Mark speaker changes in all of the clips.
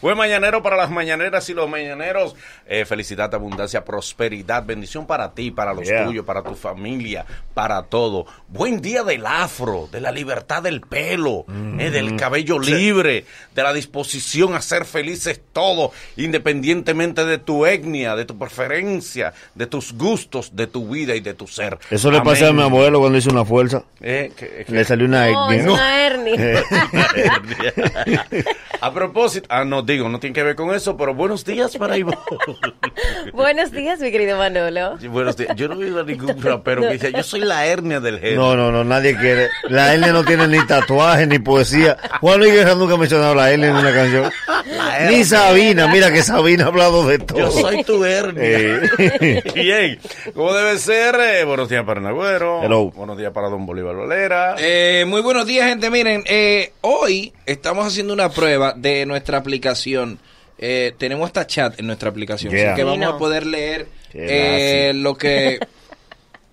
Speaker 1: Buen mañanero para las mañaneras y los mañaneros. Eh, felicidad, abundancia, prosperidad, bendición para ti, para los
Speaker 2: Yeah.
Speaker 1: tuyos, para tu familia, para todo. Buen día del afro, de la libertad del pelo, eh,
Speaker 2: Mm-hmm.
Speaker 1: del cabello libre, de la disposición a ser felices todos, independientemente de tu etnia, de tu preferencia, de tus gustos, de tu vida y de tu ser.
Speaker 2: Eso le
Speaker 1: Amén.
Speaker 2: pasa a mi abuelo cuando hizo una fuerza.
Speaker 1: Eh, que- que-
Speaker 2: Le salió una Eh.
Speaker 3: No, es
Speaker 2: etnia.
Speaker 3: una hernia.
Speaker 1: a propósito, ah, no digo, no tiene que ver con eso, pero buenos días para Ivonne.
Speaker 3: Buenos días, mi querido Manolo.
Speaker 1: buenos días. Yo no he oído a ningún rapero que dice, yo soy la hernia del género.
Speaker 2: No, no, no, nadie quiere. La L no tiene ni tatuaje, ni poesía. Juan Luis Guerra nunca ha mencionado la L en una canción. Ni Sabina, mira que Sabina ha hablado de todo.
Speaker 1: Yo soy tu hernia.
Speaker 2: Eh,
Speaker 1: Bien, como debe ser, eh, buenos días para Nagüero.
Speaker 2: Hello.
Speaker 1: Buenos días para Don Bolívar Valera.
Speaker 4: Eh, muy buenos días, gente. Miren, eh, hoy estamos haciendo una prueba de nuestra aplicación. Eh, tenemos hasta chat en nuestra aplicación,
Speaker 2: Yeah.
Speaker 4: así que
Speaker 3: Ah. Sí,
Speaker 4: vamos
Speaker 3: no.
Speaker 4: a poder leer
Speaker 2: Qué
Speaker 4: eh,
Speaker 2: lazy.
Speaker 4: lo que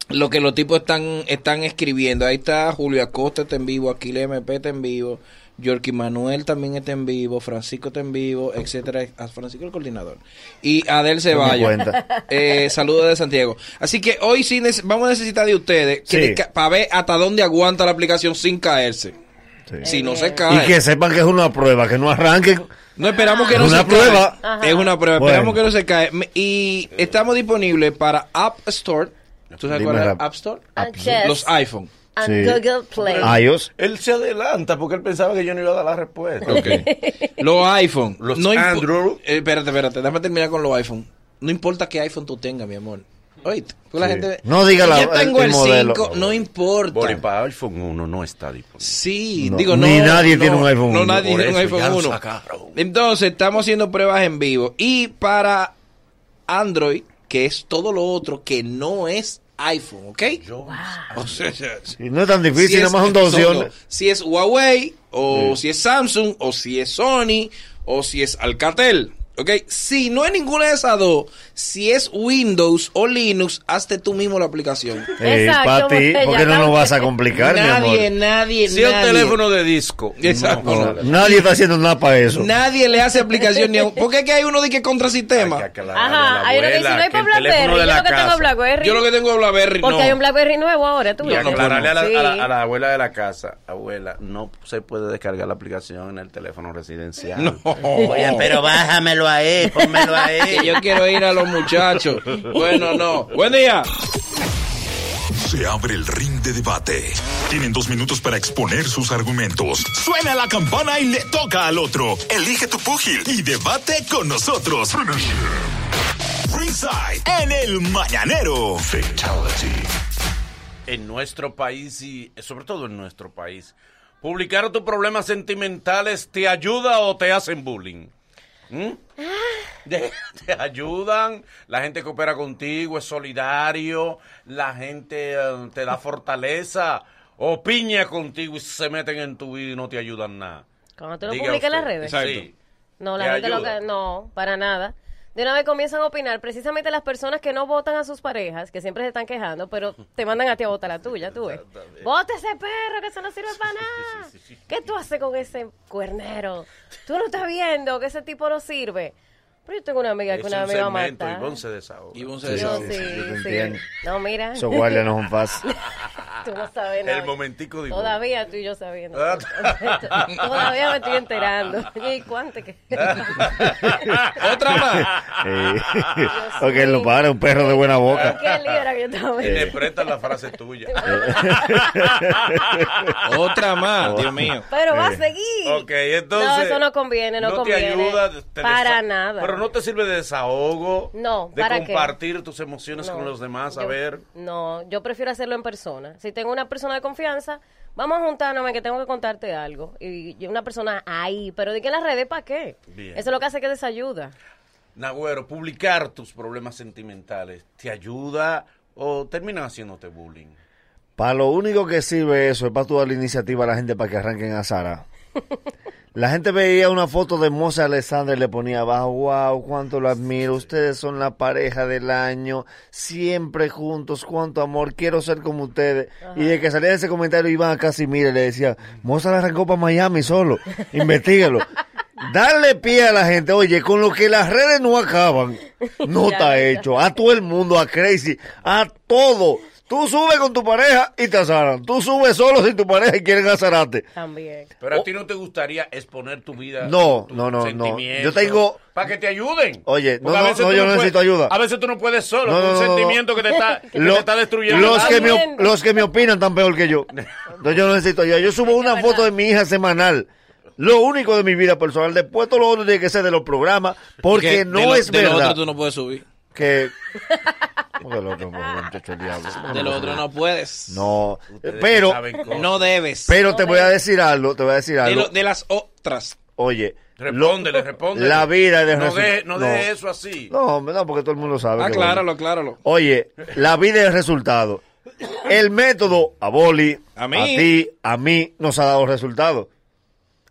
Speaker 4: lo que los tipos están están escribiendo. Ahí está Julio Acosta está en vivo, Aquile MP está en vivo, Yorky Manuel también está en vivo, Francisco está en vivo, etcétera. A Francisco el coordinador y Adel Ceballos.
Speaker 2: cuenta.
Speaker 4: Eh, saludos de Santiago. Así que hoy sí nece- vamos a necesitar de ustedes
Speaker 2: Sí.
Speaker 4: para ver hasta dónde aguanta la aplicación sin caerse.
Speaker 2: sí.
Speaker 4: Si no se
Speaker 2: Y
Speaker 4: cae.
Speaker 2: que sepan que es una prueba, que no arranquen.
Speaker 4: No esperamos que
Speaker 2: Es
Speaker 4: no
Speaker 2: una
Speaker 4: se
Speaker 2: prueba.
Speaker 4: cae. Es una prueba.
Speaker 2: Bueno.
Speaker 4: Esperamos que no se cae. Me- Y estamos disponibles para App Store. ¿Tú sabes
Speaker 2: Dime
Speaker 4: cuál es
Speaker 2: rap-
Speaker 4: App Store?
Speaker 3: And chess.
Speaker 4: Los iPhone.
Speaker 3: Ah, And
Speaker 2: Sí.
Speaker 3: Google Play.
Speaker 2: Ayos.
Speaker 1: Él se adelanta porque él pensaba que yo no iba a dar la respuesta.
Speaker 4: los iPhone.
Speaker 1: Los
Speaker 4: impo-
Speaker 1: Android.
Speaker 4: Eh, espérate, espérate. Déjame terminar con los iPhone. No importa qué iPhone tú tengas, mi amor. Oíste. Porque la
Speaker 2: Sí.
Speaker 4: gente-
Speaker 2: No diga la-
Speaker 4: Yo tengo
Speaker 2: el-
Speaker 4: el
Speaker 2: el modelo.
Speaker 4: 5. No importa.
Speaker 1: Boli, para iPhone 1 no está disponible.
Speaker 4: Sí,
Speaker 2: No,
Speaker 4: digo, no.
Speaker 2: ni nadie
Speaker 4: no,
Speaker 2: tiene un iPhone
Speaker 4: No,
Speaker 2: uno.
Speaker 4: nadie
Speaker 1: Por
Speaker 4: tiene un
Speaker 1: eso, ya
Speaker 4: iPhone 1.
Speaker 1: lo sacaron.
Speaker 4: Entonces, estamos haciendo pruebas en vivo. Y para Android, que es todo lo otro que no es iPhone, ¿ok? O sea,
Speaker 2: Y no es tan
Speaker 4: si
Speaker 2: difícil,
Speaker 4: es-
Speaker 2: nada más son dos
Speaker 4: son
Speaker 2: opciones.
Speaker 4: dos. Si es Huawei, o si es Samsung, o si es Sony, o si es Alcatel. ¿Ok? Si no es ninguna de esas dos, si es Windows o Linux, hazte tú mismo la aplicación.
Speaker 2: Eh,
Speaker 3: Exacto,
Speaker 2: para ti,
Speaker 3: botella,
Speaker 2: porque no nos
Speaker 3: ¿no?
Speaker 2: vas a complicar, mi amor.
Speaker 4: nadie, nadie,
Speaker 1: Si es un
Speaker 4: nadie.
Speaker 1: teléfono de disco.
Speaker 4: Exacto.
Speaker 1: No,
Speaker 2: No, nadie está haciendo nada para eso.
Speaker 4: Nadie le hace aplicación ni a un... ¿Por qué es que hay uno de que contra
Speaker 1: Hay que
Speaker 4: sistema?
Speaker 1: aclararle a la
Speaker 3: Ajá, hay uno que dice,
Speaker 1: abuela
Speaker 3: no hay
Speaker 1: que
Speaker 3: para
Speaker 1: el teléfono
Speaker 3: BlackBerry.
Speaker 1: de la
Speaker 3: Yo lo que tengo
Speaker 1: casa-
Speaker 3: es BlackBerry.
Speaker 4: Yo lo que tengo es BlackBerry.
Speaker 3: Porque
Speaker 4: no.
Speaker 3: hay un BlackBerry nuevo ahora, tú
Speaker 1: Y
Speaker 3: ves.
Speaker 1: aclararle a la,
Speaker 3: Sí.
Speaker 1: a la- a la abuela de la casa, abuela, no se puede descargar la aplicación en el teléfono residencial.
Speaker 4: No.
Speaker 5: Oye, pero bájamelo ahí, pónmelo ahí.
Speaker 4: Oh. Que yo quiero ir a los muchachos. Bueno, no. Buen día.
Speaker 6: Se abre el ring de debate. Tienen dos minutos para exponer sus argumentos. Suena la campana y le toca al otro. Elige tu púgil y debate con nosotros. Ringside en el mañanero.
Speaker 1: En nuestro país y sobre todo en nuestro país, publicar tus problemas sentimentales te ayuda o te hacen bullying. ¿Mm?
Speaker 3: Ah.
Speaker 1: Te, te ayudan, la gente coopera contigo, es solidario, la gente eh, te da fortaleza, o piña contigo y se meten en tu vida y no te ayudan nada.
Speaker 3: Cuando tú lo
Speaker 1: Diga
Speaker 3: publicas en las
Speaker 1: usted.
Speaker 3: redes.
Speaker 1: Sí.
Speaker 3: No,
Speaker 1: ¿Te
Speaker 3: la gente lo
Speaker 1: ayuda?
Speaker 3: que- No, para nada. De una vez comienzan a opinar, precisamente las personas que no votan a sus parejas, que siempre se están quejando, pero te mandan a ti a votar la tuya, tú ves. Vota ese perro, que eso no sirve para nada. ¿Qué tú haces con ese cuernero? Tú no estás viendo que ese tipo no sirve. Pero yo tengo una amiga que
Speaker 1: Es
Speaker 3: una
Speaker 1: un
Speaker 3: vez me va a
Speaker 1: segmento,
Speaker 3: matar.
Speaker 1: Ivonne se desahoga.
Speaker 4: Ivonne se
Speaker 3: Yo
Speaker 4: desahoga.
Speaker 3: sí,
Speaker 2: sí, yo te
Speaker 3: sí.
Speaker 2: entiendo.
Speaker 3: No, mira.
Speaker 2: Eso guardia no es un paso.
Speaker 3: Tú no sabes nada.
Speaker 1: El momentico de Ivonne.
Speaker 3: Todavía tú y yo sabiendo.
Speaker 1: Ah.
Speaker 3: Todavía me estoy enterando. ¿Y cuánto que?
Speaker 4: Otra más.
Speaker 2: Eh,
Speaker 3: Dios
Speaker 2: porque él
Speaker 3: mío.
Speaker 2: lo para, un perro de buena
Speaker 3: ¿En
Speaker 2: boca. Eh,
Speaker 3: qué libra que yo estaba viendo?
Speaker 1: Interpreta Eh, la frase tuya.
Speaker 4: Otra más. Dios mío.
Speaker 3: Pero va a seguir.
Speaker 1: Eh. Ok, entonces.
Speaker 3: No, eso no conviene, no, conviene.
Speaker 1: te ayuda. te
Speaker 3: para
Speaker 1: desa-
Speaker 3: nada.
Speaker 1: Pero no te sirve de desahogo.
Speaker 3: No,
Speaker 1: De
Speaker 3: ¿para qué?
Speaker 1: compartir tus emociones
Speaker 3: No,
Speaker 1: con los demás. A
Speaker 3: yo-
Speaker 1: ver.
Speaker 3: No, yo prefiero hacerlo en persona. Si tengo una persona de confianza, vamos a juntarnos que tengo que contarte algo. Y y una persona ahí, pero de que en las redes, ¿para qué?
Speaker 1: Bien.
Speaker 3: Eso es lo que hace que desayuda.
Speaker 1: Nagüero, publicar tus problemas sentimentales, ¿te ayuda o terminan haciéndote bullying?
Speaker 2: Para lo único que sirve eso es para tú dar la iniciativa a la gente para que arranquen a Sara. La gente veía una foto de Moza Alexander y le ponía abajo, wow, cuánto lo admiro, ustedes son la pareja del año, siempre juntos, cuánto amor, quiero ser como ustedes. Y de que salía ese comentario iban a casi mire, le decía, Moza la arrancó para Miami solo, investigalo. Darle pie a la gente, oye, con lo que las redes no acaban, no
Speaker 3: Ya,
Speaker 2: está
Speaker 3: ya.
Speaker 2: hecho, a todo el mundo, a Crazy, a todo. Tú subes con tu pareja y te azaran. Tú subes solo sin tu pareja y quieren azararte.
Speaker 3: También.
Speaker 1: Pero a ti no te gustaría exponer tu vida.
Speaker 2: No, no, no, no. Yo tengo-
Speaker 1: Para que te ayuden.
Speaker 2: Oye, no,
Speaker 1: Porque a
Speaker 2: no,
Speaker 1: veces
Speaker 2: no,
Speaker 1: tú
Speaker 2: yo no
Speaker 1: puedes-
Speaker 2: necesito ayuda.
Speaker 1: A veces tú no puedes solo.
Speaker 2: No,
Speaker 1: con
Speaker 2: no,
Speaker 1: un
Speaker 2: no, no,
Speaker 1: sentimiento que te está, que
Speaker 2: Lo-
Speaker 1: te está destruyendo.
Speaker 2: Los que, me, op-
Speaker 3: También.
Speaker 2: los que me opinan están peor que yo. Entonces yo no necesito ayuda. Yo subo una foto de mi hija semanal. Lo único de mi vida personal. Después todo lo otro tiene que ser de los programas. Porque
Speaker 4: Que
Speaker 2: no
Speaker 4: de lo-
Speaker 2: es
Speaker 4: De lo
Speaker 2: verdad
Speaker 4: otro tú no puedes subir.
Speaker 2: que... ¿Cómo que lo otro? Bueno, muchacho, el diablo.
Speaker 4: De lo otro no puedes.
Speaker 2: No.
Speaker 1: Ustedes
Speaker 2: Pero,
Speaker 1: saben cosas.
Speaker 4: No debes.
Speaker 2: pero te voy a decir algo. Te voy a decir
Speaker 4: de,
Speaker 2: algo.
Speaker 4: lo- de las otras.
Speaker 2: Oye. lo-
Speaker 1: Respóndele, respóndele.
Speaker 2: La vida de
Speaker 1: No
Speaker 2: resu-
Speaker 1: deje no
Speaker 2: no.
Speaker 1: deje eso así.
Speaker 2: No, hombre, no, porque todo el mundo sabe. que-
Speaker 4: Acláralo, acláralo.
Speaker 2: Oye, la vida es el resultado. El método a Boli,
Speaker 4: A
Speaker 2: a,
Speaker 4: mí.
Speaker 2: ti, a mí, nos ha dado resultados.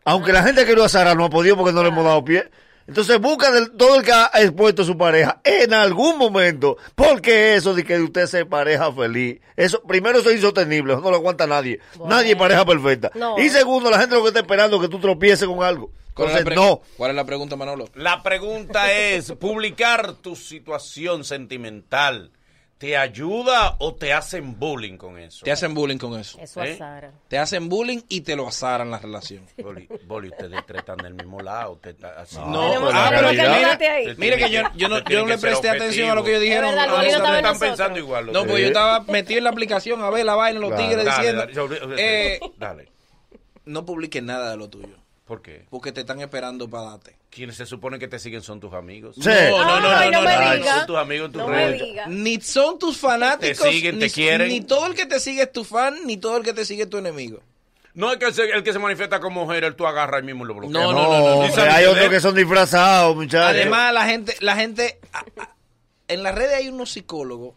Speaker 2: Aunque la gente que lo azara no ha podido porque no le hemos dado pie. Entonces busca del- todo el que ha expuesto su pareja en algún momento. Porque eso de que usted sea pareja feliz, eso primero eso es insostenible, eso no lo aguanta nadie.
Speaker 3: Bueno.
Speaker 2: Nadie es pareja perfecta.
Speaker 3: No. eh.
Speaker 2: Y segundo, la gente lo que está esperando es que tú tropieces con algo.
Speaker 4: ¿Cuál es la
Speaker 2: Entonces,
Speaker 4: pre-
Speaker 2: no.
Speaker 4: ¿Cuál es la pregunta, Manolo?
Speaker 1: La pregunta es, ¿publicar tu situación sentimental te ayuda o te hacen bullying con eso?
Speaker 4: Te hacen bullying con eso.
Speaker 3: Eso
Speaker 1: ¿Eh?
Speaker 3: a Sara.
Speaker 4: Te hacen bullying y te lo azaran la relación.
Speaker 1: Boli, Boli, ustedes tres están del mismo lado. usted está así.
Speaker 4: No,
Speaker 3: Tenemos-
Speaker 2: ah,
Speaker 3: tenemos
Speaker 2: pero
Speaker 3: que
Speaker 2: ya.
Speaker 3: ayudarte ahí.
Speaker 1: Usted
Speaker 4: Mire que
Speaker 1: tiene
Speaker 4: yo, yo no, yo
Speaker 1: usted tiene
Speaker 4: no le
Speaker 1: que ser
Speaker 4: presté atención a lo que ellos
Speaker 1: objetivo.
Speaker 4: dijeron.
Speaker 3: Es verdad,
Speaker 4: honestamente.
Speaker 3: Boli no estaba en
Speaker 1: están
Speaker 3: nosotros.
Speaker 1: pensando igual. los
Speaker 4: No,
Speaker 1: tres.
Speaker 4: pues yo estaba metido en la aplicación a ver la vaina, los
Speaker 2: Claro.
Speaker 4: tigres
Speaker 1: Dale,
Speaker 4: diciendo.
Speaker 1: dale, yo- yo-
Speaker 4: eh,
Speaker 1: dale.
Speaker 4: no publiques nada de lo tuyo,
Speaker 1: ¿Por qué?
Speaker 4: porque te están esperando para darte.
Speaker 1: Quienes se supone que te siguen son tus amigos.
Speaker 2: Sí.
Speaker 4: No, no,
Speaker 3: Ay,
Speaker 4: no, no, no,
Speaker 3: no, me
Speaker 4: no,
Speaker 3: digas.
Speaker 1: son tus amigos en tus
Speaker 3: no
Speaker 1: redes.
Speaker 3: me digas.
Speaker 4: Ni son tus fanáticos.
Speaker 1: Te siguen, te
Speaker 4: ni,
Speaker 1: quieren.
Speaker 4: Ni todo el que te sigue es tu fan, ni todo el que te sigue es tu enemigo.
Speaker 1: No es que se- el que se manifiesta como mujer, él tú agarras y mismo lo bloqueas.
Speaker 4: No,
Speaker 2: No,
Speaker 4: no, no, no,
Speaker 2: hombre,
Speaker 1: no.
Speaker 2: hay otros que son disfrazados, muchachos.
Speaker 4: Además, la gente, la gente, a- a- en las redes hay unos psicólogos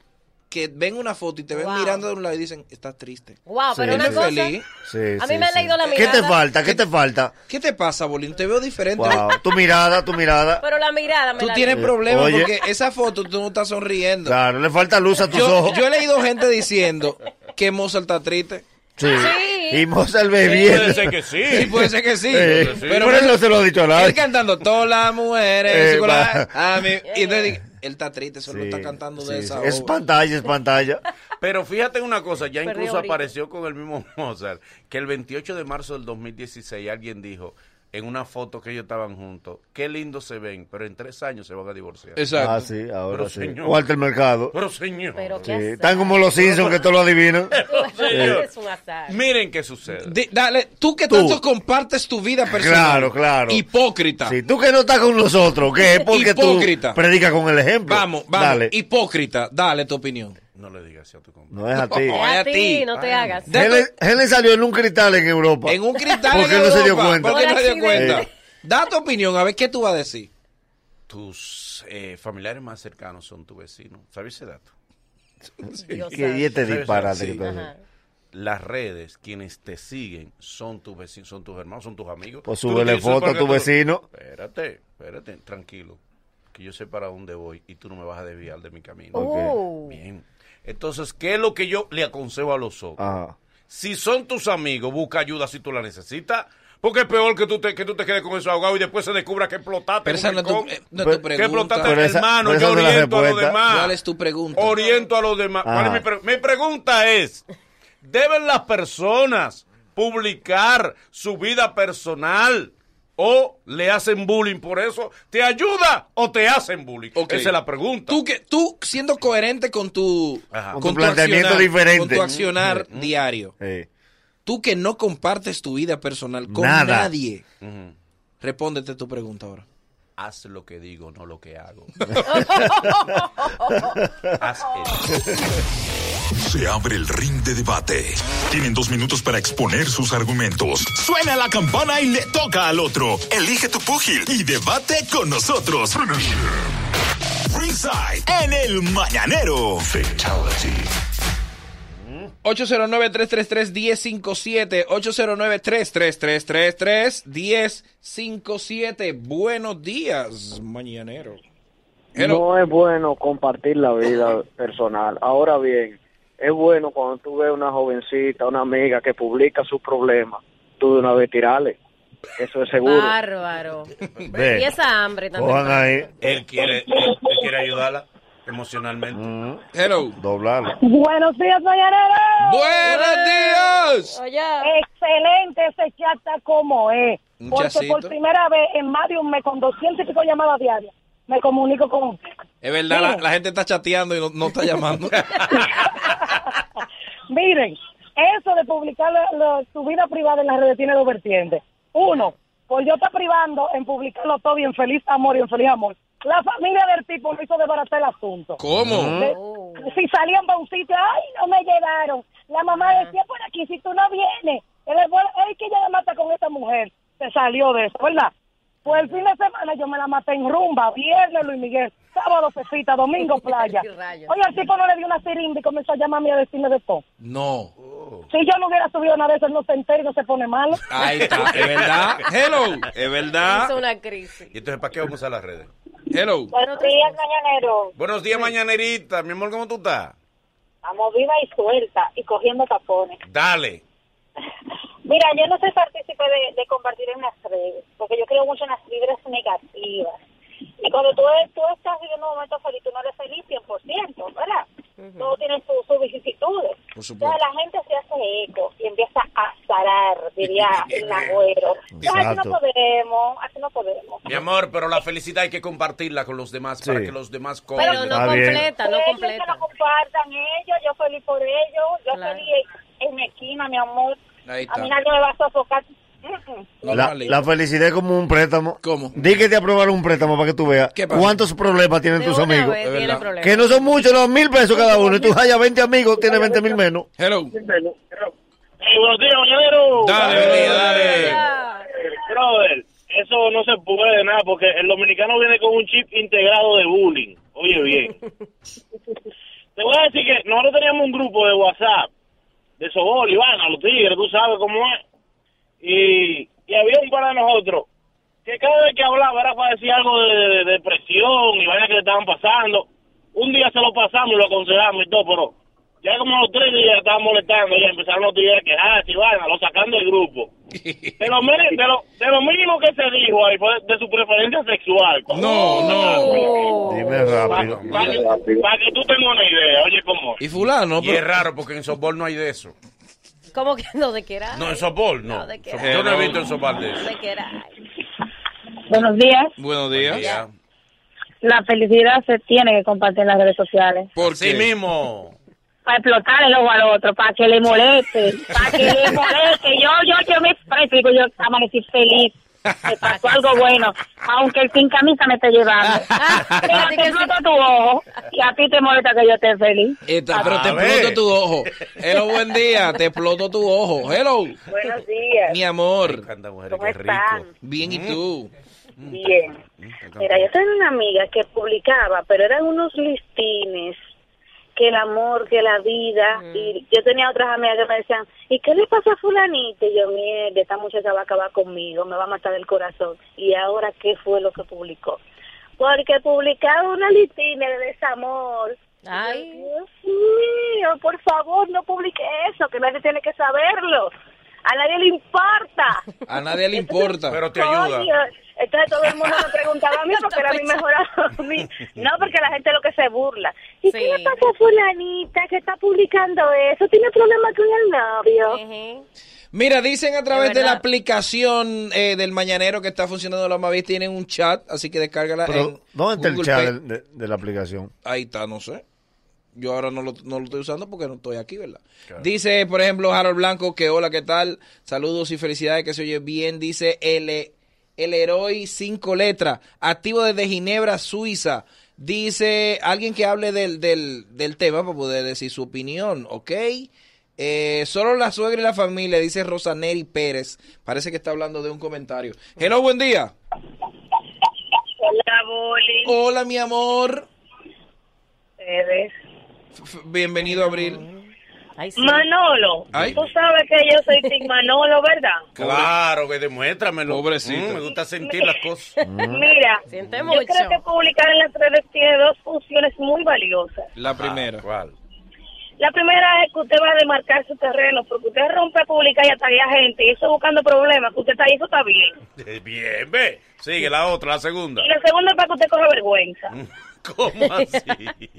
Speaker 4: que ven una foto y te ven
Speaker 3: Wow.
Speaker 4: mirando de un lado y dicen, estás triste.
Speaker 3: Wow, pero
Speaker 2: Sí.
Speaker 3: una
Speaker 4: Dime
Speaker 3: cosa.
Speaker 4: feliz.
Speaker 2: Sí,
Speaker 3: A
Speaker 2: sí,
Speaker 3: mí me han
Speaker 2: sí.
Speaker 3: leído la
Speaker 2: ¿Qué
Speaker 3: mirada.
Speaker 2: te falta? ¿Qué te falta?
Speaker 4: ¿Qué te pasa, Bolín? Te veo diferente.
Speaker 2: Wow, tu mirada, tu mirada.
Speaker 3: Pero la mirada me
Speaker 4: Tú
Speaker 3: la
Speaker 4: tienes
Speaker 3: dio.
Speaker 4: problemas
Speaker 2: Oye.
Speaker 4: porque esa foto tú no estás sonriendo.
Speaker 2: Claro, le falta luz a tus
Speaker 4: Yo,
Speaker 2: ojos.
Speaker 4: yo he leído gente diciendo que Mozart está triste.
Speaker 2: sí.
Speaker 3: Sí.
Speaker 2: Y Mozart bebiendo.
Speaker 1: Puede ser que sí.
Speaker 4: Sí, puede ser que sí.
Speaker 2: Eh,
Speaker 4: Pero
Speaker 2: por eso se lo ha dicho a
Speaker 4: él
Speaker 2: nadie.
Speaker 4: cantando todas las mujeres.
Speaker 2: Eh,
Speaker 4: según la-
Speaker 2: va.
Speaker 4: a mí- y entonces dije, él está triste, solo
Speaker 2: Sí,
Speaker 4: está cantando de
Speaker 2: sí,
Speaker 4: esa
Speaker 2: sí. Es
Speaker 4: obra.
Speaker 2: pantalla, es pantalla.
Speaker 1: Pero fíjate en una cosa, ya
Speaker 3: Perdió
Speaker 1: incluso
Speaker 3: ahorita.
Speaker 1: apareció con el mismo Mozart, que el 28 de marzo del 2016 alguien dijo en una foto que ellos estaban juntos, qué lindo se ven, pero en tres años se van a divorciar.
Speaker 4: Exacto.
Speaker 2: Ah, sí, ahora
Speaker 1: Pero,
Speaker 2: sí.
Speaker 1: señor.
Speaker 2: Walter Mercado.
Speaker 1: Pero señor,
Speaker 3: Pero
Speaker 2: Sí,
Speaker 3: qué azar.
Speaker 2: Están como los Simpsons que todo lo adivinan.
Speaker 4: Eh,
Speaker 1: señor.
Speaker 3: Es un azar.
Speaker 1: miren qué sucede.
Speaker 4: Di- dale, tú que
Speaker 2: Tú.
Speaker 4: tanto compartes tu vida personal.
Speaker 2: Claro, claro.
Speaker 4: Hipócrita.
Speaker 2: Sí, tú que no estás con nosotros, que es porque
Speaker 4: Hipócrita.
Speaker 2: tú predicas con el ejemplo.
Speaker 4: Vamos, vamos.
Speaker 2: Dale.
Speaker 4: Hipócrita, dale tu opinión.
Speaker 1: No le digas así a tu compañero.
Speaker 2: No es a ti.
Speaker 3: Es
Speaker 4: Vaya
Speaker 3: a
Speaker 4: a
Speaker 3: ti,
Speaker 4: ti. Ah.
Speaker 3: no te hagas.
Speaker 4: De-
Speaker 2: Helen, Helen salió en un cristal en Europa.
Speaker 4: En un cristal
Speaker 2: ¿Por qué
Speaker 4: en
Speaker 2: no se dio
Speaker 4: Europa,
Speaker 2: cuenta? Eh.
Speaker 4: ¿Por qué no se dio
Speaker 3: Por
Speaker 4: cuenta?
Speaker 3: accidente.
Speaker 4: Da tu opinión, a ver qué tú vas a decir.
Speaker 1: Tus eh, familiares más cercanos son tu vecino. ¿Sabes ese dato?
Speaker 3: Dios
Speaker 2: Qué
Speaker 3: santo.
Speaker 1: Sí,
Speaker 2: dieta este disparate
Speaker 1: sí.
Speaker 2: que tú haces.
Speaker 3: Ajá.
Speaker 1: Las redes, quienes te siguen, son tus vecinos, son tus hermanos, son tus amigos.
Speaker 2: Pues
Speaker 1: Tú no
Speaker 2: súbele
Speaker 1: tienes por
Speaker 2: foto a
Speaker 1: qué
Speaker 2: tu
Speaker 1: tú-
Speaker 2: vecino.
Speaker 1: Espérate, espérate, tranquilo. Que yo sé para dónde voy y tú no me vas a desviar de mi camino.
Speaker 3: Oh.
Speaker 1: Bien. Entonces, ¿qué es lo que yo le aconsejo a los otros?
Speaker 2: Ajá.
Speaker 1: Si son tus amigos, busca ayuda si tú la necesitas. Porque es peor que tú te, que tú te quedes con eso ahogado y después se descubra que explotaste.
Speaker 4: Pero
Speaker 1: en
Speaker 4: esa
Speaker 1: un
Speaker 4: no es tu,
Speaker 1: rincón.
Speaker 4: eh, no es
Speaker 2: Pero-
Speaker 4: tu
Speaker 2: ¿qué
Speaker 1: ¿Qué
Speaker 4: pregunta.
Speaker 1: explotaste,
Speaker 2: Pero esa-
Speaker 1: hermano?
Speaker 2: pero
Speaker 1: Yo
Speaker 2: esa no es la
Speaker 1: oriento a los
Speaker 2: respuesta.
Speaker 1: demás.
Speaker 4: ¿Cuál es tu pregunta?
Speaker 1: Oriento a los demás. ¿Cuál es
Speaker 2: Ajá.
Speaker 1: mi, pre- mi pregunta es, ¿deben las personas publicar su vida personal o le hacen bullying por eso? ¿Te ayuda o te hacen bullying?
Speaker 4: Ok.
Speaker 1: Esa es la pregunta.
Speaker 4: Tú, que, tú siendo coherente con tu,
Speaker 1: Ajá.
Speaker 2: Con tu planteamiento diferente.
Speaker 4: con tu accionar diario,
Speaker 2: Sí.
Speaker 4: tú que no compartes tu vida personal con
Speaker 2: Nada.
Speaker 4: nadie,
Speaker 1: Ujú.
Speaker 4: respóndete tu pregunta ahora.
Speaker 1: haz lo que digo, no lo que hago. haz eso.
Speaker 6: Se abre el ring de debate. Tienen dos minutos para exponer sus argumentos. Suena la campana y le toca al otro. Elige tu púgil y debate con nosotros. Ringside en el mañanero.
Speaker 4: 809-333-1057. 809-333-1057. Buenos días, mañanero. Hello.
Speaker 7: No es bueno compartir la vida personal. Ahora bien, es bueno cuando tú ves una jovencita, una amiga que publica sus problemas, tú de una vez tirale. Eso es seguro.
Speaker 3: Bárbaro.
Speaker 2: Ve.
Speaker 3: Y esa hambre también.
Speaker 2: Cojan ahí,
Speaker 1: Él quiere, él- él quiere ayudarla emocionalmente.
Speaker 4: Hello.
Speaker 2: doblarlo.
Speaker 8: Buenos días, mañanero.
Speaker 4: Buenos días.
Speaker 3: Oye,
Speaker 8: Excelente ese chat está como es.
Speaker 4: Un
Speaker 8: Porque
Speaker 4: chacito.
Speaker 8: por primera vez en más de un mes, con 200 y pico llamadas diarias, me comunico con usted.
Speaker 4: Es verdad,
Speaker 1: Oh.
Speaker 4: la, la gente está chateando y no, no está llamando.
Speaker 8: Miren, eso de publicar lo- lo- su vida privada en las redes tiene dos vertientes. Uno, por yo estar privando en publicarlo todo y en feliz amor y en feliz amor. La familia del tipo me hizo desbaratar el asunto.
Speaker 4: ¿Cómo?
Speaker 8: De- Si salían para un sitio, ay, no me llevaron. La mamá decía por aquí, si tú no vienes, el abuelo, ay, que ya la mata con esta mujer. Se salió de eso, ¿verdad? Pues el fin de semana yo me la maté en rumba, viernes Luis Miguel, sábado cefita, domingo playa.
Speaker 3: Qué rayos.
Speaker 8: Oye, el tipo no le dio una sirimba y comenzó a llamarme y a decirme de todo.
Speaker 4: No.
Speaker 1: Oh.
Speaker 8: Si yo no hubiera subido nada de eso, él no se entera y no se pone malo.
Speaker 4: Ahí está. Es verdad. Hello. Es
Speaker 3: hizo
Speaker 4: verdad.
Speaker 3: una crisis.
Speaker 1: ¿Y entonces para qué vamos a las redes?
Speaker 4: Hello.
Speaker 8: Buenos días, mañanero.
Speaker 1: Buenos días, mañanerita. Mi amor, ¿cómo tú estás?
Speaker 8: Vamos viva y suelta y cogiendo tapones.
Speaker 1: Dale.
Speaker 8: Mira, yo no soy partícipe de, de compartir en las redes, porque yo creo mucho en las vibras negativas. Y cuando tú, tú estás viviendo un momento feliz, tú no eres feliz 100%, ¿verdad? Todo tiene su- sus vicisitudes.
Speaker 4: Por supuesto.
Speaker 8: Entonces la gente se hace eco y empieza a zarar, diría el agüero. Entonces, así
Speaker 2: Exacto.
Speaker 8: no podemos, así no podemos.
Speaker 1: Mi amor, pero la felicidad hay que compartirla con los demás para
Speaker 2: Sí.
Speaker 1: que los demás
Speaker 3: Pero
Speaker 1: cojan.
Speaker 3: no
Speaker 2: Está bien.
Speaker 3: completa, no
Speaker 8: Ellos que
Speaker 3: completa.
Speaker 8: lo compartan ellos, yo feliz por ellos, yo
Speaker 3: Claro.
Speaker 8: feliz en mi esquina, mi amor.
Speaker 4: Ahí
Speaker 8: A mí
Speaker 4: está.
Speaker 8: nadie me va a sofocar. Mm, mm.
Speaker 2: La, la felicidad es como un préstamo.
Speaker 4: ¿Cómo?
Speaker 2: Di que te aprobaron un préstamo para que tú veas
Speaker 4: ¿Qué Ah. pasa?
Speaker 2: cuántos problemas tienen
Speaker 3: De
Speaker 2: tus
Speaker 3: una
Speaker 2: amigos.
Speaker 3: vez
Speaker 4: es
Speaker 3: tiene
Speaker 4: verdad.
Speaker 3: problemas.
Speaker 2: Que no son muchos, los mil pesos cada uno. Y tú hallas 20 amigos, tienes 20 mil menos.
Speaker 4: Hello.
Speaker 9: buenos días, mañanero. Eh,
Speaker 4: Dale, María, dale.
Speaker 3: Ya.
Speaker 9: Brother, eso no se puede nada porque el dominicano viene con un chip integrado de bullying. Oye, bien. Te voy a decir que nosotros teníamos un grupo de WhatsApp de Sobol, Ivana, los tigres, tú sabes cómo es. Y, y había un par de nosotros que cada vez que hablaba era para decir algo de, de- de depresión y vaya que le estaban pasando. Un día se lo pasamos y lo aconsejamos y todo, pero ya como los tres días estaban molestando y empezaron los tigres a quejarse, Ivana, lo sacando del grupo. De lo, men- de lo, de lo mínimo que se dijo ahí fue de su preferencia sexual.
Speaker 4: No, no.
Speaker 3: Oh.
Speaker 2: Dime rápido.
Speaker 9: Para que, pa' que tú tengas una idea, oye, cómo.
Speaker 4: Y fulano.
Speaker 1: Y es
Speaker 4: Pero...
Speaker 1: raro porque en softball no hay de eso.
Speaker 3: Como que no de quiera.
Speaker 1: No, en softball no.
Speaker 3: No, ¿de qué?
Speaker 1: Softball- Yo no he visto en softball de
Speaker 3: No
Speaker 1: eso.
Speaker 3: de quiera.
Speaker 8: Buenos días.
Speaker 4: Buenos días.
Speaker 1: Ya.
Speaker 8: La felicidad se tiene que compartir en las redes sociales.
Speaker 4: ¿Por
Speaker 1: Sí
Speaker 4: qué?
Speaker 1: mismo.
Speaker 8: Para explotar el ojo al otro, para que le moleste, para que le moleste. Yo, yo, yo me expreso, digo, yo amanecí feliz. Me pasó algo bueno, aunque el sin camisa me esté llevando. Mira, te exploto tu ojo y a ti te molesta que yo esté feliz.
Speaker 4: Esta- pero te
Speaker 1: A ver.
Speaker 4: exploto tu ojo. Hello, buen día. Te exploto tu ojo. Hello.
Speaker 8: Buenos días.
Speaker 4: Mi amor.
Speaker 1: Canta, mujer,
Speaker 8: ¿Cómo
Speaker 1: qué
Speaker 8: están? Mm.
Speaker 1: rico. Mm.
Speaker 4: Bien, ¿y tú?
Speaker 8: Bien. Mira, yo tenía una amiga que publicaba, pero eran unos listines, que el amor, que la vida,
Speaker 3: Mm.
Speaker 8: y yo tenía otras amigas que me decían, ¿y qué le pasa a fulanita? Y yo, mierda, esta muchacha va a acabar conmigo, me va a matar el corazón. ¿Y ahora qué fue lo que publicó? Porque publicaba una listina de desamor.
Speaker 3: Ay.
Speaker 8: Dios mío, por favor, no publique eso, que nadie tiene que saberlo. A nadie le importa.
Speaker 4: A nadie le importa.
Speaker 1: Pero te ayuda.
Speaker 8: Coño, Entonces todo el mundo me preguntaba a mí porque era mi mejor amigo. No, porque la gente lo que se burla. ¿Y
Speaker 3: Sí.
Speaker 8: qué le pasa a fulanita que está publicando eso? ¿Tiene problemas con el novio?
Speaker 3: Ujú.
Speaker 4: Mira, dicen a través
Speaker 3: Es
Speaker 4: de la
Speaker 3: verdad.
Speaker 4: aplicación eh, del Mañanero que está funcionando la Mavis, tienen un chat, así que descárgala Ah, en
Speaker 2: Pero, ¿dónde está el
Speaker 4: Google
Speaker 2: chat
Speaker 4: Play.
Speaker 2: de, de- de la aplicación?
Speaker 4: Ahí está, no sé. Yo ahora no lo, no lo estoy usando porque no estoy aquí, ¿verdad? Dice, por ejemplo, Harold Blanco, que hola, ¿qué tal? Saludos y felicidades, que se oye bien. Dice L. el héroe cinco letras, activo desde Ginebra, Suiza. Dice alguien que hable del, del, del tema para poder decir su opinión, ¿ok? Eh, solo la suegra y la familia, dice Rosaneri Pérez. Parece que está hablando de un comentario. Hello, buen día.
Speaker 10: Hola, Boli.
Speaker 4: Hola, mi amor.
Speaker 10: Ustedes.
Speaker 4: F- f- Bienvenido, Abril.
Speaker 3: Ay, sí.
Speaker 10: Manolo,
Speaker 4: Ay.
Speaker 10: tú sabes que yo soy Team Manolo, ¿verdad?
Speaker 1: Claro, que demuéstramelo.
Speaker 4: Pobrecito.
Speaker 1: Mm, me gusta sentir las cosas.
Speaker 10: Mira,
Speaker 3: Siente
Speaker 10: yo creo que
Speaker 3: mucho.
Speaker 10: publicar en las redes tiene dos funciones muy valiosas.
Speaker 4: La primera.
Speaker 1: Ah, ¿Cuál?
Speaker 10: La primera es que usted va a demarcar su terreno, porque usted rompe a publicar y ataque a gente, y eso buscando problemas, que usted está ahí, eso está bien.
Speaker 1: Eh, Bien, ve. Sigue la otra, la segunda.
Speaker 10: Y la segunda es para que usted coja vergüenza.
Speaker 1: ¿Cómo así?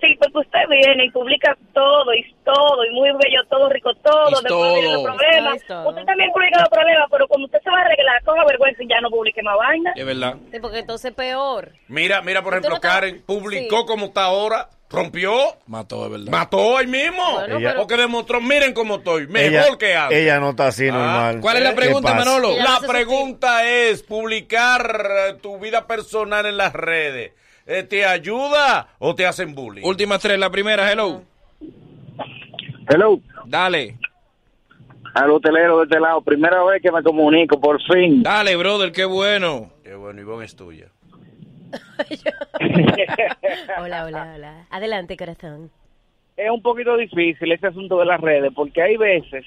Speaker 10: Sí, pues, porque usted viene y publica todo, y todo, y muy bello, todo rico, todo,
Speaker 4: Y
Speaker 10: después vienen los
Speaker 4: todo.
Speaker 10: problemas.
Speaker 3: Y todo.
Speaker 10: Usted también publica los problemas, pero cuando usted se va a arreglar, coja vergüenza y ya no publique más vaina.
Speaker 4: Es verdad.
Speaker 3: Sí, porque entonces peor.
Speaker 1: Mira, mira, por
Speaker 3: Tú
Speaker 1: ejemplo,
Speaker 3: no te-
Speaker 1: Karen publicó
Speaker 3: Sí.
Speaker 1: como está ahora, rompió,
Speaker 4: Mató, es verdad.
Speaker 1: mató ahí mismo.
Speaker 3: Bueno,
Speaker 2: Ella-
Speaker 3: pero-
Speaker 1: Porque demostró, miren cómo estoy, mejor
Speaker 2: ella,
Speaker 1: que antes.
Speaker 2: ella no está así normal.
Speaker 4: Ah, ¿Cuál es la
Speaker 2: ¿Qué
Speaker 4: pregunta,
Speaker 2: pasa?
Speaker 4: Manolo?
Speaker 3: Ella-
Speaker 1: La
Speaker 3: hace
Speaker 1: pregunta es, publicar eh, tu vida personal en las redes, eh, ¿te ayuda o te hacen bullying?
Speaker 4: Últimas tres. La primera, hello.
Speaker 3: Ah.
Speaker 7: Hello,
Speaker 4: Dale.
Speaker 7: al hotelero de este lado, primera vez que me comunico, por fin.
Speaker 4: Dale, brother, qué bueno.
Speaker 1: Qué bueno, Ivonne es tuya.
Speaker 3: Hola, hola, hola. Adelante, corazón.
Speaker 7: Es un poquito difícil ese asunto de las redes, porque hay veces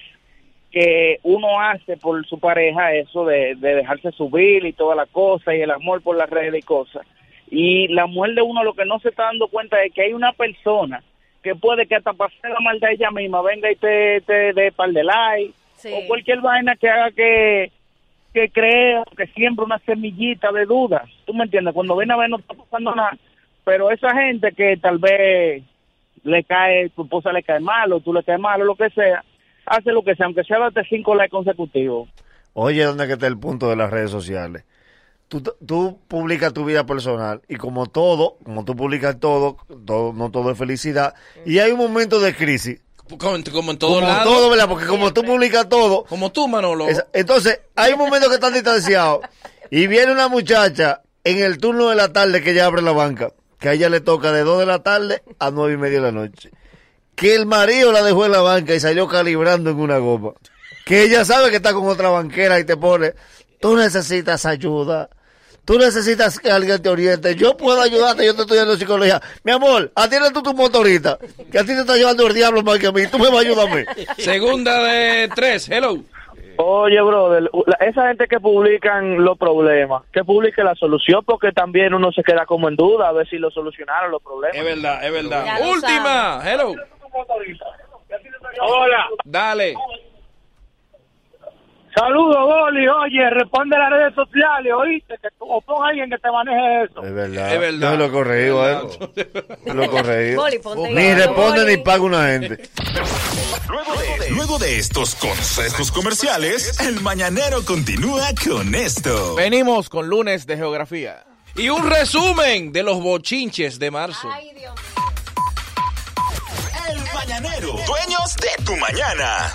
Speaker 7: que uno hace por su pareja eso de, de dejarse subir y toda la cosa, y el amor por las redes y cosas. Y la mujer de uno lo que no se está dando cuenta es que hay una persona que puede que hasta pase la maldad ella misma, venga y te, te dé par de like,
Speaker 3: Sí.
Speaker 7: o cualquier vaina que haga que que crea, que siembra una semillita de duda. ¿Tú me entiendes? Cuando ven a ver no está pasando nada. Pero esa gente que tal vez le cae, tu esposa le cae mal o tú le caes mal o lo que sea, hace lo que sea, aunque sea date cinco likes consecutivos.
Speaker 2: Oye, ¿dónde es que está el punto de las redes sociales? Tú, tú publicas tu vida personal y como todo, como tú publicas todo, todo no todo es felicidad, y hay un momento de crisis.
Speaker 4: Como, en- como en
Speaker 2: Como
Speaker 4: todos lados. Eh,
Speaker 2: todo, ¿verdad? Porque como tú publicas todo,
Speaker 4: Como tú, Manolo.
Speaker 2: esa- entonces hay un momento que están distanciados y viene una muchacha en el turno de la tarde que ella abre la banca, que a ella le toca de 2 de la tarde a nueve y media de la noche, que el marido la dejó en la banca y salió calibrando en una goma, que ella sabe que está con otra banquera y te pone, tú necesitas ayuda. Tú necesitas que alguien te oriente. Yo puedo ayudarte, yo te estoy dando psicología. Mi amor, atiende tú tu motorita, que a ti te está llevando el diablo más que a mí. Tú me vas a ayudar a mí.
Speaker 4: Segunda de tres, hello.
Speaker 7: Oye, brother, la- esa gente que publican los problemas, que publique la solución, porque también uno se queda como en duda a ver si lo solucionaron los
Speaker 4: Es
Speaker 7: problemas.
Speaker 4: verdad, es
Speaker 3: Ya
Speaker 4: verdad.
Speaker 3: lo
Speaker 4: Última, hello.
Speaker 9: Hola.
Speaker 4: Dale.
Speaker 7: Saludos, Boli. Oye, responde las redes sociales, oíste, que o pon a alguien que te maneje eso.
Speaker 2: Es verdad.
Speaker 4: Es verdad.
Speaker 2: Yo lo corregido, ¿eh? Yo lo corregido.
Speaker 3: Boli, ponte
Speaker 2: Ni
Speaker 3: gato,
Speaker 2: responde
Speaker 3: Boli.
Speaker 2: ni paga una gente.
Speaker 6: Luego de estos consejos comerciales, el mañanero continúa con esto.
Speaker 4: Venimos con lunes de geografía. Y un resumen de los bochinches de marzo.
Speaker 3: Ay, Dios mío.
Speaker 6: El mañanero, dueños de tu mañana.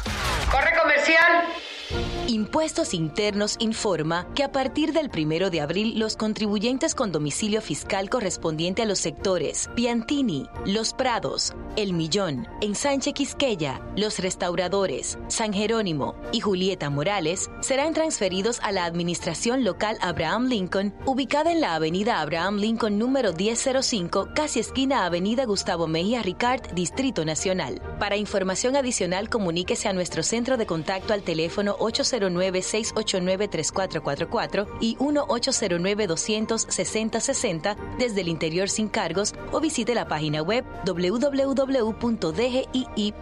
Speaker 11: Impuestos Internos informa que a partir del primero de abril los contribuyentes con domicilio fiscal correspondiente a los sectores Piantini, Los Prados, El Millón, Ensanche Quisqueya, Los Restauradores, San Jerónimo y Julieta Morales serán transferidos a la Administración Local Abraham Lincoln, ubicada en la Avenida Abraham Lincoln número 1005, casi esquina Avenida Gustavo Mejía Ricard, Distrito Nacional. Para información adicional, comuníquese a nuestro centro de contacto al teléfono 809-689-3444 y 1-809-260-60 desde el interior sin cargos o visite la página web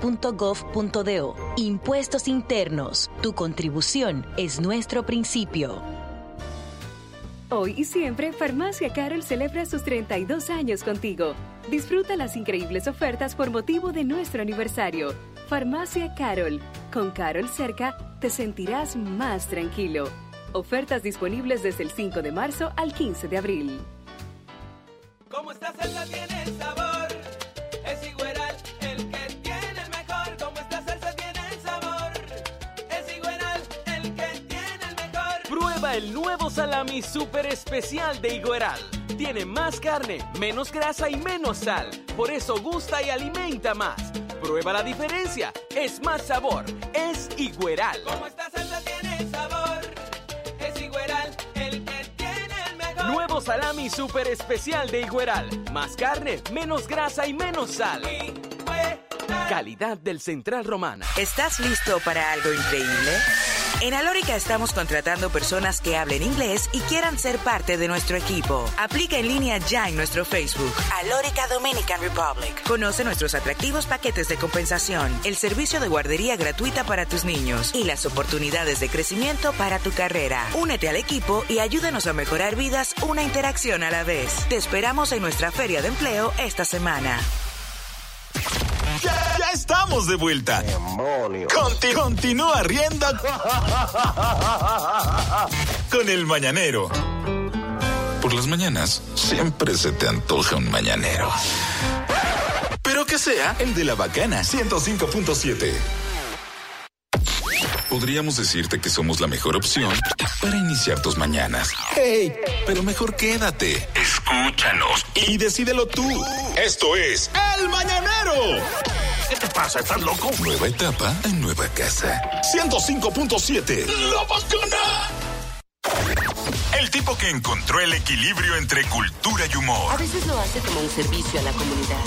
Speaker 11: www.dgii.gov.do. Impuestos internos. Tu contribución es nuestro principio.
Speaker 12: Hoy y siempre, Farmacia Carol celebra sus 32 años contigo. Disfruta las increíbles ofertas por motivo de nuestro aniversario. Farmacia Carol. Con Carol cerca, te sentirás más tranquilo. Ofertas disponibles desde el 5 de marzo al 15 de abril.
Speaker 13: Como esta salsa tiene sabor, es Higueral el que tiene el mejor. Como esta salsa tiene sabor, es Higueral el que tiene el mejor. Prueba
Speaker 14: el nuevo salami super especial de Higueral. Tiene más carne, menos grasa y menos sal. Por eso gusta y alimenta más. Prueba la diferencia. Es más sabor. Es Higueral.
Speaker 15: Como esta salsa tiene sabor, es Higueral el que tiene el mejor.
Speaker 14: Nuevo salami super especial de Higueral. Más carne, menos grasa y menos sal. Calidad del Central Romana.
Speaker 16: ¿Estás listo para algo increíble? En Alórica estamos contratando personas que hablen inglés y quieran ser parte de nuestro equipo. Aplica en línea ya en nuestro Facebook. Alórica Dominican Republic. Conoce nuestros atractivos paquetes de compensación, el servicio de guardería gratuita para tus niños y las oportunidades de crecimiento para tu carrera. Únete al equipo y ayúdanos a mejorar vidas una interacción a la vez. Te esperamos en nuestra feria de empleo esta semana.
Speaker 6: Ya, ya estamos de vuelta. Conti- continúa riendo con el mañanero. Por las mañanas siempre se te antoja un mañanero. Pero que sea el de la bacana 105.7. Podríamos decirte que somos la mejor opción para iniciar tus mañanas. ¡Hey! Pero mejor quédate. Escúchanos y decídelo tú. Esto es El Mañanero. ¿Qué te pasa? ¿Estás loco? Nueva etapa en nueva casa. 105.7. ¡La El tipo que encontró el equilibrio entre cultura y humor.
Speaker 10: A veces lo hace como un servicio a la comunidad.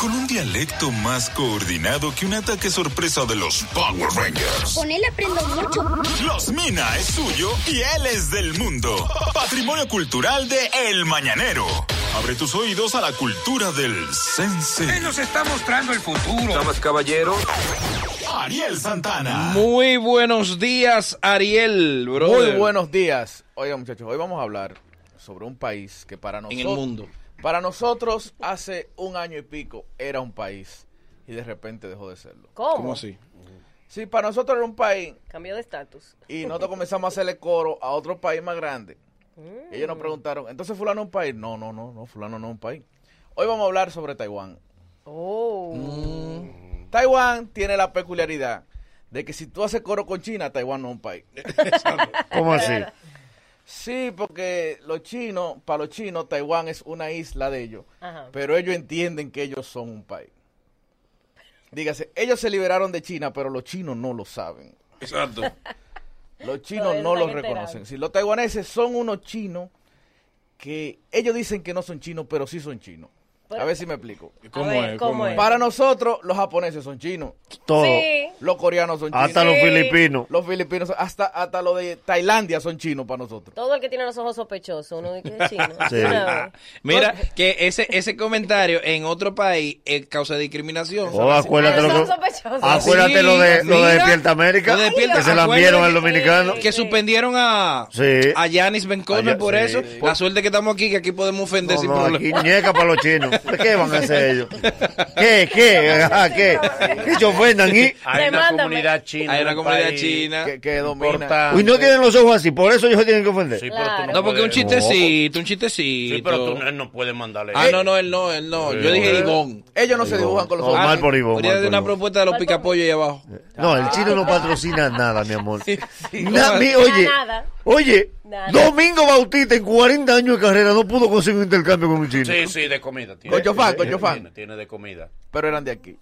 Speaker 6: Con un dialecto más coordinado que un ataque sorpresa de los Power Rangers.
Speaker 17: Con él aprendo mucho.
Speaker 6: Los Mina es suyo y él es del mundo. Patrimonio cultural de El Mañanero. Abre tus oídos a la cultura del sense. Él nos está mostrando el futuro. Damas caballero. Ariel Santana.
Speaker 4: Muy buenos días, Ariel, bro.
Speaker 18: Muy buenos días. Oiga, muchachos, hoy vamos a hablar sobre un país que para
Speaker 4: el
Speaker 18: nosotros.
Speaker 4: mundo.
Speaker 18: Para nosotros, hace un año y pico, era un país. Y de repente dejó de serlo.
Speaker 3: ¿Cómo? ¿Cómo así?
Speaker 18: Sí, para nosotros era un país.
Speaker 3: Cambió de estatus.
Speaker 18: Y nosotros comenzamos a hacerle coro a otro país más grande. Y
Speaker 3: Mm.
Speaker 18: ellos nos preguntaron, ¿entonces Fulano es un país? No, no, no, no, Fulano no es un país. Hoy vamos a hablar sobre Taiwán. Mm.
Speaker 3: Oh.
Speaker 18: Taiwán tiene la peculiaridad de que si tú haces coro con China, Taiwán no es un país.
Speaker 2: ¿Cómo así?
Speaker 18: Sí, porque los chinos, para los chinos, Taiwán es una isla de ellos.
Speaker 3: Ajá.
Speaker 18: Pero ellos entienden que ellos son un país. Dígase, ellos se liberaron de China, pero los chinos no lo saben.
Speaker 1: Exacto.
Speaker 18: Los chinos
Speaker 1: Todavía
Speaker 18: no
Speaker 1: no
Speaker 18: los
Speaker 1: están enterados.
Speaker 18: reconocen. Si los taiwaneses son unos chinos que ellos dicen que no son chinos, pero sí son chinos. A
Speaker 1: Pero-
Speaker 18: ver si me explico.
Speaker 1: ¿Cómo Pues, A ver, es? ¿Cómo ¿Cómo es? es?
Speaker 18: Para nosotros, los japoneses son chinos.
Speaker 2: Todo. Sí.
Speaker 18: Los coreanos son chinos.
Speaker 2: Hasta los Sí. filipinos.
Speaker 18: Los filipinos, son- hasta, hasta los de Tailandia son chinos para nosotros.
Speaker 3: Todo el que tiene los ojos sospechosos, uno dice que es chino.
Speaker 4: Sí.
Speaker 3: Una vez.
Speaker 4: Mira, que ese, ese comentario en otro país eh, causa discriminación.
Speaker 2: Oh, acuérdate lo que- acuérdate
Speaker 4: Sí,
Speaker 2: lo de, lo de
Speaker 4: mira,
Speaker 2: Despierta América.
Speaker 4: lo de Despierta-
Speaker 2: que se la
Speaker 4: acuérdate
Speaker 2: vieron al
Speaker 4: que-
Speaker 2: dominicano.
Speaker 4: Que suspendieron a
Speaker 2: Sí.
Speaker 4: a Yanis Bencomer
Speaker 2: Allá-
Speaker 4: por
Speaker 2: sí.
Speaker 4: eso. La suerte que estamos aquí, que aquí podemos ofender
Speaker 2: No,
Speaker 4: sin
Speaker 2: no, aquí
Speaker 4: problema.
Speaker 2: ñeca para los chinos. ¿Qué van a hacer ellos? ¿Qué? ¿Qué? Ajá, ¿Qué? ¿Qué se ofendan? ¿Y?
Speaker 1: Hay una
Speaker 4: Demándame.
Speaker 1: comunidad china.
Speaker 4: Hay
Speaker 1: en
Speaker 4: una
Speaker 1: el
Speaker 4: comunidad
Speaker 1: país
Speaker 4: china. Que-
Speaker 18: que
Speaker 1: importante.
Speaker 2: Uy, no tienen los ojos así, por eso ellos se tienen que ofender.
Speaker 4: No, porque un chistecito, un chistecito.
Speaker 1: Sí, pero tú no- no puedes mandarle. Eh.
Speaker 4: Ah, no, no, él no, él no. Yo dije Igón.
Speaker 18: Ellos no se dibujan
Speaker 1: Ah,
Speaker 18: con los
Speaker 2: Oh, mal por Igón,
Speaker 4: Podría
Speaker 2: mal
Speaker 4: de
Speaker 2: por
Speaker 4: una
Speaker 2: Igón.
Speaker 4: propuesta de los picapollos ahí abajo.
Speaker 2: No, el chino no patrocina nada, mi amor. Na-
Speaker 4: Nada,
Speaker 2: mi- oye,
Speaker 4: nada.
Speaker 2: oye,
Speaker 4: Nada.
Speaker 2: Domingo Bautista en 40 años de carrera no pudo conseguir un intercambio con un chino.
Speaker 1: Sí, sí, de comida. Tiene,
Speaker 18: Cochofán,
Speaker 1: tiene-
Speaker 18: cochofán.
Speaker 1: Tiene, tiene de comida.
Speaker 18: Pero eran de aquí.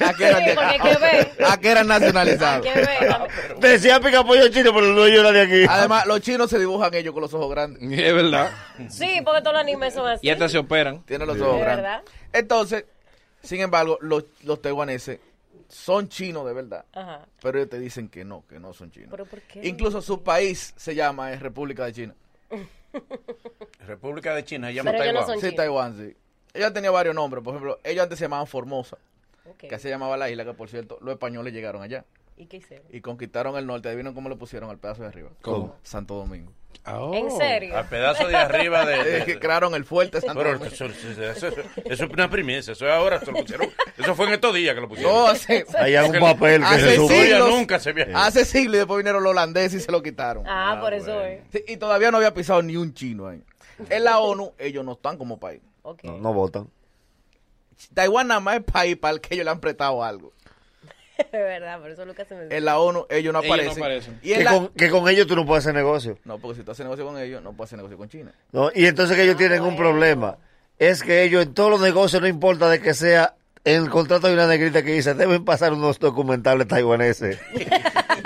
Speaker 18: Aquí eran de
Speaker 1: porque
Speaker 18: aquí.
Speaker 1: hay que ver.
Speaker 18: Aquí Ah, eran nacionalizados.
Speaker 1: Hay Ah, que ver,
Speaker 2: Decía pica pollo chino, pero no yo era de aquí.
Speaker 18: Además, los chinos se dibujan ellos con los ojos grandes.
Speaker 4: Es verdad.
Speaker 3: Sí, porque todos los animes son así.
Speaker 4: Y hasta se operan.
Speaker 18: Tiene los
Speaker 4: Sí.
Speaker 18: ojos
Speaker 3: ¿De
Speaker 18: grandes.
Speaker 3: verdad?
Speaker 18: Entonces, sin embargo, los, los taiwaneses son chinos de verdad.
Speaker 3: Ajá.
Speaker 18: Pero ellos te dicen que no, que no son chinos.
Speaker 3: ¿Pero por qué?
Speaker 18: Incluso su país se llama eh, República de China.
Speaker 1: República de China, ella
Speaker 18: Pero
Speaker 1: llama
Speaker 18: ellos no
Speaker 1: Taiwán.
Speaker 18: son Sí, chinos. Taiwán, sí. Ella tenía varios nombres. Por ejemplo, ellos antes se llamaban Formosa, que se llamaba la isla, que por cierto, los españoles llegaron allá
Speaker 3: ¿Y qué hicieron?
Speaker 18: y conquistaron el norte. Adivinen cómo le pusieron al pedazo de arriba.
Speaker 1: ¿Cómo?
Speaker 18: Santo Domingo.
Speaker 3: ¿En serio?
Speaker 1: Al pedazo de arriba de. de-
Speaker 18: Es Oh. que crearon el fuerte Santo
Speaker 1: Pero
Speaker 18: Domingo.
Speaker 1: eso, eso- eso- eso es una primicia, eso es ahora, eso, lo pusieron- eso fue en estos días que lo pusieron.
Speaker 18: No, hace,
Speaker 2: Hay algún papel que
Speaker 18: Oh, hace
Speaker 2: se sube.
Speaker 18: siglos,
Speaker 1: nunca se había-
Speaker 18: Hace siglos y después vinieron los holandeses y se lo quitaron.
Speaker 3: Ah, por eso es.
Speaker 18: Sí, y todavía no había pisado ni un chino ahí. En la ONU ellos no están como país.
Speaker 2: No, no votan.
Speaker 18: Taiwán nada más es país para el que ellos le han prestado algo.
Speaker 3: De verdad, por eso Lucas se me
Speaker 18: En la ONU ellos no
Speaker 4: Ellos no
Speaker 18: aparecen.
Speaker 4: aparecen.
Speaker 18: Y en
Speaker 2: que,
Speaker 18: la-
Speaker 2: con, que con ellos tú no puedes hacer negocio.
Speaker 18: No, porque si tú haces negocio con ellos, no puedes hacer negocio con China.
Speaker 2: ¿no? Y entonces que ellos tienen un problema. Es que ellos en todos los negocios, no importa de que sea, en el contrato hay una negrita que dice, deben pasar unos documentales taiwaneses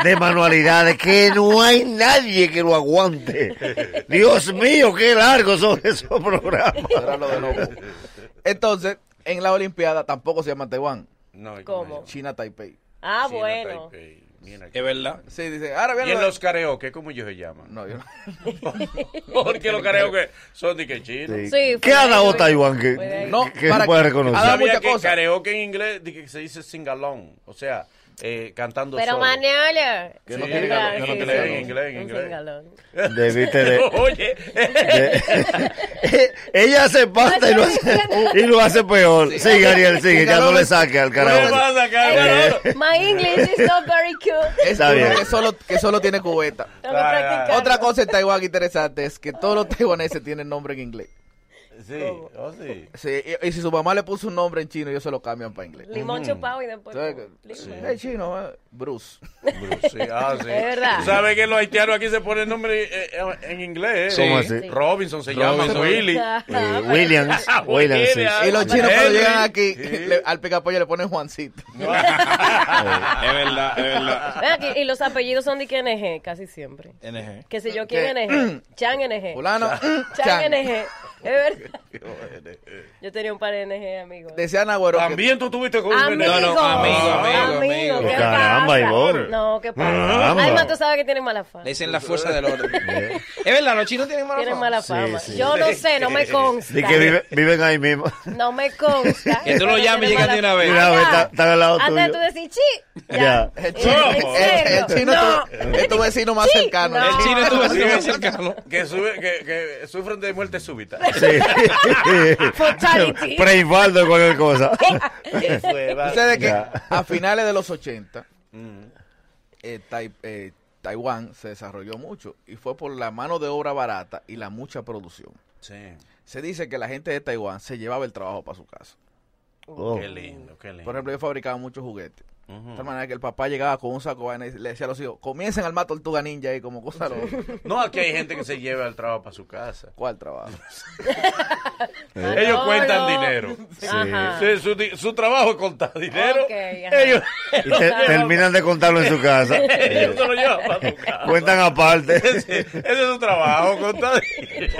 Speaker 2: de manualidades, que no hay nadie que lo aguante. Dios mío, qué largos son esos programas.
Speaker 18: Era lo de lobo. Entonces, en la Olimpiada tampoco se llama Taiwán.
Speaker 3: ¿Cómo?
Speaker 18: China Taipei.
Speaker 3: Ah,
Speaker 1: China,
Speaker 3: bueno.
Speaker 1: Taipei. Mira aquí.
Speaker 4: Es verdad.
Speaker 18: Sí, dice, ahora viene
Speaker 1: Y en
Speaker 18: lo-
Speaker 1: los karaoke, ¿cómo ellos se llaman?
Speaker 18: No, yo no.
Speaker 1: Porque los karaoke son de que chinos.
Speaker 2: Sí. Sí, ¿Qué ha dado Taiwán que- Fue de ahí. que se puede reconocer?
Speaker 1: Ha
Speaker 2: Ha dado
Speaker 1: muchas
Speaker 2: muchas
Speaker 1: que
Speaker 2: cosas.
Speaker 1: karaoke en inglés de que se dice singalón, o sea, eh, cantando
Speaker 3: Pero
Speaker 1: solo.
Speaker 3: Manolo.
Speaker 1: Que no
Speaker 3: Sí,
Speaker 1: tiene
Speaker 3: ¿verdad?
Speaker 1: galón, que no
Speaker 3: Sí,
Speaker 1: tiene
Speaker 3: sí.
Speaker 1: galón. En inglés, en
Speaker 3: Un
Speaker 1: inglés.
Speaker 3: singalón.
Speaker 2: Debiste de-
Speaker 1: Oye.
Speaker 2: De- Ella se pasta y lo hace, y lo hace peor. Sigue, Ariel, sigue. Ya no le saque al
Speaker 18: ¿Qué
Speaker 2: carajo. Eh,
Speaker 18: pasa,
Speaker 3: My English is not very cute.
Speaker 18: Es
Speaker 2: Está
Speaker 18: uno
Speaker 2: bien.
Speaker 18: que solo, que solo tiene cubeta.
Speaker 3: Tengo que practicar.
Speaker 18: Otra cosa en Taiwán interesante es que todos los taiwaneses tienen nombre en inglés.
Speaker 1: Sí, oh, sí.
Speaker 18: Sí, y, y si su mamá le puso un nombre en chino, ellos se lo cambian para inglés.
Speaker 3: Limón chupado y después.
Speaker 18: ¿Sabes qué?
Speaker 3: Sí.
Speaker 18: Es chino, eh, Bruce.
Speaker 1: Bruce, sí, ah, sí.
Speaker 3: Es verdad.
Speaker 1: Tú sabes que los haitianos aquí se ponen nombre eh, eh, en inglés. ¿eh?
Speaker 2: ¿Cómo así? Sí.
Speaker 1: Robinson se llama,
Speaker 2: Robinson.
Speaker 1: Willy. Ah,
Speaker 2: Eh, Williams, Williams, sí.
Speaker 18: Y los chinos cuando
Speaker 1: Henry.
Speaker 18: llegan aquí, le- al picapollo le ponen Juancito.
Speaker 4: Es verdad, es verdad.
Speaker 3: Ven aquí, y los apellidos son de que NG, casi siempre.
Speaker 4: NG.
Speaker 3: Que sé yo quién NG. Chan NG.
Speaker 18: Fulano,
Speaker 3: Chan
Speaker 18: Chan.
Speaker 3: NG. Es verdad. Yo tenía un par de NG, amigos.
Speaker 18: Decían Agüero.
Speaker 1: También tú tuviste con
Speaker 3: Amigo.
Speaker 1: No, no,
Speaker 4: amigo, amigo,
Speaker 3: Ah, Amigo,
Speaker 4: amigo.
Speaker 3: ¿qué
Speaker 2: Caramba,
Speaker 3: pasa?
Speaker 2: Ivonne.
Speaker 3: No, ¿qué pasa?
Speaker 2: Caramba.
Speaker 3: Además, tú sabes que tienen mala fama.
Speaker 4: Le dicen la fuerza del orden. Es verdad, los chinos tienen mala
Speaker 3: Tienen
Speaker 4: fama.
Speaker 3: mala fama. Yo no sé, no me consta.
Speaker 2: Y que vive- viven ahí mismo.
Speaker 3: No me consta.
Speaker 4: Que tú lo
Speaker 3: pero
Speaker 4: llames y llegan
Speaker 3: tienen mala
Speaker 4: de una vez.
Speaker 2: Mira,
Speaker 3: fama.
Speaker 2: ve,
Speaker 3: Ya.
Speaker 2: está- está al lado
Speaker 3: Antes de
Speaker 2: tuyo.
Speaker 3: tú decir chi.
Speaker 2: Ya.
Speaker 18: El
Speaker 3: No,
Speaker 18: chino,
Speaker 3: ¿en
Speaker 18: el- el
Speaker 3: serio?
Speaker 18: chino
Speaker 3: No.
Speaker 18: es tu- es tu vecino más
Speaker 3: Sí,
Speaker 18: cercano.
Speaker 3: no. El chino es tu
Speaker 4: vecino más
Speaker 1: cercano. Que, sube- que, que sufren de muerte súbita.
Speaker 3: Fatality.
Speaker 2: Preinfarto, cualquier cosa.
Speaker 1: ¿Qué fue, va?
Speaker 18: Sucede que
Speaker 2: Ya.
Speaker 18: a finales de los 80,
Speaker 1: Mm.
Speaker 18: eh, Tai- eh, Taiwán se desarrolló mucho y fue por la mano de obra barata y la mucha producción.
Speaker 1: Sí.
Speaker 18: Se dice que la gente de Taiwán se llevaba el trabajo para su casa.
Speaker 2: Oh.
Speaker 1: Qué lindo, qué lindo.
Speaker 18: Por ejemplo, yo fabricaba muchos juguetes. De tal manera que el papá llegaba con un saco de vaina y le decía a los hijos, comiencen a armar tortuga ninja y como cosa loca.
Speaker 1: No, aquí hay gente que se lleva el trabajo para su casa. Eh.
Speaker 18: ¿Cuál trabajo?
Speaker 1: Ellos
Speaker 3: Manolo.
Speaker 1: cuentan dinero.
Speaker 3: Ajá.
Speaker 1: Sí, su, di- su trabajo es contar dinero. Eh,
Speaker 3: Ok, ajá.
Speaker 1: Ellos,
Speaker 2: Y te- terminan de contarlo en su casa.
Speaker 1: ellos se lo llevan para su casa.
Speaker 2: Cuentan aparte.
Speaker 1: Ese, ese es su trabajo, contar dinero.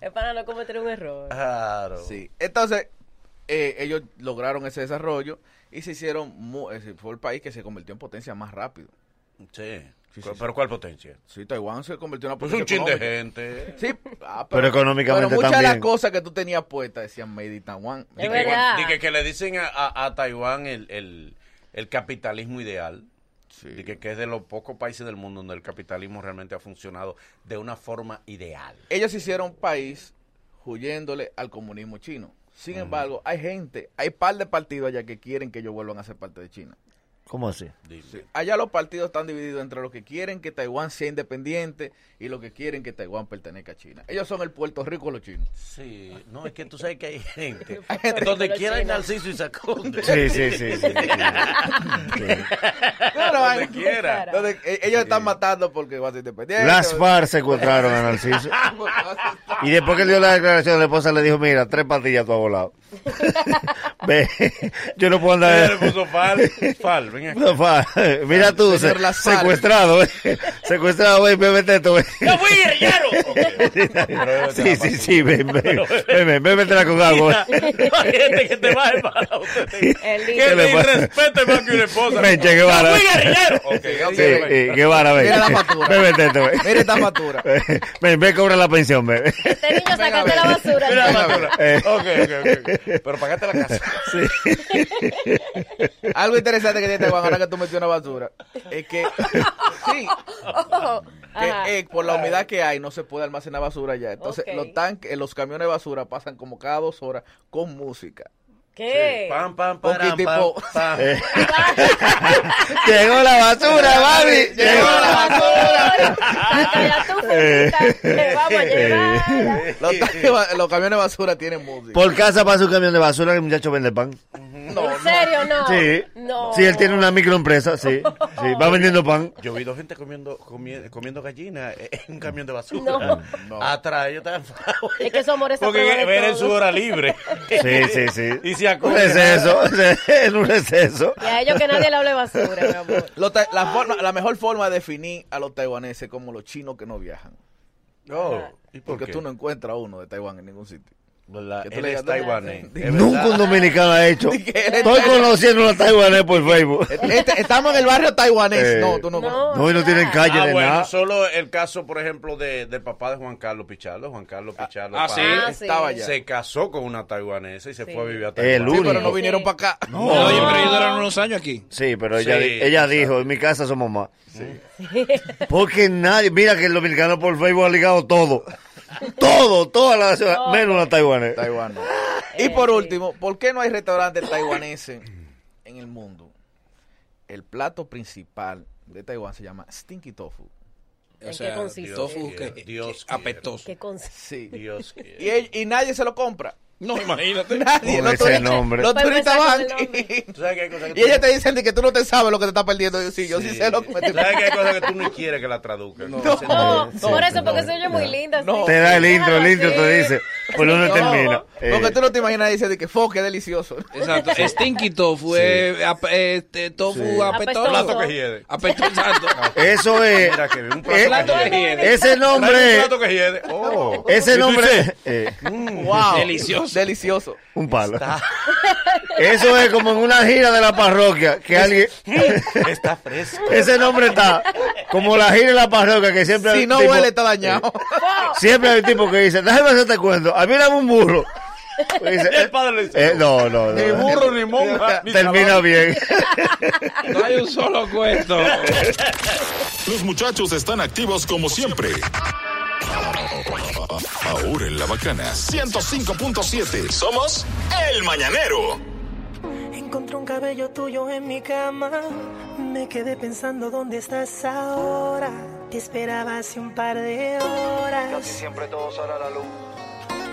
Speaker 3: Es para no cometer un error.
Speaker 1: Claro.
Speaker 18: Sí. Entonces, eh, ellos lograron ese desarrollo y se hicieron, mu- es decir, fue el país que se convirtió en potencia más rápido.
Speaker 1: Sí.
Speaker 18: sí,
Speaker 1: Pero ¿cuál potencia?
Speaker 18: Sí, Taiwán se convirtió en una
Speaker 1: Pues
Speaker 18: potencia
Speaker 1: un chin de
Speaker 18: económica.
Speaker 1: gente.
Speaker 18: Sí, ah,
Speaker 2: Pero económicamente
Speaker 18: pero muchas de las
Speaker 2: también.
Speaker 18: cosas que tú tenías puestas decían Made in Taiwan.
Speaker 3: Es
Speaker 1: Dije
Speaker 3: verdad.
Speaker 1: que, le dicen a, a- a Taiwán el, el- el capitalismo ideal.
Speaker 18: Sí.
Speaker 1: Dije que es de los pocos países del mundo donde el capitalismo realmente ha funcionado de una forma ideal.
Speaker 18: Ellos hicieron un país huyéndole al comunismo chino. Sin embargo, hay gente, hay par de partidos allá que quieren que ellos vuelvan a ser parte de China.
Speaker 2: ¿Cómo así?
Speaker 1: Dime.
Speaker 18: Allá los partidos están divididos entre los que quieren que Taiwán sea independiente y los que quieren que Taiwán pertenezca a China. Ellos son el Puerto Rico de los chinos.
Speaker 1: Sí, no, es que tú sabes que hay gente.
Speaker 18: Hay gente-
Speaker 1: donde
Speaker 3: Pero
Speaker 1: quiera hay
Speaker 3: China.
Speaker 1: Narciso y Sacunde.
Speaker 2: Sí, sí, sí. sí.
Speaker 18: Claro,
Speaker 1: donde
Speaker 18: hay-
Speaker 1: quiera.
Speaker 18: Entonces, eh, ellos están matando porque van a ser independientes.
Speaker 2: Las FARC secuestraron a Narciso. Y después que él dio la declaración, la esposa le dijo, mira, tres patillas tú has volado. Ve, yo no puedo
Speaker 1: Ella le
Speaker 2: andar...
Speaker 1: puso fal, fal, ven aquí.
Speaker 2: No, fa- Mira tú,
Speaker 18: Señor
Speaker 2: se-
Speaker 18: Las FARC.
Speaker 2: secuestrado, eh. secuestrado, ven, bébete esto, ven.
Speaker 1: ¡No fui guerrillero! Ok.
Speaker 2: Sí, sí, sí, ven, ven, ven, ven, bébetela con agua. eh.
Speaker 1: No hay gente que te baje para usted.
Speaker 3: El
Speaker 1: Que
Speaker 3: líder.
Speaker 2: ¿Qué le
Speaker 1: te
Speaker 2: pasa?
Speaker 1: respete más que una esposa.
Speaker 2: Ven, Che Guevara.
Speaker 1: ¡No fui guerrillero!
Speaker 2: Sí,
Speaker 1: Ok, ok,
Speaker 2: eh, Guevara, ven.
Speaker 18: Mira la factura.
Speaker 2: Bébete esto, ven.
Speaker 18: Mira esta factura.
Speaker 2: Ven, ven, cobra la pensión, ven.
Speaker 3: Este niño, sácate
Speaker 18: ven.
Speaker 3: la basura.
Speaker 1: Mira,
Speaker 3: entonces.
Speaker 1: Matula.
Speaker 2: Eh.
Speaker 1: Ok, ok, ok. Pero pagaste la casa.
Speaker 18: Algo interesante que tiene Taiwán, ahora que tú mencionas basura, es que, sí, que,
Speaker 3: Ajá.
Speaker 18: eh, por la humedad que hay no se puede almacenar basura ya. Entonces,
Speaker 3: Ok.
Speaker 18: los tanques, los camiones de basura pasan como cada dos horas con música.
Speaker 3: ¿Qué?
Speaker 1: Pam, pam,
Speaker 18: Porque
Speaker 1: param,
Speaker 18: tipo-
Speaker 1: pam, pam.
Speaker 2: Llegó la basura, mami. Llegó la
Speaker 3: basura! ¡Cállate tu fundita! ¡Te vamos
Speaker 2: Eh.
Speaker 3: a llevar!
Speaker 18: Los, tanques, los camiones de basura tienen música.
Speaker 2: Por casa pasa un camión de basura y el muchacho vende pan.
Speaker 3: ¿En serio? No.
Speaker 2: Sí.
Speaker 3: No.
Speaker 2: Sí, él tiene una microempresa, sí. Sí, va vendiendo pan.
Speaker 1: Yo he oído gente comiendo, comiendo, comiendo gallina en un camión de basura. Atrás, ellos están
Speaker 3: Es que somos esa
Speaker 1: Porque
Speaker 3: prueba de
Speaker 1: ven en
Speaker 3: todo.
Speaker 1: su hora libre.
Speaker 2: Sí, sí, sí.
Speaker 1: Y se
Speaker 2: Un
Speaker 1: acogen.
Speaker 2: receso, en un receso.
Speaker 3: Y a ellos que nadie le hable basura, mi amor.
Speaker 18: Los ta- la, forma- la mejor forma de definir a los taiwaneses como los chinos que no viajan.
Speaker 2: Oh,
Speaker 3: Ah.
Speaker 1: por
Speaker 18: Porque
Speaker 1: qué?
Speaker 18: tú no encuentras uno de Taiwán en ningún sitio.
Speaker 1: ¿Verdad?
Speaker 18: Que tú
Speaker 1: Él
Speaker 18: le
Speaker 1: es
Speaker 18: digas, "No,
Speaker 1: taiwanés,
Speaker 18: di-
Speaker 1: es
Speaker 2: Nunca un dominicano ha hecho. Estoy conociendo a taiwanés por Facebook.
Speaker 18: Este- estamos en el barrio taiwanés.
Speaker 2: Eh,
Speaker 18: no, tú no, conoces.
Speaker 2: No, y no tienen calle
Speaker 1: Ah,
Speaker 2: de
Speaker 1: bueno,
Speaker 2: nada.
Speaker 1: solo el caso, por ejemplo, de, del papá de Juan Carlos Pichardo. Juan Carlos Pichardo
Speaker 18: ah, sí,
Speaker 1: padre,
Speaker 18: Ah, sí. estaba allá.
Speaker 1: Se casó con una taiwanesa y se fue a vivir a Taiwán.
Speaker 2: El único.
Speaker 18: para acá.
Speaker 2: No.
Speaker 4: Oye, pero ellos duraron unos años aquí.
Speaker 2: Sí, pero ella,
Speaker 4: Ah. Sí,
Speaker 2: ella dijo, en mi casa somos más. Porque nadie, mira que el dominicano por Facebook ha ligado todo. Todo, toda la ciudad, menos la taiwanés.
Speaker 18: Taiwan. Y por
Speaker 3: Eh,
Speaker 18: último, ¿por qué no hay restaurantes taiwaneses en el mundo? El plato principal de Taiwán se llama stinky tofu.
Speaker 4: O ¿En sea, qué consiste? tofu
Speaker 1: eh,
Speaker 4: que- que apetoso.
Speaker 3: ¿Qué consiste?
Speaker 18: Sí.
Speaker 1: Dios
Speaker 18: Y, el- y nadie se lo compra.
Speaker 4: No, imagínate.
Speaker 18: Nadie.
Speaker 2: Con
Speaker 18: los
Speaker 2: ese
Speaker 18: turistas-
Speaker 2: nombre. Pues
Speaker 18: Los
Speaker 2: Pero
Speaker 18: turistas
Speaker 1: me
Speaker 18: van.
Speaker 1: sacan el
Speaker 18: Y,
Speaker 1: ¿Tú sabes qué cosa que
Speaker 18: y ellos te dicen de que tú no te sabes lo que te estás perdiendo. Yo sí, yo sí, sé lo que me estoy
Speaker 1: ¿Sabes qué cosa que tú no quieres que la traduzcan? Entonces,
Speaker 3: No,
Speaker 1: no.
Speaker 3: por eso, porque soy yo muy linda. sí.
Speaker 2: Te da el intro, el
Speaker 3: Déjalo
Speaker 2: intro te
Speaker 3: así.
Speaker 2: dice. Por dónde
Speaker 18: No,
Speaker 2: termina. Eh,
Speaker 18: Porque tú no te imaginas, dice de que fo, qué delicioso.
Speaker 4: Exacto.
Speaker 1: este
Speaker 4: Stinky tofu, eh, ap- este, tofu
Speaker 2: Sí.
Speaker 4: apetoso.
Speaker 1: Plato que hiede.
Speaker 4: Apetoso. exacto.
Speaker 2: Eso es.
Speaker 1: Mira que un
Speaker 2: Eh,
Speaker 1: plato que hiede.
Speaker 2: ese
Speaker 1: Trae
Speaker 2: nombre.
Speaker 1: Un plato que hiede. Oh.
Speaker 2: Ese
Speaker 1: ¿Y tú
Speaker 2: nombre.
Speaker 1: dices?
Speaker 2: eh,
Speaker 18: Wow.
Speaker 4: Delicioso.
Speaker 18: Mm. Delicioso.
Speaker 2: un palo. Eso es como en una gira de la parroquia. Que alguien.
Speaker 1: Está fresco.
Speaker 2: Ese nombre está. Como la gira de la parroquia que siempre. hay
Speaker 18: Si
Speaker 2: un
Speaker 18: no
Speaker 2: tipo-
Speaker 18: huele, está dañado.
Speaker 2: Siempre hay un tipo que dice, déjame hacerte cuento. A mí era un burro. Y dice,
Speaker 1: Y el padre le dice,
Speaker 2: eh, no, no, no.
Speaker 1: Ni burro, ni monja, ni
Speaker 2: Termina
Speaker 1: salami.
Speaker 2: bien.
Speaker 4: No hay un solo cuento.
Speaker 6: Los muchachos están activos como siempre. Ahora en la bacana 105.7 somos El Mañanero.
Speaker 17: Encontré un cabello tuyo en mi cama. Me quedé pensando dónde estás ahora. Te esperaba hace un par de horas. siempre todo sale la luz.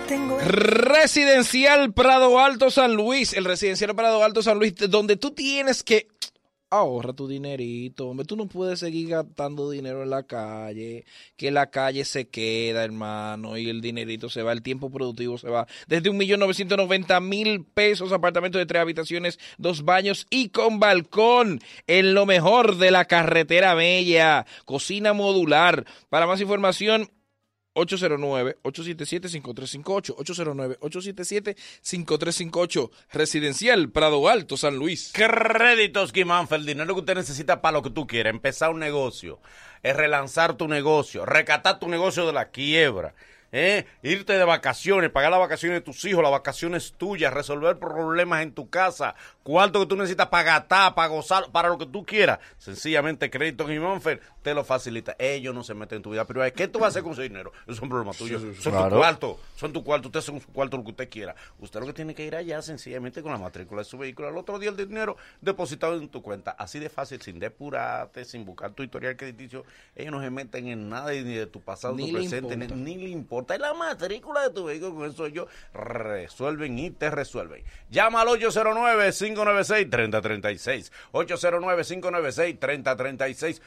Speaker 17: Tengo
Speaker 4: Residencial Prado Alto San Luis, el residencial Prado Alto San Luis, donde tú tienes que ahorra tu dinerito, hombre, tú no puedes seguir gastando dinero en la calle, que la calle se queda, hermano, y el dinerito se va, el tiempo productivo se va. Desde un millón novecientos noventa mil pesos, apartamento de tres habitaciones, dos baños y con balcón, en lo mejor de la carretera bella, cocina modular. Para más información, 809-877-5358. 809-877-5358. Residencial Prado Alto, San Luis.
Speaker 1: Créditos Guimánfer, el dinero que usted necesita para lo que tú quieras, empezar un negocio, es relanzar tu negocio, recatar tu negocio de la quiebra, ¿eh? irte de vacaciones, pagar las vacaciones de tus hijos, las vacaciones tuyas, resolver problemas en tu casa, cuarto que tú necesitas para gastar, para gozar, para lo que tú quieras. Sencillamente Créditos Guimánfer te lo facilita. Ellos no se meten en tu vida privada. ¿Qué tú vas a hacer con ese dinero? Eso es un problema tuyo.
Speaker 2: Sí, sí, sí.
Speaker 1: Son
Speaker 2: Claro.
Speaker 1: tu cuarto, son tu cuarto, usted son su cuarto lo que usted quiera. Usted lo que tiene que ir allá sencillamente con la matrícula de su vehículo. Al otro día el dinero depositado en tu cuenta. Así de fácil, sin depurarte, sin buscar tu historial crediticio. Ellos no se meten en nada ni de tu pasado,
Speaker 4: Ni
Speaker 1: tu
Speaker 4: le
Speaker 1: presente, ni,
Speaker 4: importa.
Speaker 1: ni le importa. Es la matrícula de tu vehículo, con eso ellos resuelven y te resuelven. Llama al 809-596-3036. 809-596-3036.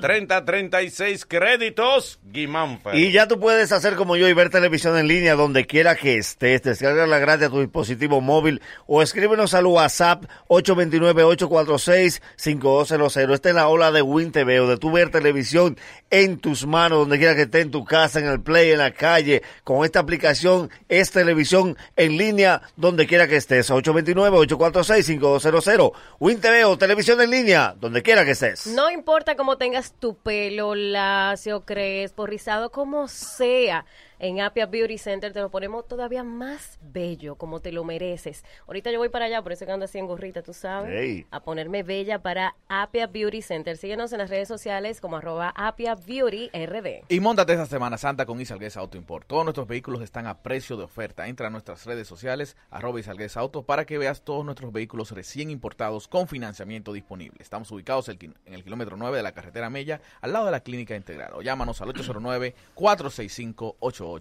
Speaker 1: 809-596-3036. Créditos, Guimánfer.
Speaker 2: Y ya tú puedes hacer como yo y ver televisión en línea donde quiera que estés. Descarga la gratis a tu dispositivo móvil o escríbenos al WhatsApp 829-846-5200. Esta es la ola de Win TV o de tú ver televisión en tus manos, donde quiera que esté, en tu casa, en el play, en la calle. Con esta aplicación es televisión en línea donde quiera que estés. 829-846-5200. Win TV o televisión en línea donde quiera que estés.
Speaker 3: No importa cómo tengas tu pelo lacio, crespo, rizado, como sea. En Apia Beauty Center te lo ponemos todavía más bello, como te lo mereces. Ahorita yo voy para allá, por eso que ando así en gorrita, tú sabes.
Speaker 2: Ey.
Speaker 3: A ponerme bella para Apia Beauty Center. Síguenos en las redes sociales como arroba Apia Beauty RD.
Speaker 18: Y montate esta Semana Santa con Isalgués Autoimport. Todos nuestros vehículos están a precio de oferta. Entra a nuestras redes sociales, arroba Isalgués Auto, para que veas todos nuestros vehículos recién importados con financiamiento disponible. Estamos ubicados el quin- en el kilómetro 9 de la carretera Mella, al lado de la Clínica Integral. O llámanos al 809-465-8888.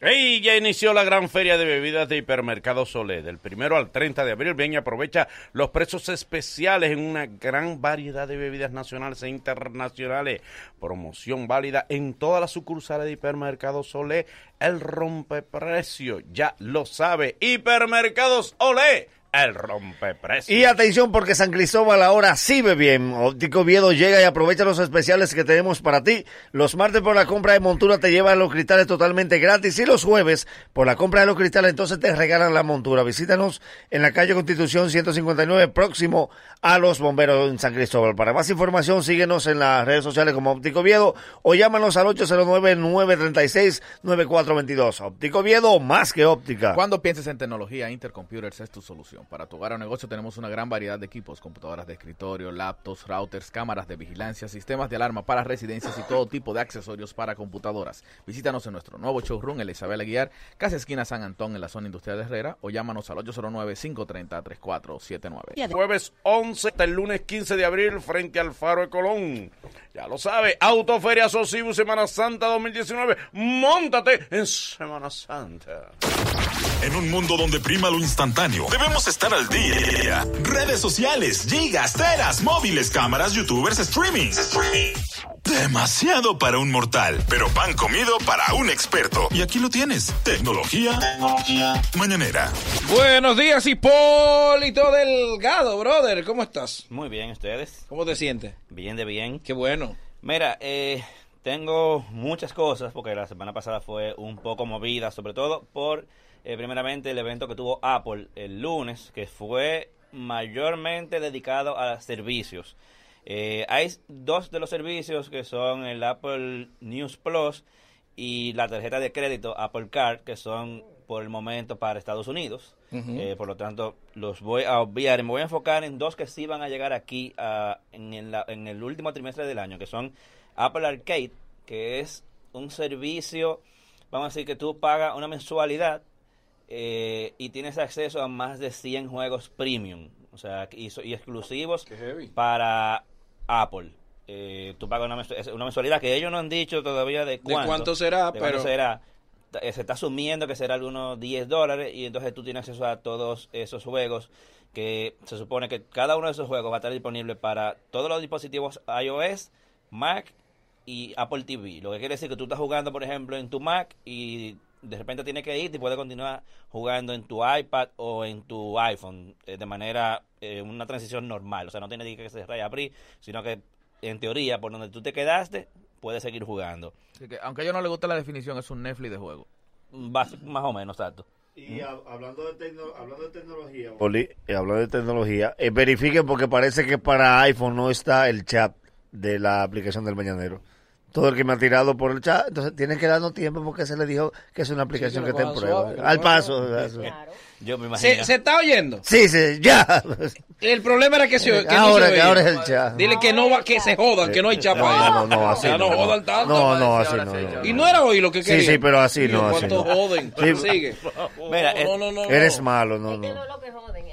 Speaker 1: Hey, ya inició la gran feria de bebidas de Hipermercado Solé. Del primero al 30 de abril, ven y aprovecha los precios especiales en una gran variedad de bebidas nacionales e internacionales. Promoción válida en todas las sucursales de Hipermercado Solé. El rompeprecio, ya lo sabe. Hipermercados Olé, el rompeprecio.
Speaker 2: Y atención porque San Cristóbal ahora sí ve bien. Óptico Oviedo llega y aprovecha los especiales que tenemos para ti. Los martes por la compra de montura te llevan los cristales totalmente gratis y los jueves por la compra de los cristales entonces te regalan la montura. Visítanos en la calle Constitución 159 próximo a los bomberos en San Cristóbal. Para más información síguenos en las redes sociales como Óptico Oviedo o llámanos al 809-936-9422. Óptico Oviedo más que óptica.
Speaker 18: Cuando pienses en tecnología, Intercomputers es tu solución. Para tu hogar o negocio tenemos una gran variedad de equipos, computadoras de escritorio, laptops, routers, cámaras de vigilancia, sistemas de alarma para residencias y todo tipo de accesorios para computadoras. Visítanos en nuestro nuevo showroom en la Isabel Aguiar, casi esquina San Antón en la zona industrial de Herrera o llámanos al 809-530-3479.
Speaker 1: Jueves 11 hasta el lunes 15 de abril frente al Faro de Colón. Ya lo sabe, Autoferia Sosibu Semana Santa 2019. Móntate en Semana Santa.
Speaker 6: En un mundo donde prima lo instantáneo, debemos estar al día. Redes sociales, gigas, teras, móviles, cámaras, youtubers, streamings. Demasiado para un mortal, pero pan comido para un experto. Y aquí lo tienes, tecnología, mañanera.
Speaker 4: Buenos días, Hipólito Delgado, brother. ¿Cómo estás?
Speaker 19: Muy bien, ¿ustedes?
Speaker 4: ¿Cómo te sientes?
Speaker 19: Bien de bien.
Speaker 4: Qué bueno.
Speaker 19: Mira, eh, tengo muchas cosas porque la semana pasada fue un poco movida, sobre todo por, eh, primeramente, el evento que tuvo Apple el lunes, que fue mayormente dedicado a servicios. Eh, hay dos de los servicios que son el Apple News Plus y la tarjeta de crédito Apple Card, que son por el momento para Estados Unidos.
Speaker 4: Ujú.
Speaker 19: Eh, por lo tanto, los voy a obviar y me voy a enfocar en dos que sí van a llegar aquí ah, en, el, en el último trimestre del año, que son Apple Arcade, que es un servicio, vamos a decir que tú pagas una mensualidad eh, y tienes acceso a más de 100 juegos premium, o sea, y, so- y exclusivos para Apple. Eh, tú pagas una, mensu- es una mensualidad que ellos no han dicho todavía de cuánto,
Speaker 4: cuánto será,
Speaker 19: de cuánto
Speaker 4: pero-
Speaker 19: será. Ta- eh, Se está asumiendo que será algunos 10 dólares y entonces tú tienes acceso a todos esos juegos que se supone que cada uno de esos juegos va a estar disponible para todos los dispositivos iOS, Mac y Apple TV. Lo que quiere decir que tú estás jugando, por ejemplo, en tu Mac y de repente tienes que ir y puedes continuar jugando en tu iPad o en tu iPhone eh, de manera, eh, una transición normal. O sea, no tienes que cerrar y abrir, sino que en teoría, por donde tú te quedaste, puedes seguir jugando.
Speaker 18: Así que, aunque a ellos no les gusta la definición, es un Netflix de juego.
Speaker 19: Bas- más o menos, exacto.
Speaker 2: Y hablando, de tecnología... Oli, eh, hablando de tecnología, eh, verifiquen porque parece que para iPhone no está el chat de la aplicación del mañanero. Todo el que me ha tirado por el chat, entonces tienen que darnos tiempo porque se le dijo que es una aplicación
Speaker 4: que
Speaker 2: que,
Speaker 4: lo
Speaker 2: te
Speaker 4: cojan
Speaker 2: prueba.
Speaker 4: suave, que lo
Speaker 2: Al
Speaker 4: cojan
Speaker 2: paso.
Speaker 4: suave.
Speaker 2: o sea,
Speaker 19: Yo me
Speaker 4: ¿Se,
Speaker 19: imagino.
Speaker 4: se está oyendo?
Speaker 2: Sí, sí, ya.
Speaker 4: El problema era que se que no se
Speaker 2: Eh, ahora, que
Speaker 4: oía.
Speaker 2: ahora es el chat.
Speaker 4: Dile que no va, que se jodan, que no hay chapa. ahí.
Speaker 2: No, no, no, así
Speaker 4: Ya
Speaker 2: no.
Speaker 4: no jodan tanto.
Speaker 2: No, no, así no. no.
Speaker 4: Y no era hoy lo que
Speaker 2: Sí,
Speaker 4: quería.
Speaker 2: sí, pero así no, así
Speaker 4: ¿Cuánto
Speaker 2: no.
Speaker 4: joden?
Speaker 2: Sí.
Speaker 4: Sigue.
Speaker 19: Mira, eh,
Speaker 4: no, no, no, no.
Speaker 2: Eres malo, no, no.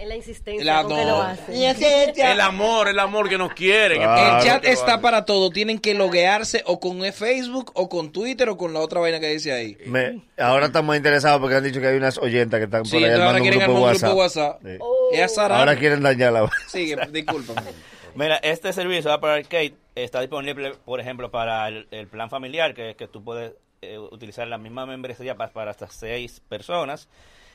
Speaker 3: Es la insistencia
Speaker 4: La-
Speaker 3: con
Speaker 4: no.
Speaker 3: que lo hacen.
Speaker 4: Y es que ella-
Speaker 1: El amor, el amor que nos quieren.
Speaker 4: el chat está para todo. Tienen que loguearse o con Facebook o con Twitter o con la otra vaina que dice ahí.
Speaker 2: Me- ahora estamos interesados porque han dicho que hay unas oyentas que están
Speaker 4: Sí,
Speaker 2: por allá
Speaker 4: entonces ahora
Speaker 2: armando un
Speaker 4: quieren
Speaker 2: grupo
Speaker 4: armar
Speaker 2: de
Speaker 4: un grupo WhatsApp.
Speaker 2: WhatsApp. Sí.
Speaker 4: Ella es Sara.
Speaker 2: Ahora quieren dañarla.
Speaker 4: Sigue, discúlpame.
Speaker 19: Mira, este servicio Apple Arcade está disponible, por ejemplo, para el, el plan familiar, que es que tú puedes eh, utilizar la misma membresía pa- para, hasta seis personas.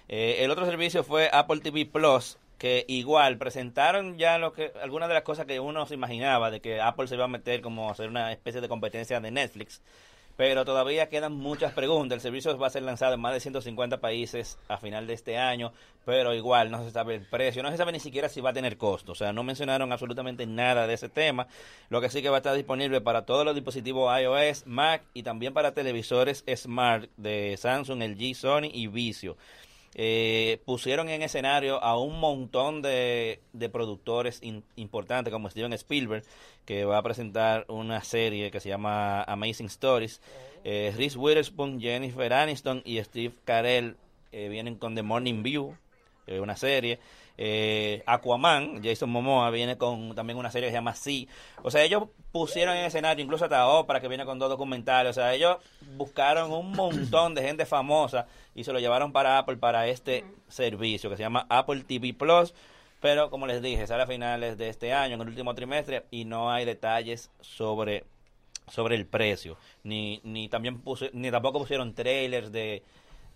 Speaker 19: Eh, el otro servicio fue Apple TV Plus, que igual presentaron ya lo que algunas de las cosas que uno se imaginaba de que Apple se iba a meter como a hacer una especie de competencia de Netflix. Pero todavía quedan muchas preguntas. El servicio va a ser lanzado en más de 150 países a final de este año, pero igual no se sabe el precio, no se sabe ni siquiera si va a tener costo. O sea, no mencionaron absolutamente nada de ese tema. Lo que sí que va a estar disponible para todos los dispositivos iOS, Mac y también para televisores smart de Samsung, LG, Sony y Vizio. Eh, pusieron en escenario a un montón de, de productores in- importantes como Steven Spielberg, que va a presentar una serie que se llama Amazing Stories. Eh, Reese Witherspoon, Jennifer Aniston y Steve Carell eh, vienen con The Morning View, eh, una serie. Eh, Aquaman, Jason Momoa viene con también una serie que se llama Sí. O sea, ellos pusieron en escenario incluso hasta Oprah que viene con dos documentales. O sea, ellos buscaron un montón de gente famosa y se lo llevaron para Apple para este servicio que se llama Apple TV Plus. Pero como les dije, sale a finales de este año, en el último trimestre, y no hay detalles sobre, sobre el precio. Ni, ni también puse, ni tampoco pusieron trailers de,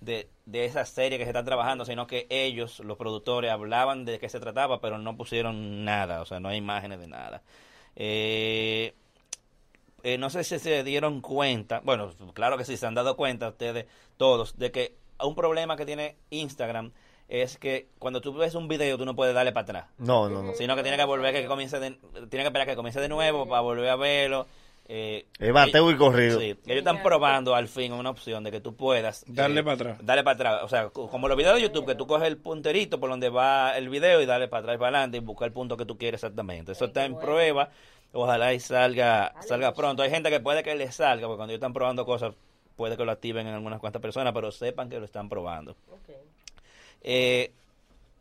Speaker 19: de, de esa serie que se está trabajando, sino que ellos, los productores, hablaban de qué se trataba, pero no pusieron nada, o sea, no hay imágenes de nada. Eh, eh, no sé si se dieron cuenta, bueno, claro que sí, se han dado cuenta ustedes todos, de que un problema que tiene Instagram es que cuando tú ves un video tú no puedes darle para atrás.
Speaker 2: No, no, no.
Speaker 19: Sino que tiene que volver que comience de, tiene que esperar que comience de nuevo para volver a verlo. Eh,
Speaker 2: Es bateo y corrido.
Speaker 19: Sí, ellos están probando al fin una opción de que tú puedas eh,
Speaker 4: Darle para atrás.
Speaker 19: Darle para atrás, o sea, co- como los videos de YouTube que tú coges el punterito por donde va el video y darle para atrás y para adelante y buscar el punto que tú quieres exactamente. Eso está en prueba. Ojalá y salga salga pronto. Hay gente que puede que le salga, porque cuando ellos están probando cosas puede que lo activen en algunas cuantas personas, pero sepan que lo están probando. Eh,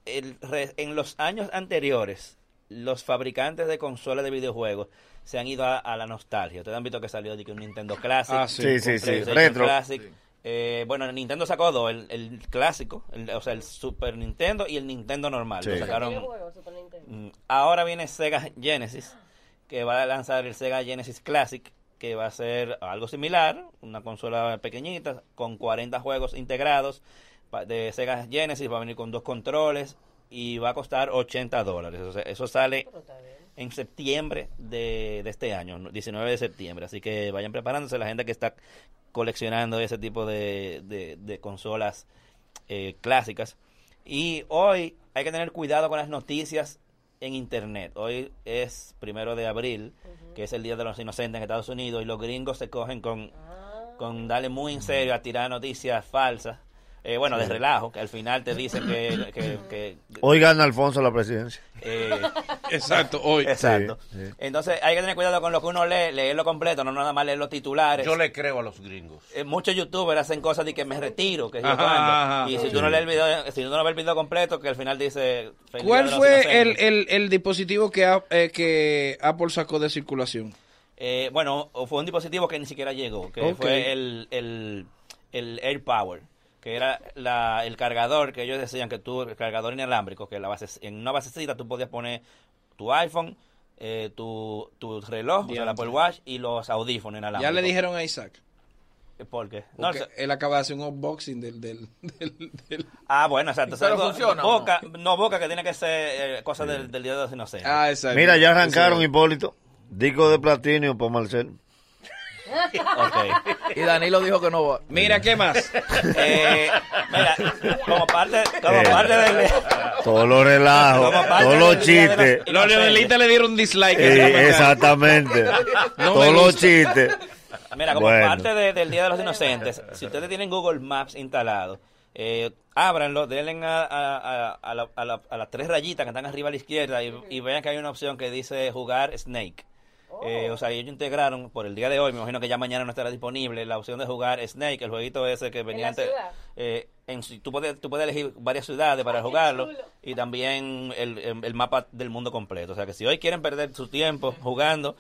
Speaker 19: el re- en los años anteriores, los fabricantes de consolas de videojuegos se han ido a, a la nostalgia. Ustedes han visto que salió de que un Nintendo Classic.
Speaker 2: Ah, sí. Sí, sí,
Speaker 19: un
Speaker 2: sí,
Speaker 19: PlayStation
Speaker 2: retro.
Speaker 19: Classic. Eh, bueno, Nintendo sacó dos, el, el clásico, el- o sea, el Super Nintendo y el Nintendo normal.
Speaker 15: Sí.
Speaker 19: Lo
Speaker 15: ¿Tiene
Speaker 19: sacaron,
Speaker 15: juego, Super
Speaker 19: Mm, Ahora viene Sega Genesis, que va a lanzar el Sega Genesis Classic, que va a ser algo similar, una consola pequeñita con 40 juegos integrados pa- de Sega Genesis, va a venir con dos controles y va a costar 80 dólares. O sea, eso sale en septiembre de, de este año, ¿no? 19 de septiembre. Así que vayan preparándose la gente que está coleccionando ese tipo de, de- de consolas eh, clásicas. Y hoy hay que tener cuidado con las noticias en Internet. Hoy es primero de abril, que es el Día de los Inocentes en Estados Unidos, y los gringos se cogen con, con darle muy en serio a tirar noticias falsas. Eh, bueno, de
Speaker 2: Sí.
Speaker 19: relajo, que al final te dicen que- que- que
Speaker 2: Hoy gana Alfonso la presidencia.
Speaker 19: eh,
Speaker 4: Exacto, hoy.
Speaker 19: Exacto.
Speaker 2: Sí, sí.
Speaker 19: Entonces hay que tener cuidado con lo que uno lee, leerlo completo, no nada más leer los titulares.
Speaker 1: Yo le creo a los gringos.
Speaker 19: Eh, muchos youtubers hacen cosas de que me retiro, que yo
Speaker 1: Ajá,
Speaker 19: cuando.
Speaker 4: ajá.
Speaker 19: Y si
Speaker 4: Sí.
Speaker 19: tú no lees el video, si tú no ves el video completo, que al final dice. "Feliz Día
Speaker 4: ¿Cuál
Speaker 19: de los
Speaker 4: fue el,
Speaker 19: Inocentes".
Speaker 4: el, el dispositivo que, a- eh, que Apple sacó de circulación?
Speaker 19: Eh, bueno, o fue un dispositivo que ni siquiera llegó, que
Speaker 4: Ok.
Speaker 19: fue el, el, el Air Power, que era la, el cargador que ellos decían que tú, el cargador inalámbrico, que la base, en una basecita tú podías poner tu iPhone, eh, tu, tu reloj, o sea, el Apple Watch y los audífonos
Speaker 4: ya
Speaker 19: inalámbricos.
Speaker 4: le dijeron a Isaac.
Speaker 19: ¿Por qué? No,
Speaker 4: Porque
Speaker 19: o sea-
Speaker 4: él acaba de hacer un unboxing del... del, del- del-
Speaker 19: Ah, bueno, exacto.
Speaker 4: Pero
Speaker 19: Algo-
Speaker 4: funciona, ¿o
Speaker 19: Boca, no? Boca, que tiene que ser eh, cosa del, del Día de los Inocentes.
Speaker 4: Ah, exacto.
Speaker 2: Mira, ya arrancaron,
Speaker 19: y...
Speaker 2: Hipólito. Disco de platino para Marcel.
Speaker 18: Y Danilo dijo que no va.
Speaker 4: Mira, ¿qué más?
Speaker 19: Eh, mira, como parte, como parte del...
Speaker 2: Eh. Todos los relajos,
Speaker 4: Como parte
Speaker 2: todos los
Speaker 4: del Día de
Speaker 2: chistes.
Speaker 4: los- Los leonelistas le dieron dislike.
Speaker 2: Eh,
Speaker 4: Esa fue cara.
Speaker 2: exactamente.
Speaker 4: No me
Speaker 2: todos los
Speaker 4: gusta.
Speaker 2: chistes.
Speaker 19: Mira, como
Speaker 2: Bueno.
Speaker 19: parte de- del Día de los Inocentes, si ustedes tienen Google Maps instalado, eh, ábranlo, denle a, a- a- a la- a la- a las tres rayitas que están arriba a la izquierda y, y vean que hay una opción que dice jugar Snake.
Speaker 15: Oh.
Speaker 19: Eh, o sea, ellos integraron por el día de hoy, me imagino que ya mañana no estará disponible la opción de jugar Snake, el jueguito ese que venía
Speaker 15: la
Speaker 19: antes.
Speaker 15: ciudad? Ah,
Speaker 19: eh, en, su- tú, puedes, tú puedes elegir varias ciudades para jugarlo y también el, el- el mapa del mundo completo. O sea, que si hoy quieren perder su tiempo jugando,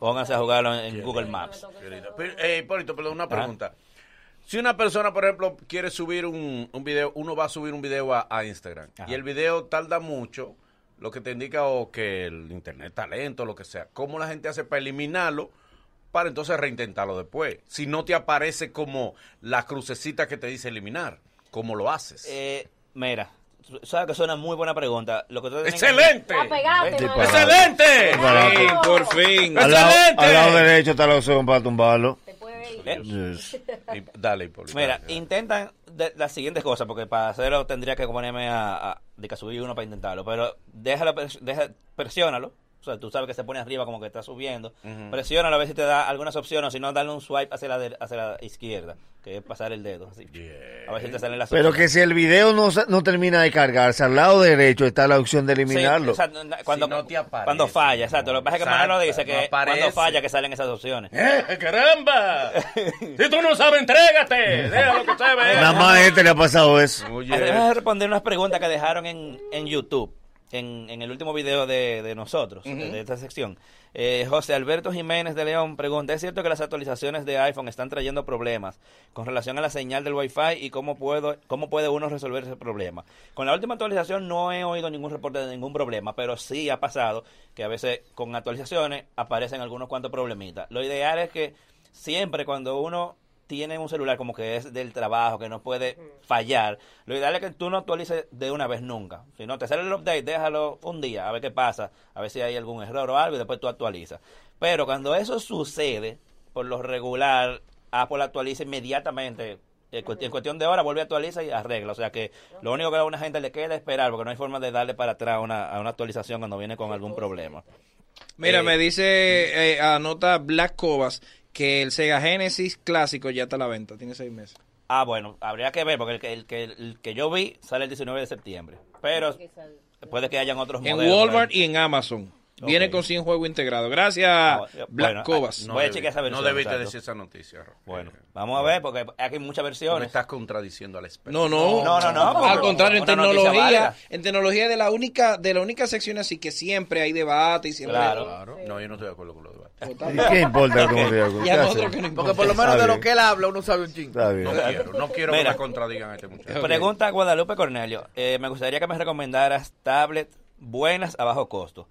Speaker 19: pónganse a jugarlo en, en Google Maps.
Speaker 1: Pero, eh, Hipólito, perdón,
Speaker 19: Ah.
Speaker 1: una pregunta. Si una persona, por ejemplo, quiere subir un, un video, uno va a subir un video a, a Instagram y el video tarda mucho, lo que te indica o que el internet está lento, lo que sea. ¿Cómo la gente hace para eliminarlo para entonces reintentarlo después? Si no te aparece como la crucecita que te dice eliminar, ¿cómo lo haces?
Speaker 19: Eh, mira, tú sabes que es una muy buena pregunta. Lo que ustedes tienen que-
Speaker 1: ¡Excelente!
Speaker 3: La pegaste,
Speaker 19: Sí,
Speaker 3: ¿no?
Speaker 19: para-
Speaker 1: ¡Excelente!
Speaker 2: Disparate.
Speaker 4: Sí, por fin.
Speaker 2: Al lado,
Speaker 19: ¡Excelente!
Speaker 2: al lado derecho está la opción para tumbarlo. Yes.
Speaker 1: Dale, Hipólito.
Speaker 19: ¿Eh? Mira, intentan de- las siguientes cosas, porque para hacerlo tendría que ponerme a, a- de que subir uno para intentarlo, pero déjalo, pres- deja, presiónalo. O sea, tú sabes que se pone arriba como que está subiendo.
Speaker 1: Ujú.
Speaker 19: Presiónalo a ver si te da algunas opciones, si no, dale un swipe hacia la, de- hacia la izquierda, que es pasar el dedo. así. A ver si te salen las
Speaker 2: Pero que
Speaker 19: opciones.
Speaker 2: si el video no, sa- no termina de cargarse, al lado derecho está la opción de
Speaker 19: Sí,
Speaker 2: eliminarlo.
Speaker 19: o sea, no- cuando, cuando falla, exacto. Lo que pasa es que
Speaker 1: Exacto,
Speaker 19: Manolo dice
Speaker 1: no
Speaker 19: que
Speaker 1: aparece.
Speaker 19: cuando falla que salen esas opciones.
Speaker 1: ¡Eh, caramba! si tú no sabes, entrégate. Déjalo que se vea.
Speaker 2: Nada más a este le ha pasado eso.
Speaker 19: Además de responder unas preguntas que dejaron en, en YouTube. en, en el último video de, de nosotros, de, de esta sección. Eh, José Alberto Jiménez de León pregunta, ¿es cierto que las actualizaciones de iPhone están trayendo problemas con relación a la señal del Wi-Fi y cómo, puedo, cómo puede uno resolver ese problema? Con la última actualización no he oído ningún reporte de ningún problema, pero sí ha pasado que a veces con actualizaciones aparecen algunos cuantos problemitas. Lo ideal es que siempre cuando uno tiene un celular como que es del trabajo, que no puede fallar, lo ideal es que tú no actualices de una vez nunca. Si no te sale el update, déjalo un día, a ver qué pasa, a ver si hay algún error o algo y después tú actualizas. Pero cuando eso sucede, por lo regular, Apple actualiza inmediatamente. En cuest- en cuestión de horas vuelve a actualizar y arregla. O sea que lo único que a una gente le queda es esperar, porque no hay forma de darle para atrás a una, a una actualización cuando viene con algún problema.
Speaker 4: Mira, me dice, eh, anota Black Cobas que el Sega Genesis clásico ya está a la venta, tiene seis meses.
Speaker 19: Ah, bueno, habría que ver, porque el que, el que, el que yo vi sale el 19 de septiembre. Pero puede que hayan otros
Speaker 4: En
Speaker 19: modelos.
Speaker 4: Walmart y en Amazon. Viene con 100 juegos integrados. Gracias, ah, Black
Speaker 19: Bueno, ah,
Speaker 4: Cobas.
Speaker 19: voy a chequear esa versión.
Speaker 1: No debiste
Speaker 19: exacto.
Speaker 1: decir esa noticia.
Speaker 19: Bueno, vamos a ver, porque aquí hay muchas versiones.
Speaker 1: Me estás contradiciendo al experto.
Speaker 4: No, no,
Speaker 19: No, no, no,
Speaker 4: Al
Speaker 19: pero
Speaker 4: contrario, en
Speaker 19: una noticia
Speaker 4: tecnología,
Speaker 19: válida.
Speaker 4: en tecnología de la única, de la única sección así que siempre hay debate y siempre.
Speaker 1: Claro. No, yo no estoy de acuerdo con los debates.
Speaker 4: ¿Y qué importa cómo te
Speaker 2: digo?
Speaker 4: Ya nosotros que no importa.
Speaker 18: Porque por lo menos de lo que él habla uno sabe un chingo.
Speaker 1: No quiero, no quiero que
Speaker 19: Mira.
Speaker 1: me contradigan a este muchacho.
Speaker 19: Pregunta a Guadalupe Cornelio. Eh, me gustaría que me recomendaras tablets buenas a bajo costo.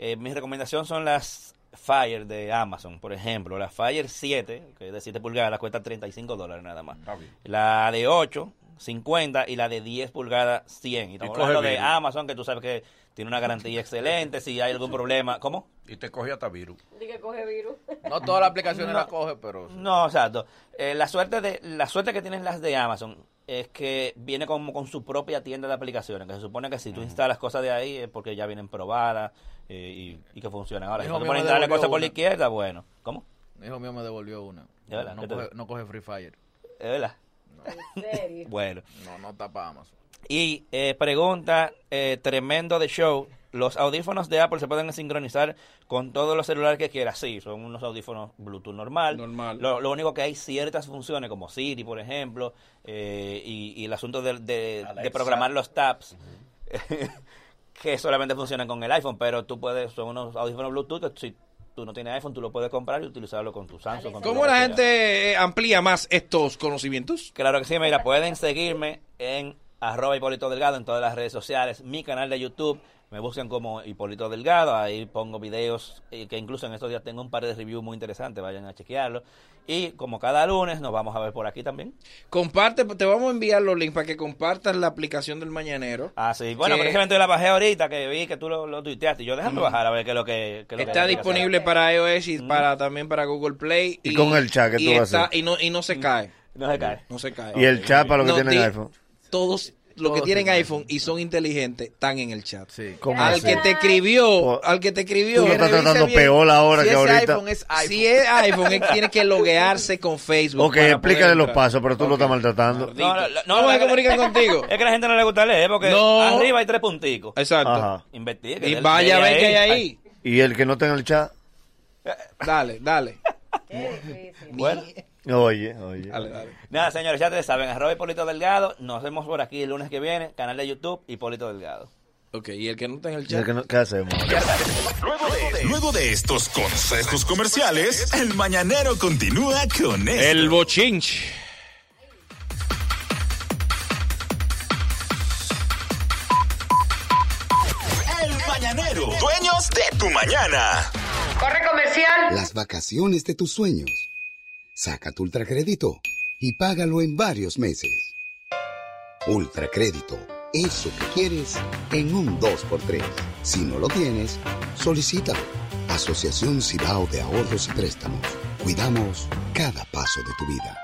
Speaker 19: Eh, mis recomendaciones son las Fire de Amazon, por ejemplo. La Fire 7, que es de 7 pulgadas, cuesta 35 dólares nada más. La de 8, 50 y la de 10 pulgadas, 100. Y estamos
Speaker 1: coge
Speaker 19: hablando de
Speaker 1: virus.
Speaker 19: Amazon, que tú sabes que tiene una garantía excelente. Si hay algún problema, ¿cómo?
Speaker 1: Y te coge hasta virus.
Speaker 3: Dije, coge virus.
Speaker 18: No todas las aplicaciones
Speaker 19: No.
Speaker 18: las coge, pero...
Speaker 19: No, exacto. Eh, la suerte de la suerte que tienen las de Amazon es que viene como con su propia tienda de aplicaciones, que se supone que si tú instalas cosas de ahí es porque ya vienen probadas eh, y, y que funcionan. Ahora, si
Speaker 18: Hijo
Speaker 19: tú te
Speaker 18: mío,
Speaker 19: pones a
Speaker 18: me
Speaker 19: instalar
Speaker 18: devolvió
Speaker 19: cosas por la
Speaker 18: una.
Speaker 19: izquierda, bueno. ¿Cómo?
Speaker 18: Hijo mío me devolvió una.
Speaker 19: ¿De verdad?
Speaker 18: No
Speaker 19: ¿Qué te-
Speaker 18: coge, no coge Free Fire.
Speaker 19: ¿Es verdad?
Speaker 18: No.
Speaker 19: Bueno.
Speaker 18: No, no está para Amazon.
Speaker 19: Y eh, pregunta, eh, tremendo de show, ¿los audífonos de Apple se pueden sincronizar con todos los celulares que quieras? Sí, son unos audífonos Bluetooth normal. Lo, lo único que hay ciertas funciones como Siri, por ejemplo, eh, y, y el asunto de, de- de programar los tabs. que solamente funcionan con el iPhone, pero tú puedes, son unos audífonos Bluetooth que si tú no tienes iPhone, tú lo puedes comprar y utilizarlo con tu Samsung. con tu
Speaker 4: ¿Cómo
Speaker 19: lo que
Speaker 4: la
Speaker 19: sea.
Speaker 4: gente eh, amplía más estos conocimientos?
Speaker 19: Claro que sí, mira, pueden seguirme en arroba Hipólito Delgado en todas las redes sociales, mi canal de YouTube, me buscan como Hipólito Delgado, ahí pongo videos eh, que incluso en estos días tengo un par de reviews muy interesantes, vayan a chequearlo. Y como cada lunes nos vamos a ver por aquí también.
Speaker 4: Comparte, te vamos a enviar los links para que compartas la aplicación del Mañanero.
Speaker 19: Ah, sí. Bueno,
Speaker 4: Que-
Speaker 19: precisamente yo la bajé ahorita, que vi que tú lo, lo tuiteaste, y yo déjame
Speaker 4: Mm.
Speaker 19: bajar a ver qué es lo que... qué es lo que
Speaker 4: Está
Speaker 19: hay que hacer.
Speaker 4: disponible para iOS y para también para Google Play.
Speaker 2: Y con el chat que
Speaker 4: y
Speaker 2: tú vas a
Speaker 4: está-
Speaker 2: hacer.
Speaker 4: Y no, y no se cae.
Speaker 19: Mm. No se cae.
Speaker 4: No se cae.
Speaker 2: Y el chat para los que
Speaker 4: No, di-
Speaker 2: tienen iPhone.
Speaker 4: Todos los que
Speaker 2: Todos
Speaker 4: tienen
Speaker 2: tienen
Speaker 4: iPhone y son inteligentes están en el chat.
Speaker 2: ¿Cómo
Speaker 4: Al
Speaker 2: así?
Speaker 4: que te escribió, al que te escribió.
Speaker 2: Oh, Tú lo estás
Speaker 4: revisa
Speaker 2: tratando
Speaker 4: bien.
Speaker 2: peor ahora que ahorita.
Speaker 4: Si es iPhone, él tiene que loguearse con Facebook.
Speaker 2: Ok,
Speaker 4: para
Speaker 2: explícale
Speaker 4: poder
Speaker 2: los
Speaker 4: entrar.
Speaker 2: pasos, pero tú lo estás maltratando.
Speaker 19: No, no, no,
Speaker 4: ¿Cómo
Speaker 19: la-
Speaker 4: se comunican contigo?
Speaker 19: Es que a la gente no le gusta leer, porque
Speaker 4: No.
Speaker 19: arriba hay tres punticos.
Speaker 4: Exacto.
Speaker 2: Ajá.
Speaker 19: Investigue.
Speaker 4: Y
Speaker 19: dele-
Speaker 4: vaya a
Speaker 19: dele
Speaker 4: ver qué hay ahí.
Speaker 2: Y el que no tenga el chat,
Speaker 4: Dale, dale.
Speaker 19: Bueno.
Speaker 2: oye, oye.
Speaker 19: Nada, señores, ya te saben, arroba Hipólito Delgado. Nos vemos por aquí el lunes que viene, canal de YouTube, Hipólito Delgado.
Speaker 4: Ok, y el que no está en el
Speaker 2: ¿Y el que no- ¿Qué hacemos?
Speaker 6: Luego de estos consejos comerciales, el mañanero continúa con esto.
Speaker 4: El bochinch.
Speaker 6: El mañanero, dueños de tu mañana.
Speaker 15: Corre comercial.
Speaker 20: Las vacaciones de tus sueños. Saca tu ultracrédito y págalo en varios meses. Ultracrédito, eso que quieres en un 2x3. Si no lo tienes, solicítalo. Asociación Cibao de Ahorros y Préstamos. Cuidamos cada paso de tu vida.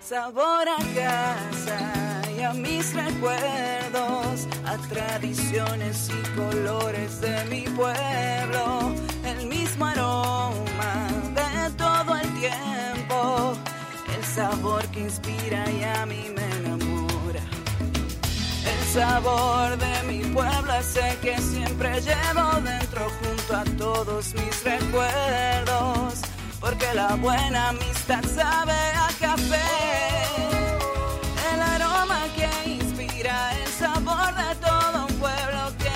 Speaker 21: Sabor a casa y a mis recuerdos, a tradiciones y colores de mi pueblo, el mismo aroma de todo el tiempo, el sabor que inspira y a mí me enamora. El sabor de mi pueblo sé que siempre llevo dentro junto a todos mis recuerdos. Porque la buena amistad sabe a café. El aroma que inspira, el sabor de todo un pueblo que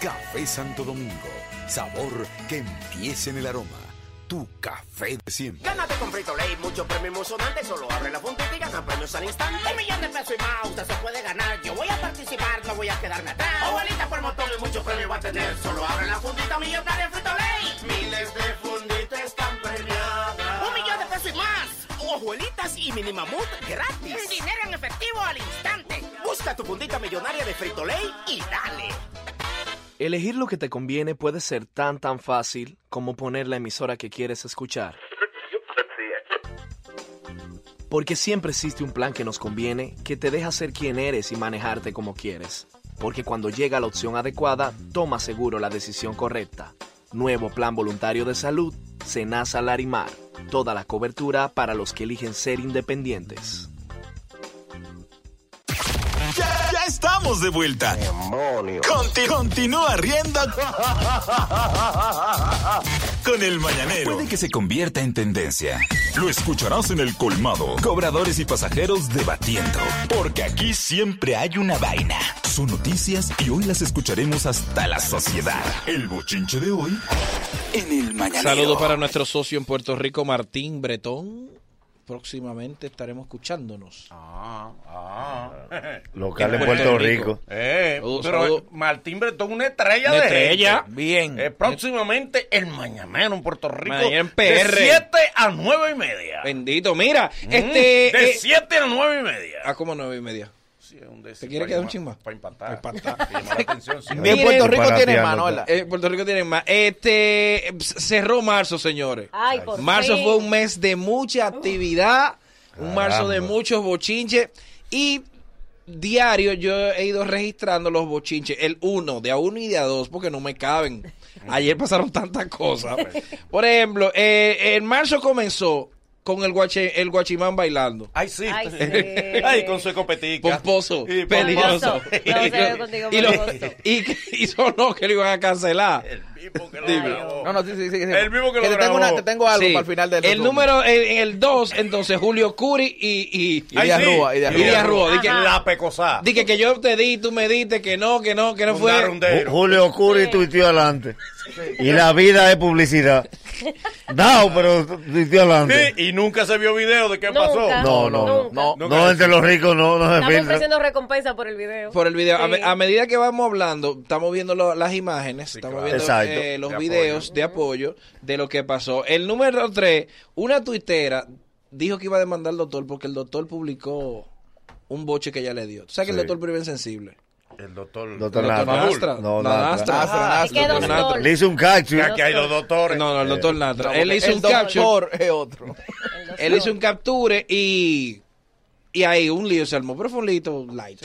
Speaker 22: Café Santo Domingo. Sabor que empiece en el aroma. Tu café de siempre.
Speaker 23: Gánate con Frito Lay, muchos premios emocionantes. Solo abre la puntita y gana premios al instante. Un millón de pesos y más, usted se puede ganar. Yo voy a participar, no voy a quedarme atrás. Abuelita por montón y muchos premios va a tener. Solo abre la fundita millonaria en Frito Lay. Miles de funditas están premiadas. Un millón de pesos y más. Ojuelitas y minimamut gratis. Dinero en efectivo al instante. Busca tu fundita millonaria de Frito Lay y dale.
Speaker 24: Elegir lo que te conviene puede ser tan tan fácil como poner la emisora que quieres escuchar. Porque siempre existe un plan que nos conviene, que te deja ser quien eres y manejarte como quieres. Porque cuando llega la opción adecuada, toma seguro la decisión correcta. Nuevo Plan Voluntario de Salud, Senasa Larimar. Toda la cobertura para los que eligen ser independientes.
Speaker 6: Ya, ya estamos de vuelta. Conti- continúa riendo con el mañanero.
Speaker 25: Puede que se convierta en tendencia.
Speaker 6: Lo escucharás en el colmado.
Speaker 25: Cobradores y pasajeros debatiendo.
Speaker 6: Porque aquí siempre hay una vaina.
Speaker 25: Son noticias y hoy las escucharemos hasta la sociedad.
Speaker 6: El bochinche de hoy en el mañanero.
Speaker 4: Saludos para nuestro socio en Puerto Rico, Martín Bretón. Próximamente estaremos escuchándonos.
Speaker 1: Ah, ah.
Speaker 2: Local en Puerto Rico.
Speaker 1: Eh,
Speaker 4: Saludos,
Speaker 1: pero
Speaker 4: saludos.
Speaker 1: Martín Bretón, una estrella
Speaker 4: Una
Speaker 1: de
Speaker 4: estrella.
Speaker 1: gente. Bien. Eh, próximamente el Mañanero en Puerto Rico.
Speaker 4: Mañana en
Speaker 1: De
Speaker 4: PR.
Speaker 1: 7 a 9 y media.
Speaker 4: Bendito, mira,
Speaker 1: Mm,
Speaker 4: este...
Speaker 1: de
Speaker 4: eh,
Speaker 1: 7 a 9 y media.
Speaker 4: Ah, como nueve y media. ¿Te quiere
Speaker 1: para
Speaker 4: quedar un
Speaker 1: llamar-
Speaker 4: chisma?
Speaker 1: Para
Speaker 4: Para
Speaker 1: impactar.
Speaker 4: empatar.
Speaker 1: Para llamar la atención, sí.
Speaker 4: Miren,
Speaker 1: mano,
Speaker 4: Eh, Puerto Rico tiene más. Este eh, cerró marzo, señores.
Speaker 3: Ay, por
Speaker 4: marzo
Speaker 3: fin.
Speaker 4: fue un mes de mucha actividad, un marzo de muchos bochinches y diario yo he ido registrando los bochinches, el uno, de a uno y de a dos, porque no me caben. Ayer pasaron tantas cosas. Por ejemplo, eh, en marzo comenzó con el, guache, el guachimán bailando.
Speaker 1: Ay, sí.
Speaker 3: Ay, sí.
Speaker 1: Ay, con su escopetica.
Speaker 4: Pomposo,
Speaker 1: Y
Speaker 4: peligroso.
Speaker 1: pomposo.
Speaker 3: No, se ve contigo,
Speaker 4: Y, lo-
Speaker 3: pomposo.
Speaker 4: y, y sonó que lo iban a cancelar.
Speaker 18: No, no, sí, sí, sí, sí.
Speaker 4: El mismo que lo
Speaker 18: te tengo,
Speaker 4: grabó.
Speaker 18: una- te tengo algo
Speaker 4: Sí.
Speaker 18: para el final del
Speaker 4: El
Speaker 18: resumen.
Speaker 4: número, en el 2, entonces Julio Curi y. Y,
Speaker 18: Y Díaz Rúa, y Díaz Rúa.
Speaker 4: Dije,
Speaker 18: Ajá.
Speaker 1: la pecosá.
Speaker 4: Dije que yo te di, tú me diste, que no, que no, que no fue.
Speaker 2: Ju- Julio Curi tuiteó adelante. Y la vida es publicidad. No, pero tuiteó adelante.
Speaker 1: Sí, y nunca se vio video de qué
Speaker 3: Nunca.
Speaker 1: pasó.
Speaker 2: No, no, no. No, entre los ricos no, no se
Speaker 3: Estamos
Speaker 2: filtra.
Speaker 3: ofreciendo recompensa por el video.
Speaker 4: Por el video. A,
Speaker 3: Sí.
Speaker 4: me- a medida que vamos hablando, estamos viendo lo- las imágenes, estamos
Speaker 2: claro.
Speaker 4: viendo
Speaker 2: Exacto.
Speaker 4: eh, los
Speaker 2: De
Speaker 4: videos de apoyo de lo que pasó. El número 3, una tuitera dijo que iba a demandar al doctor porque el doctor publicó un boche que ella le dio. ¿Tú sabes que
Speaker 2: Sí.
Speaker 4: el doctor pero bien sensible?
Speaker 1: El doctor.
Speaker 4: Doctor
Speaker 2: Doctor Nastra.
Speaker 4: Nastra.
Speaker 2: No,
Speaker 4: La
Speaker 2: Nastra.
Speaker 4: Nastra.
Speaker 3: Ah,
Speaker 4: Ajá. ¿Y qué
Speaker 2: Doctor
Speaker 4: doctor?
Speaker 2: Nastra. Le hizo un cacho.
Speaker 4: Ya que hay los
Speaker 1: doctores.
Speaker 4: No, no, el doctor Nastra.
Speaker 18: No,
Speaker 4: Él
Speaker 18: porque
Speaker 4: hizo
Speaker 18: el
Speaker 4: un
Speaker 18: doctor
Speaker 4: capture.
Speaker 18: es otro.
Speaker 4: Él hizo un capture y. Y ahí un lío se armó, pero fue un lío light.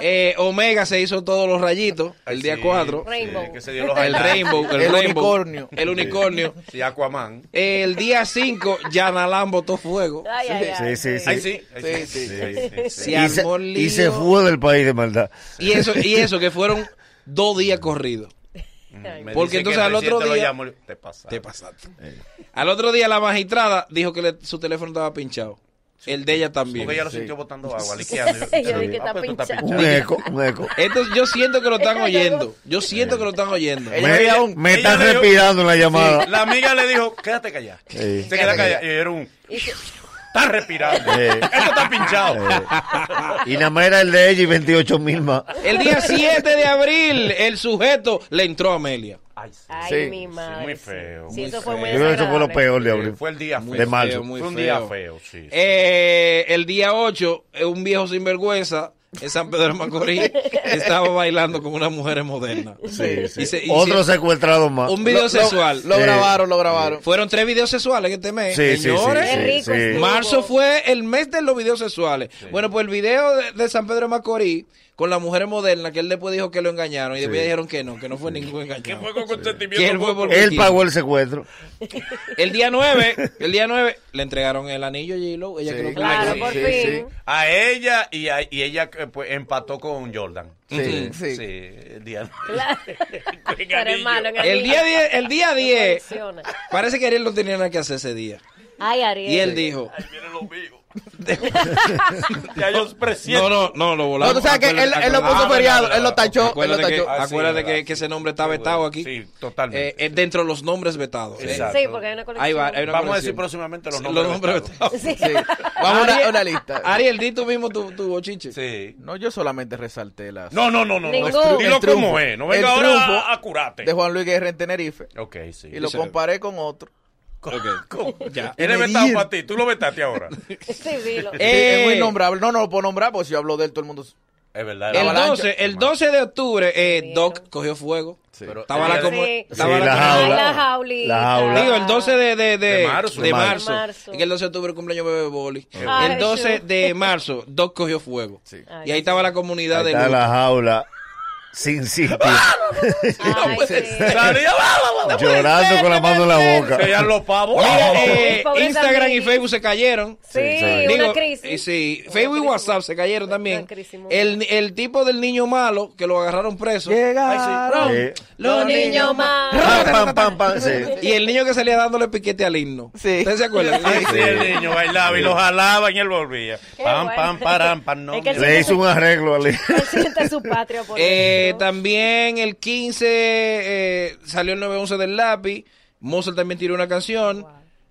Speaker 4: Eh, Omega se hizo todos los rayitos el día
Speaker 1: Sí,
Speaker 4: 4.
Speaker 1: sí, que se dio los
Speaker 4: el
Speaker 1: highlights.
Speaker 4: Rainbow, el,
Speaker 1: El
Speaker 4: Rainbow,
Speaker 1: unicornio.
Speaker 4: El unicornio.
Speaker 1: Sí, Aquaman.
Speaker 4: El día 5, Yanalán botó fuego.
Speaker 3: Ay, ay,
Speaker 2: Sí,
Speaker 3: ay.
Speaker 2: sí, sí.
Speaker 4: Ay, sí, ay, sí.
Speaker 2: Sí, sí.
Speaker 4: Se
Speaker 2: Y se-
Speaker 4: armó el
Speaker 2: Y se
Speaker 4: lío.
Speaker 2: fue del país de maldad.
Speaker 4: Y eso, y eso que fueron dos días corridos.
Speaker 1: Mm, Me
Speaker 4: Porque
Speaker 1: dice que
Speaker 4: entonces al otro
Speaker 1: recién te lo
Speaker 4: día-
Speaker 1: llamo y- Te pasaste.
Speaker 4: Te pasaste. Al otro día la magistrada dijo que le- su teléfono estaba pinchado. El de ella también.
Speaker 1: Porque ella lo sintió botando agua, liqueando. Ah, pues,
Speaker 3: Yo dije que está pinchado.
Speaker 2: Un eco, un eco.
Speaker 4: Entonces, yo siento que lo están oyendo. Yo siento que lo están oyendo.
Speaker 2: Me, me están respirando en la llamada.
Speaker 1: Eh, La amiga le dijo, quédate callada.
Speaker 2: Sí.
Speaker 1: Se queda callada. Y era un... Está respirando.
Speaker 2: Eh.
Speaker 1: Esto está pinchado.
Speaker 2: Y nada más era el de ella y 28 mil más.
Speaker 4: El día 7 de abril, el sujeto le entró a Amelia.
Speaker 3: Ay,
Speaker 2: Sí.
Speaker 3: mi madre.
Speaker 1: Muy feo.
Speaker 3: Sí,
Speaker 1: muy
Speaker 3: eso fue
Speaker 1: feo.
Speaker 3: muy
Speaker 2: Yo creo que eso fue lo peor de abril.
Speaker 1: Sí, Fue el día feo.
Speaker 2: De marzo.
Speaker 1: Fue un día feo, sí.
Speaker 4: Eh, el día 8, eh, un viejo sinvergüenza en San Pedro de Macorís estaba bailando con una mujer moderna.
Speaker 2: Sí, sí.
Speaker 4: Y se- y
Speaker 2: Otro
Speaker 4: se-
Speaker 2: secuestrado más.
Speaker 4: Un video
Speaker 2: Ah, Lo- lo-
Speaker 4: sexual.
Speaker 2: Sí.
Speaker 18: lo grabaron.
Speaker 4: Fueron tres videos sexuales en este mes.
Speaker 2: Sí, sí, sí,
Speaker 4: Señores,
Speaker 2: sí, Qué rico sí. estuvo.
Speaker 4: marzo fue el mes de los videos sexuales. Bueno, pues el video de, de San Pedro de Macorís con la mujer moderna que él después dijo que lo engañaron y después dijeron que no, que no fue ningún engaño. Que fue
Speaker 1: con consentimiento.
Speaker 4: Que él fue porque
Speaker 2: Él
Speaker 4: quiso.
Speaker 2: pagó el secuestro.
Speaker 4: El día 9, el día 9 le entregaron el anillo a J-Lo. Ella que lo
Speaker 1: Claro,
Speaker 4: pidió.
Speaker 1: por
Speaker 4: Sí,
Speaker 1: fin.
Speaker 4: sí.
Speaker 1: A ella y, a- y ella eh, pues, empató con Jordan.
Speaker 4: Sí,
Speaker 1: Ujú.
Speaker 4: sí.
Speaker 1: el día.
Speaker 3: Pero es malo en
Speaker 4: El día 10, el día 10,
Speaker 3: Funciona.
Speaker 4: parece que Ariel no tenía nada que hacer ese día.
Speaker 3: Ay, Ariel.
Speaker 4: Y él dijo,
Speaker 1: Ya ellos presiento.
Speaker 4: No, no, no, lo volamos.
Speaker 1: No, tú sabes que él- él lo puso
Speaker 4: Ah, verdad,
Speaker 1: feriado,
Speaker 4: verdad,
Speaker 1: él lo
Speaker 4: verdad.
Speaker 1: tachó, él
Speaker 4: Acuérdate,
Speaker 1: lo
Speaker 4: que,
Speaker 1: tachó. Ah, sí,
Speaker 4: acuérdate
Speaker 1: verdad.
Speaker 4: que, que ese nombre está vetado aquí.
Speaker 1: Sí, totalmente.
Speaker 4: Eh, es dentro de los nombres vetados.
Speaker 1: Exacto.
Speaker 3: Sí, porque hay una colección.
Speaker 4: Ahí va, hay una
Speaker 1: Vamos a
Speaker 4: colección.
Speaker 1: decir próximamente los
Speaker 4: Sí,
Speaker 1: nombres vetados.
Speaker 3: Sí.
Speaker 4: Vamos a una-
Speaker 18: Ariel-
Speaker 4: una lista.
Speaker 18: Ariel,
Speaker 4: di tú mismo tu, tu bochiche.
Speaker 1: Sí.
Speaker 18: No, yo solamente resalté las.
Speaker 1: No, no, no, no, no. Ningún. Dilo como es, no venga ahora a- a curarte.
Speaker 18: De Juan Luis Guerra en Tenerife.
Speaker 1: Ok, sí.
Speaker 18: Y lo
Speaker 1: Sí.
Speaker 18: comparé con otro.
Speaker 1: Ya.
Speaker 18: Y
Speaker 1: Eres
Speaker 18: me
Speaker 1: vetado
Speaker 18: dieron.
Speaker 1: para ti, tú lo vetaste ahora.
Speaker 3: Sí, dilo.
Speaker 18: Sí,
Speaker 4: Eh,
Speaker 1: eh,
Speaker 18: es muy nombrable. No, no lo puedo nombrar porque si yo hablo de él, todo el mundo.
Speaker 1: Es verdad.
Speaker 4: El 12, el 12 de octubre, eh, Doc cogió fuego. Pero estaba la como.
Speaker 3: Sí.
Speaker 4: estaba
Speaker 3: Sí, la jaula. Ay, la jaulita. La jaula.
Speaker 4: Digo, el 12 de, de, de,
Speaker 3: De marzo.
Speaker 4: de
Speaker 3: De
Speaker 4: marzo.
Speaker 3: marzo.
Speaker 4: Y que el 12 de octubre cumpleaños bebé Boli.
Speaker 3: Ay,
Speaker 4: el 12
Speaker 3: Jesús.
Speaker 4: de marzo, Doc cogió fuego. Y ahí estaba la comunidad
Speaker 2: Ahí
Speaker 4: de
Speaker 2: está
Speaker 4: luto.
Speaker 2: la jaula. Sin sitio.
Speaker 4: No puede ser.
Speaker 2: Llorando con la mano en la boca.
Speaker 4: Mira, eh,
Speaker 3: Pobre
Speaker 4: Instagram y
Speaker 3: Sandrine.
Speaker 4: Facebook se cayeron.
Speaker 3: Sí, Sí, sí. una crisis.
Speaker 4: eh, sí, Facebook y WhatsApp se cayeron también. El, el tipo del niño malo que lo agarraron preso. Ay, sí.
Speaker 2: Sí.
Speaker 4: Los niños
Speaker 3: más.
Speaker 2: Pam, pam, pam, sí.
Speaker 4: Y el niño que salía dándole piquete al himno. ¿Ustedes se acuerdan?
Speaker 1: Sí, sí, el niño bailaba y lo jalaba y él volvía. Pam,
Speaker 3: bueno.
Speaker 1: pam, param, pam, no.
Speaker 3: Es que él
Speaker 2: Le hizo un arreglo al
Speaker 3: Siente su patria por
Speaker 4: Eh, también el 15 eh, salió el 911 del lápiz. Mozart también tiró una canción.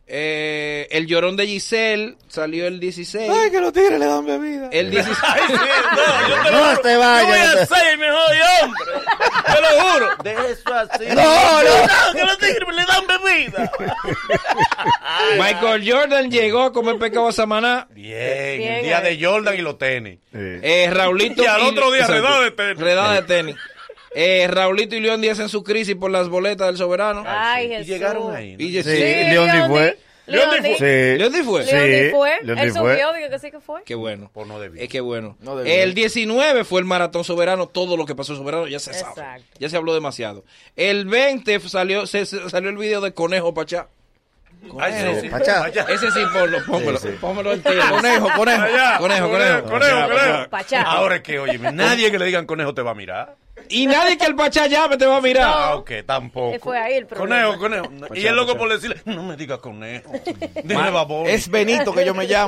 Speaker 4: Eh, el llorón de Giselle salió el 16.
Speaker 18: Ay, que los tigres le dan bebida.
Speaker 4: El 16.
Speaker 2: No te
Speaker 1: Yo voy a
Speaker 2: vayas.
Speaker 1: ser el mejor hombre. Te lo juro. De eso así.
Speaker 2: No, no.
Speaker 1: que los tigres le dan bebida.
Speaker 4: Michael Jordan llegó a comer pecado a Samaná.
Speaker 1: Bien,
Speaker 4: Bien,
Speaker 1: el día
Speaker 4: ahí.
Speaker 1: de Jordan y los tenis.
Speaker 4: Eh, Raulito.
Speaker 1: Y al otro día,
Speaker 4: Exacto.
Speaker 1: redada de tenis.
Speaker 4: Redada de tenis. Eh, Raulito y León Díaz en su crisis por las boletas del soberano.
Speaker 3: Ay, Jesús.
Speaker 4: Y ye-
Speaker 2: Sí, Leondi fue.
Speaker 3: Leondi fue.
Speaker 2: Sí.
Speaker 4: Leondi fue.
Speaker 3: Leondi fue.
Speaker 4: Leondi
Speaker 3: Él
Speaker 4: fue.
Speaker 3: subió, digo que sí que fue.
Speaker 4: Qué bueno. Es que bueno.
Speaker 3: debía.
Speaker 4: el 19 fue el maratón soberano. Todo lo que pasó en soberano ya se sabe.
Speaker 3: Exacto.
Speaker 4: Ya se habló demasiado. El 20 salió, se, se- salió el video de Conejo Pachá.
Speaker 1: Ay, sí,
Speaker 4: Conejo
Speaker 1: sí.
Speaker 4: Pachá.
Speaker 1: Pachá.
Speaker 4: Ese sí, ponlo, póngalo.
Speaker 1: Sí, sí.
Speaker 4: Póngalo en tele.
Speaker 1: Conejo, conejo.
Speaker 4: Allá. Conejo, conejo.
Speaker 1: Conejo, conejo.
Speaker 4: Pachá.
Speaker 1: Ahora es que, oye, nadie que le digan conejo te va a mirar.
Speaker 4: Y nadie que el Pachá llame te va a mirar.
Speaker 1: Ah, ok, tampoco.
Speaker 3: Que fue ahí el problema.
Speaker 1: Conejo, conejo.
Speaker 18: Pues
Speaker 4: Pachá,
Speaker 1: Y el loco
Speaker 4: pachá.
Speaker 1: por decirle, no me digas conejo. Dime babón.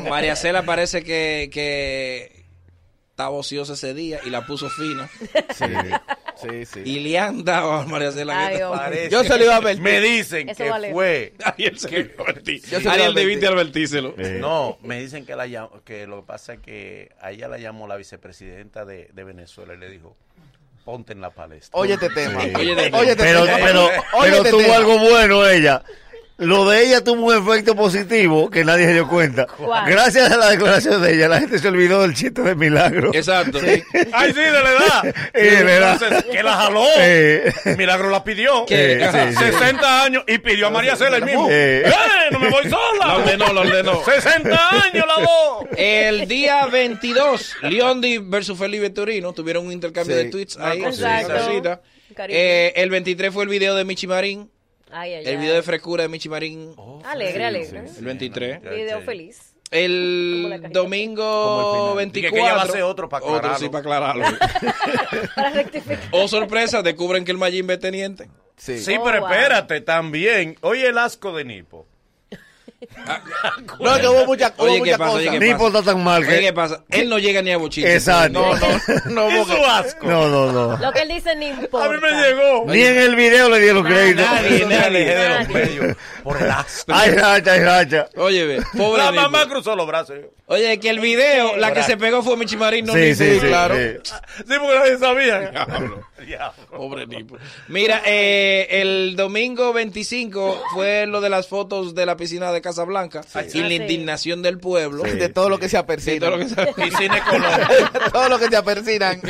Speaker 4: María Cela parece que, que estaba ociosa ese día y la puso fina.
Speaker 18: Sí, sí, sí.
Speaker 4: Y le han dado a María Cela.
Speaker 18: Ay, hombre.
Speaker 4: Parece.
Speaker 18: Yo se lo iba a advertir.
Speaker 1: Me dicen
Speaker 4: Eso
Speaker 1: que
Speaker 4: vale.
Speaker 1: fue. Ariel se lo
Speaker 4: Yo se lo Ariel, debiste advertírselo.
Speaker 18: Eh.
Speaker 4: Sí.
Speaker 1: No, me dicen que, la, llam- que lo que pasa es que a ella la llamó la vicepresidenta de, de Venezuela y le dijo, ponte en la palestra.
Speaker 18: Oye este tema.
Speaker 1: Sí.
Speaker 18: Oye este
Speaker 2: Pero,
Speaker 18: Oye,
Speaker 2: pero,
Speaker 18: tema.
Speaker 2: pero,
Speaker 18: Oye este
Speaker 2: tuvo
Speaker 18: tema.
Speaker 2: algo bueno ella. Lo de ella tuvo un efecto positivo que nadie se dio cuenta.
Speaker 1: ¿Cuál?
Speaker 2: Gracias a la declaración de ella, la gente se olvidó del chiste de milagro.
Speaker 4: Exacto.
Speaker 1: Ay, sí, de Eh, la edad.
Speaker 2: Sí, de la edad.
Speaker 1: Entonces, que la jaló.
Speaker 2: Eh.
Speaker 1: Milagro la pidió.
Speaker 2: Que- Eh, sí, sí.
Speaker 1: 60 años y pidió a María Cela el mismo.
Speaker 2: Eh.
Speaker 1: ¡Eh, no me voy sola!
Speaker 4: La ordenó, la ordenó.
Speaker 1: 60 años la voz.
Speaker 4: El día 22, Leondi versus Felipe Turino tuvieron un intercambio
Speaker 18: Sí.
Speaker 4: de tweets
Speaker 18: Una
Speaker 4: ahí.
Speaker 18: cosita.
Speaker 4: una cosita.
Speaker 3: Cariño.
Speaker 4: Eh, el 23 fue el video de Michi Marín.
Speaker 3: Ay, ay,
Speaker 4: El
Speaker 3: ay.
Speaker 4: video de frescura de Michi Marín.
Speaker 1: Oh,
Speaker 3: Alegre, alegre.
Speaker 4: El 23.
Speaker 3: Video feliz.
Speaker 4: El domingo
Speaker 1: Como el final. Dije
Speaker 4: 24.
Speaker 1: que ella va a hacer otro para aclararlo.
Speaker 4: sí, para aclararlo.
Speaker 3: Para rectificar. Oh,
Speaker 4: o sorpresa, descubren que el Mayimbe es teniente.
Speaker 1: Sí, pero espérate, también. Oye, el asco de Nipo.
Speaker 18: No, que hubo muchas
Speaker 4: Oye, ¿qué
Speaker 18: mucha
Speaker 4: pasa?
Speaker 18: cosas.
Speaker 4: Oye, ¿qué
Speaker 2: Ni
Speaker 4: pasa?
Speaker 2: importa tan mal que-
Speaker 4: Oye, ¿qué pasa? Él no llega ni a bochito.
Speaker 2: Exacto.
Speaker 4: No, no.
Speaker 18: No,
Speaker 4: porque-
Speaker 2: No, no, no.
Speaker 3: Lo que él dice ni importa. A mí
Speaker 1: me llegó.
Speaker 2: Ni en el video le dieron crédito.
Speaker 4: nadie, nadie.
Speaker 1: Por el asco.
Speaker 2: Ay, racha, ay, racha.
Speaker 4: Oye, ve, pobre
Speaker 1: la
Speaker 4: Nipo.
Speaker 1: mamá cruzó los brazos.
Speaker 4: Oye, que el video, la que
Speaker 1: Coraje.
Speaker 4: se pegó fue Michi Marín, no
Speaker 2: Sí,
Speaker 4: Nipo,
Speaker 2: sí, sí,
Speaker 4: claro.
Speaker 2: sí.
Speaker 1: Sí, porque nadie sabía.
Speaker 4: Pobre Nipo. Mira, eh, el domingo 25 fue lo de las fotos de la piscina de Casablanca y
Speaker 18: Ah,
Speaker 4: la
Speaker 18: sí.
Speaker 4: indignación del pueblo.
Speaker 18: De todo lo que se
Speaker 4: De todo lo que
Speaker 18: apercibe.
Speaker 4: se-
Speaker 18: todo lo que te apercinan.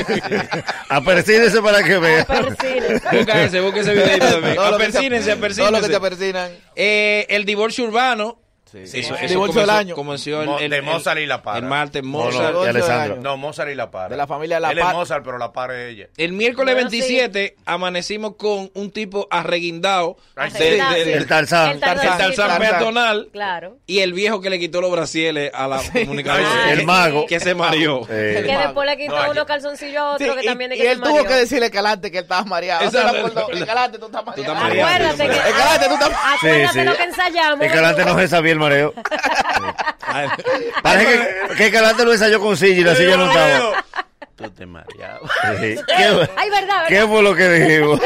Speaker 2: Apercínese para que vea.
Speaker 4: Busca ese, busca ese videito también.
Speaker 18: Todo lo que se-
Speaker 4: Apercínense, apercínense.
Speaker 18: todo lo que se apercinan.
Speaker 4: Eh, el divorcio urbano. Eso,
Speaker 18: El
Speaker 4: eso
Speaker 18: divorcio
Speaker 4: comenzó-
Speaker 18: del año.
Speaker 4: Comenzó el,
Speaker 1: Mo-
Speaker 4: el-
Speaker 1: de
Speaker 4: el-
Speaker 1: Mozart y La Para.
Speaker 4: El martes,
Speaker 1: No,
Speaker 4: Mozart.
Speaker 1: no, de Alessandro. No, Mozart y La Para.
Speaker 18: De la familia La
Speaker 1: Él es
Speaker 18: Para.
Speaker 1: Mozart, pero La Para es ella.
Speaker 4: El miércoles
Speaker 1: Bueno,
Speaker 4: 27 amanecimos con un tipo arreguindado.
Speaker 1: Ay,
Speaker 4: de-
Speaker 1: sí.
Speaker 4: de-
Speaker 1: Sí.
Speaker 4: de-
Speaker 1: El Tarzán.
Speaker 4: El Tarzán,
Speaker 1: El Tarzán.
Speaker 4: peatonal.
Speaker 3: Claro.
Speaker 4: Y el viejo que le quitó los brasieles a la comunicadora.
Speaker 2: Ah,
Speaker 3: Ay, El sí. mago.
Speaker 4: Que se
Speaker 2: Eh.
Speaker 4: mareó.
Speaker 3: Que después le quitó unos calzoncillos a otro que
Speaker 18: y,
Speaker 3: también de
Speaker 18: y
Speaker 3: que se
Speaker 18: él tuvo
Speaker 3: mareó.
Speaker 18: que decirle Calante que él estaba mareado. O sea,
Speaker 4: Exacto.
Speaker 18: la acordó, Calante, tú estás mareado.
Speaker 3: Acuérdate que.
Speaker 18: Calante, tú estás
Speaker 3: Acuérdate lo que ensayamos.
Speaker 2: El calante no se sabía el mareo. Parece que, que Calante lo ensayó con silla y la silla no estaba.
Speaker 1: Tú te mareabas.
Speaker 2: Sí. ¿Qué,
Speaker 3: Ay, verdad, verdad.
Speaker 2: qué fue lo que dijimos?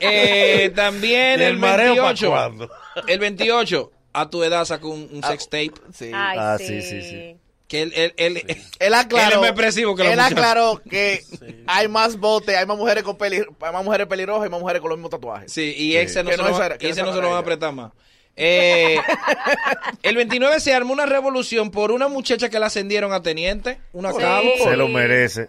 Speaker 4: Eh, también
Speaker 2: ¿Y el
Speaker 4: el,
Speaker 2: mareo pa'
Speaker 4: 28.
Speaker 2: cuándo?
Speaker 4: El 28, a tu edad sacó un, un sex tape.
Speaker 3: Ay,
Speaker 2: Ah, sí, sí, sí.
Speaker 4: Que él, él, él,
Speaker 18: Él aclaró,
Speaker 4: él es más expresivo que los
Speaker 18: él
Speaker 4: muchachos.
Speaker 18: aclaró que hay más botes, hay más mujeres con peli, hay más mujeres pelirrojas y más mujeres con los mismos tatuajes.
Speaker 4: Sí, y ese no,
Speaker 18: Que
Speaker 4: se, lo,
Speaker 18: esa
Speaker 4: va-
Speaker 18: era- que
Speaker 4: ese
Speaker 18: esa
Speaker 4: no se lo
Speaker 18: era
Speaker 4: van a
Speaker 18: ella.
Speaker 4: apretar más. Eh, el 29 se armó una revolución por una muchacha que la ascendieron a teniente, una cabo.
Speaker 2: Se lo merece.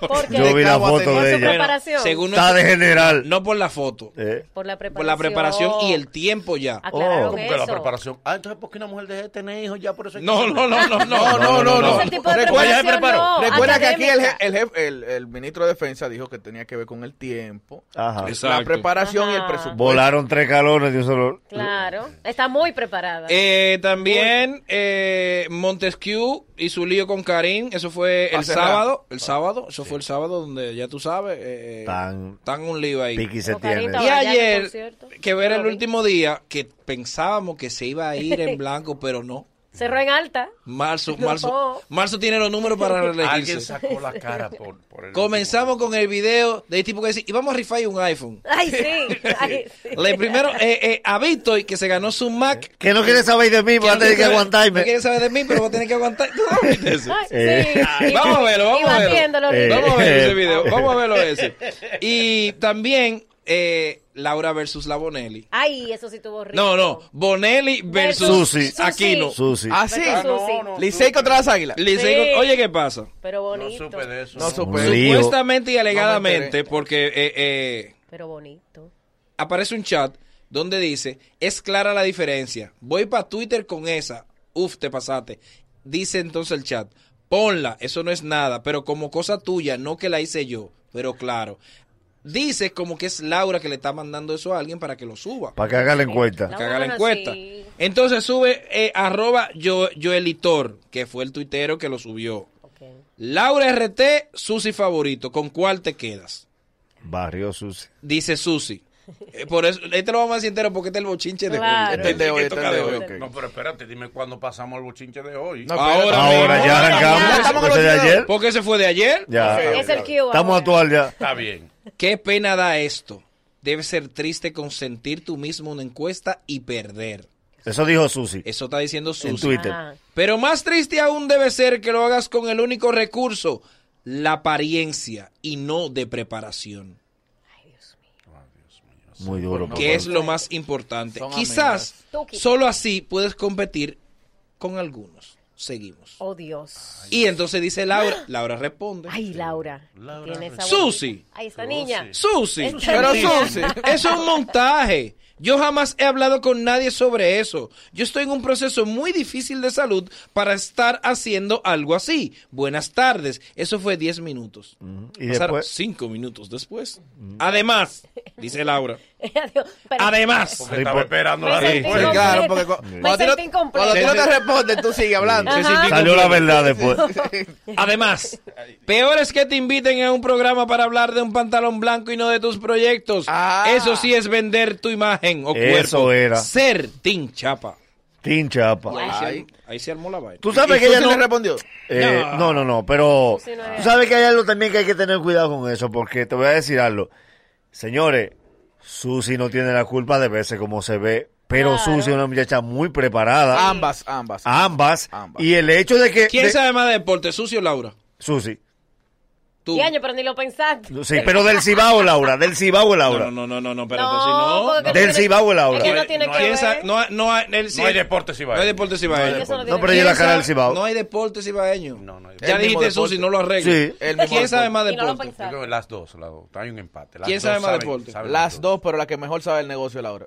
Speaker 3: Porque
Speaker 2: Yo vi la
Speaker 4: Cabo a
Speaker 2: foto
Speaker 4: teniente.
Speaker 2: de
Speaker 4: Bueno,
Speaker 2: ella.
Speaker 4: según
Speaker 2: Está de
Speaker 4: nuestro-
Speaker 2: general. Eh.
Speaker 4: No por la foto.
Speaker 3: Por la preparación.
Speaker 4: Por la preparación y el tiempo ya.
Speaker 3: Aclararon
Speaker 2: Oh.
Speaker 1: ¿Cómo que la
Speaker 3: eso.
Speaker 1: preparación? Ah, entonces, ¿por qué una mujer deje de tener hijos ya por eso?
Speaker 4: No, no, no, no, no,
Speaker 18: No, no, no, no.
Speaker 3: Ese tipo de
Speaker 18: Recuerda,
Speaker 3: preparación no,
Speaker 18: recuerda que aquí el, je-
Speaker 3: académica.
Speaker 18: el, jefe- el- el ministro de Defensa dijo que tenía que ver con el tiempo,
Speaker 2: Ajá. Ah, pues,
Speaker 18: la preparación y el
Speaker 3: Ajá.
Speaker 18: presupuesto.
Speaker 2: Volaron tres calones de un solo.
Speaker 3: Claro. Está muy preparada.
Speaker 4: Eh, también eh, Montesquieu y su lío con Karim, eso fue el
Speaker 18: Hace
Speaker 4: sábado,
Speaker 1: Ah.
Speaker 4: el sábado, eso fue el sábado donde ya tú sabes, eh,
Speaker 2: Tan
Speaker 4: tan un lío ahí.
Speaker 2: piqui se
Speaker 3: Como Karim
Speaker 2: tiene.
Speaker 4: Y
Speaker 3: Ahora ya en el
Speaker 4: ayer,
Speaker 3: concierto.
Speaker 4: que ver el
Speaker 3: Lo vi.
Speaker 4: último día, que pensábamos que se iba a ir en blanco, pero no.
Speaker 3: Cerró en alta.
Speaker 4: Marzo,
Speaker 3: No.
Speaker 4: marzo, marzo tiene los números para
Speaker 1: Alguien
Speaker 4: reelegirse.
Speaker 1: sacó la cara por, por el.
Speaker 4: Comenzamos con el video de este tipo que dice, y vamos a rifar un iPhone.
Speaker 3: Ay, sí. Ay, sí.
Speaker 4: Le primero, eh, eh, a Víctor, que se ganó su Mac.
Speaker 2: Eh, Que no quiere saber de mí, va a tener que
Speaker 4: quiere-
Speaker 2: aguantarme.
Speaker 4: No quiere saber de mí, pero va a tener que aguantar. ¿Tú sabes eso?
Speaker 3: Ay, sí.
Speaker 2: Eh.
Speaker 3: Y-
Speaker 4: Vamos a verlo,
Speaker 3: y
Speaker 4: vamos a
Speaker 3: batiéndolo,
Speaker 4: verlo.
Speaker 3: Ricky.
Speaker 4: Vamos a ver ese video,
Speaker 2: Eh.
Speaker 4: vamos a verlo ese. Y también eh, Laura versus la Bonelli.
Speaker 3: Ay, eso sí tuvo rico.
Speaker 4: No, no, Bonelli versus
Speaker 2: Susi.
Speaker 4: Aquino.
Speaker 2: Susi.
Speaker 18: Ah, sí.
Speaker 3: Versus
Speaker 1: no,
Speaker 3: Susi.
Speaker 1: no.
Speaker 18: Licey contra las águilas.
Speaker 4: Licey con-
Speaker 3: Sí.
Speaker 4: Oye, ¿qué pasa?
Speaker 3: Pero
Speaker 1: No
Speaker 3: bonito.
Speaker 1: supe de eso.
Speaker 18: No
Speaker 2: Un
Speaker 18: supe.
Speaker 2: lío.
Speaker 4: Supuestamente y alegadamente,
Speaker 18: enteré.
Speaker 4: porque eh, eh,
Speaker 3: Pero bonito.
Speaker 4: aparece un chat donde dice, es clara la diferencia. Voy para Twitter con esa. Uf, te pasaste. Dice entonces el chat, ponla, eso no es nada, pero como cosa tuya, no que la hice yo, pero claro. Dice como que es Laura que le está mandando eso a alguien para que lo suba.
Speaker 2: Para que haga la encuesta.
Speaker 3: La-
Speaker 4: Cagar la
Speaker 3: bueno,
Speaker 4: encuesta.
Speaker 3: sí.
Speaker 4: Entonces sube eh, arroba yo, Joelitor, que fue el tuitero que lo subió.
Speaker 3: Ok.
Speaker 4: Laura RT, Susi favorito, ¿con cuál te quedas?
Speaker 2: Barrio Susi.
Speaker 4: Dice Susi. Eh, Por eso, este lo vamos a decir entero porque este es el bochinche de
Speaker 3: Claro.
Speaker 4: hoy. Este es el
Speaker 18: Este de hoy,
Speaker 4: que
Speaker 18: este
Speaker 4: toca
Speaker 18: de
Speaker 4: de
Speaker 18: hoy,
Speaker 4: hoy.
Speaker 18: ok.
Speaker 1: No, pero espérate, dime cuándo pasamos al bochinche de hoy.
Speaker 18: No,
Speaker 4: Ahora,
Speaker 2: Ahora
Speaker 4: mismo.
Speaker 2: ya
Speaker 3: Ya
Speaker 2: arrancamos.
Speaker 18: estamos
Speaker 2: ¿Ese de
Speaker 18: con los
Speaker 2: ayer?
Speaker 4: Porque ese fue de ayer.
Speaker 2: Ya.
Speaker 18: Ok.
Speaker 3: Es el Q.
Speaker 2: Estamos
Speaker 3: ahora.
Speaker 2: actual ya.
Speaker 1: Está bien.
Speaker 4: Qué pena da esto. Debe ser triste consentir tú mismo una encuesta y perder.
Speaker 2: Eso dijo Susi.
Speaker 4: Eso está diciendo
Speaker 2: En
Speaker 4: Susi.
Speaker 2: Twitter.
Speaker 3: Ajá.
Speaker 4: Pero más triste aún debe ser que lo hagas con el único recurso, la apariencia y no de preparación,
Speaker 2: Muy duro. papá.
Speaker 4: que es lo más importante.
Speaker 18: Son
Speaker 4: Quizás
Speaker 3: amigas.
Speaker 4: solo así puedes competir con algunos. Seguimos.
Speaker 3: Oh, Dios.
Speaker 4: Y entonces dice Laura, Laura responde.
Speaker 1: Este,
Speaker 3: Ay, Laura. tiene esa
Speaker 4: Susi.
Speaker 3: bonita- Ay, esta niña.
Speaker 4: Susi,
Speaker 3: Esta
Speaker 4: pero
Speaker 3: niña.
Speaker 4: Susi, eso es un montaje. Yo jamás he hablado con nadie sobre eso. Yo estoy en un proceso muy difícil de salud para estar haciendo algo así. Buenas tardes. Eso fue 10 minutos.
Speaker 2: Y
Speaker 4: Pasaron
Speaker 2: después-
Speaker 4: 5 minutos después. Además, dice Laura.
Speaker 3: Adiós. Pero-
Speaker 4: Además.
Speaker 1: Porque estaba esperando la
Speaker 3: Me sentí
Speaker 1: respuesta.
Speaker 3: incompleta.
Speaker 18: Claro, porque cu-
Speaker 3: Me
Speaker 18: cuando, a ti
Speaker 3: sentí
Speaker 18: no,
Speaker 3: incompleta.
Speaker 18: cuando a ti no te responden, tú sigues hablando.
Speaker 4: Se sintió
Speaker 2: Salió la verdad después.
Speaker 4: Además, peor es que te inviten a un programa para hablar de un pantalón blanco y no de tus proyectos.
Speaker 18: Ah.
Speaker 4: Eso sí es vender tu imagen o cuerpo.
Speaker 2: Eso era.
Speaker 4: Ser Team Chapa.
Speaker 2: Tinchapa.
Speaker 4: Y ahí, se, arm- ahí se armó la vaina.
Speaker 2: Pues, Tú sabes que ella
Speaker 18: no
Speaker 2: no.
Speaker 18: respondió.
Speaker 2: eh, no, no, no. Pero
Speaker 3: Susi no es.
Speaker 2: tú sabes que hay algo también que hay que tener cuidado con eso. Porque te voy a decir algo. Señores, Susi no tiene la culpa de verse como se ve. Pero
Speaker 3: Claro.
Speaker 2: Susi es una muchacha muy preparada.
Speaker 18: Ambas, ambas.
Speaker 2: Ambas.
Speaker 18: Ambas.
Speaker 2: Y el hecho de que.
Speaker 4: ¿Quién
Speaker 2: de-
Speaker 4: sabe más de deporte, Sucio o Laura?
Speaker 2: Susi.
Speaker 4: Tú.
Speaker 3: Diaño, pero ni lo pensaste.
Speaker 2: Sí, pero del Cibao, Laura. Del Cibao, Laura.
Speaker 4: No, no, no, no, no, espérate,
Speaker 3: No,
Speaker 4: si no.
Speaker 3: porque
Speaker 4: no.
Speaker 3: tú
Speaker 2: Del
Speaker 3: tienes-
Speaker 2: Cibao, Laura.
Speaker 3: Es que
Speaker 1: No
Speaker 3: no
Speaker 1: hay-
Speaker 3: tiene
Speaker 1: no
Speaker 3: que
Speaker 1: hay
Speaker 3: ver.
Speaker 4: Piensa- no, hay- no hay- él sí-
Speaker 1: hay deporte cibaeño.
Speaker 4: No hay deporte cibaeño.
Speaker 3: Eso no
Speaker 2: No,
Speaker 3: tiene
Speaker 2: pero
Speaker 3: que
Speaker 2: ella la
Speaker 3: ver.
Speaker 2: cara del Cibao.
Speaker 4: No hay deporte cibaeño. No,
Speaker 1: hay-
Speaker 4: ya
Speaker 18: El mismo
Speaker 4: dijiste
Speaker 18: deporte.
Speaker 4: Susi, no lo arregles.
Speaker 2: Sí.
Speaker 18: El mismo
Speaker 4: ¿Quién sabe
Speaker 18: deporte.
Speaker 4: más
Speaker 3: Y no
Speaker 4: deporte?
Speaker 1: Yo
Speaker 3: lo
Speaker 1: creo
Speaker 3: pensaste.
Speaker 1: que las dos, las dos. Hay un empate. Las
Speaker 4: ¿Quién
Speaker 1: dos
Speaker 4: sabe más
Speaker 1: saben-
Speaker 4: deporte?
Speaker 1: saben
Speaker 18: Las dos, pero la que mejor sabe el negocio de Laura.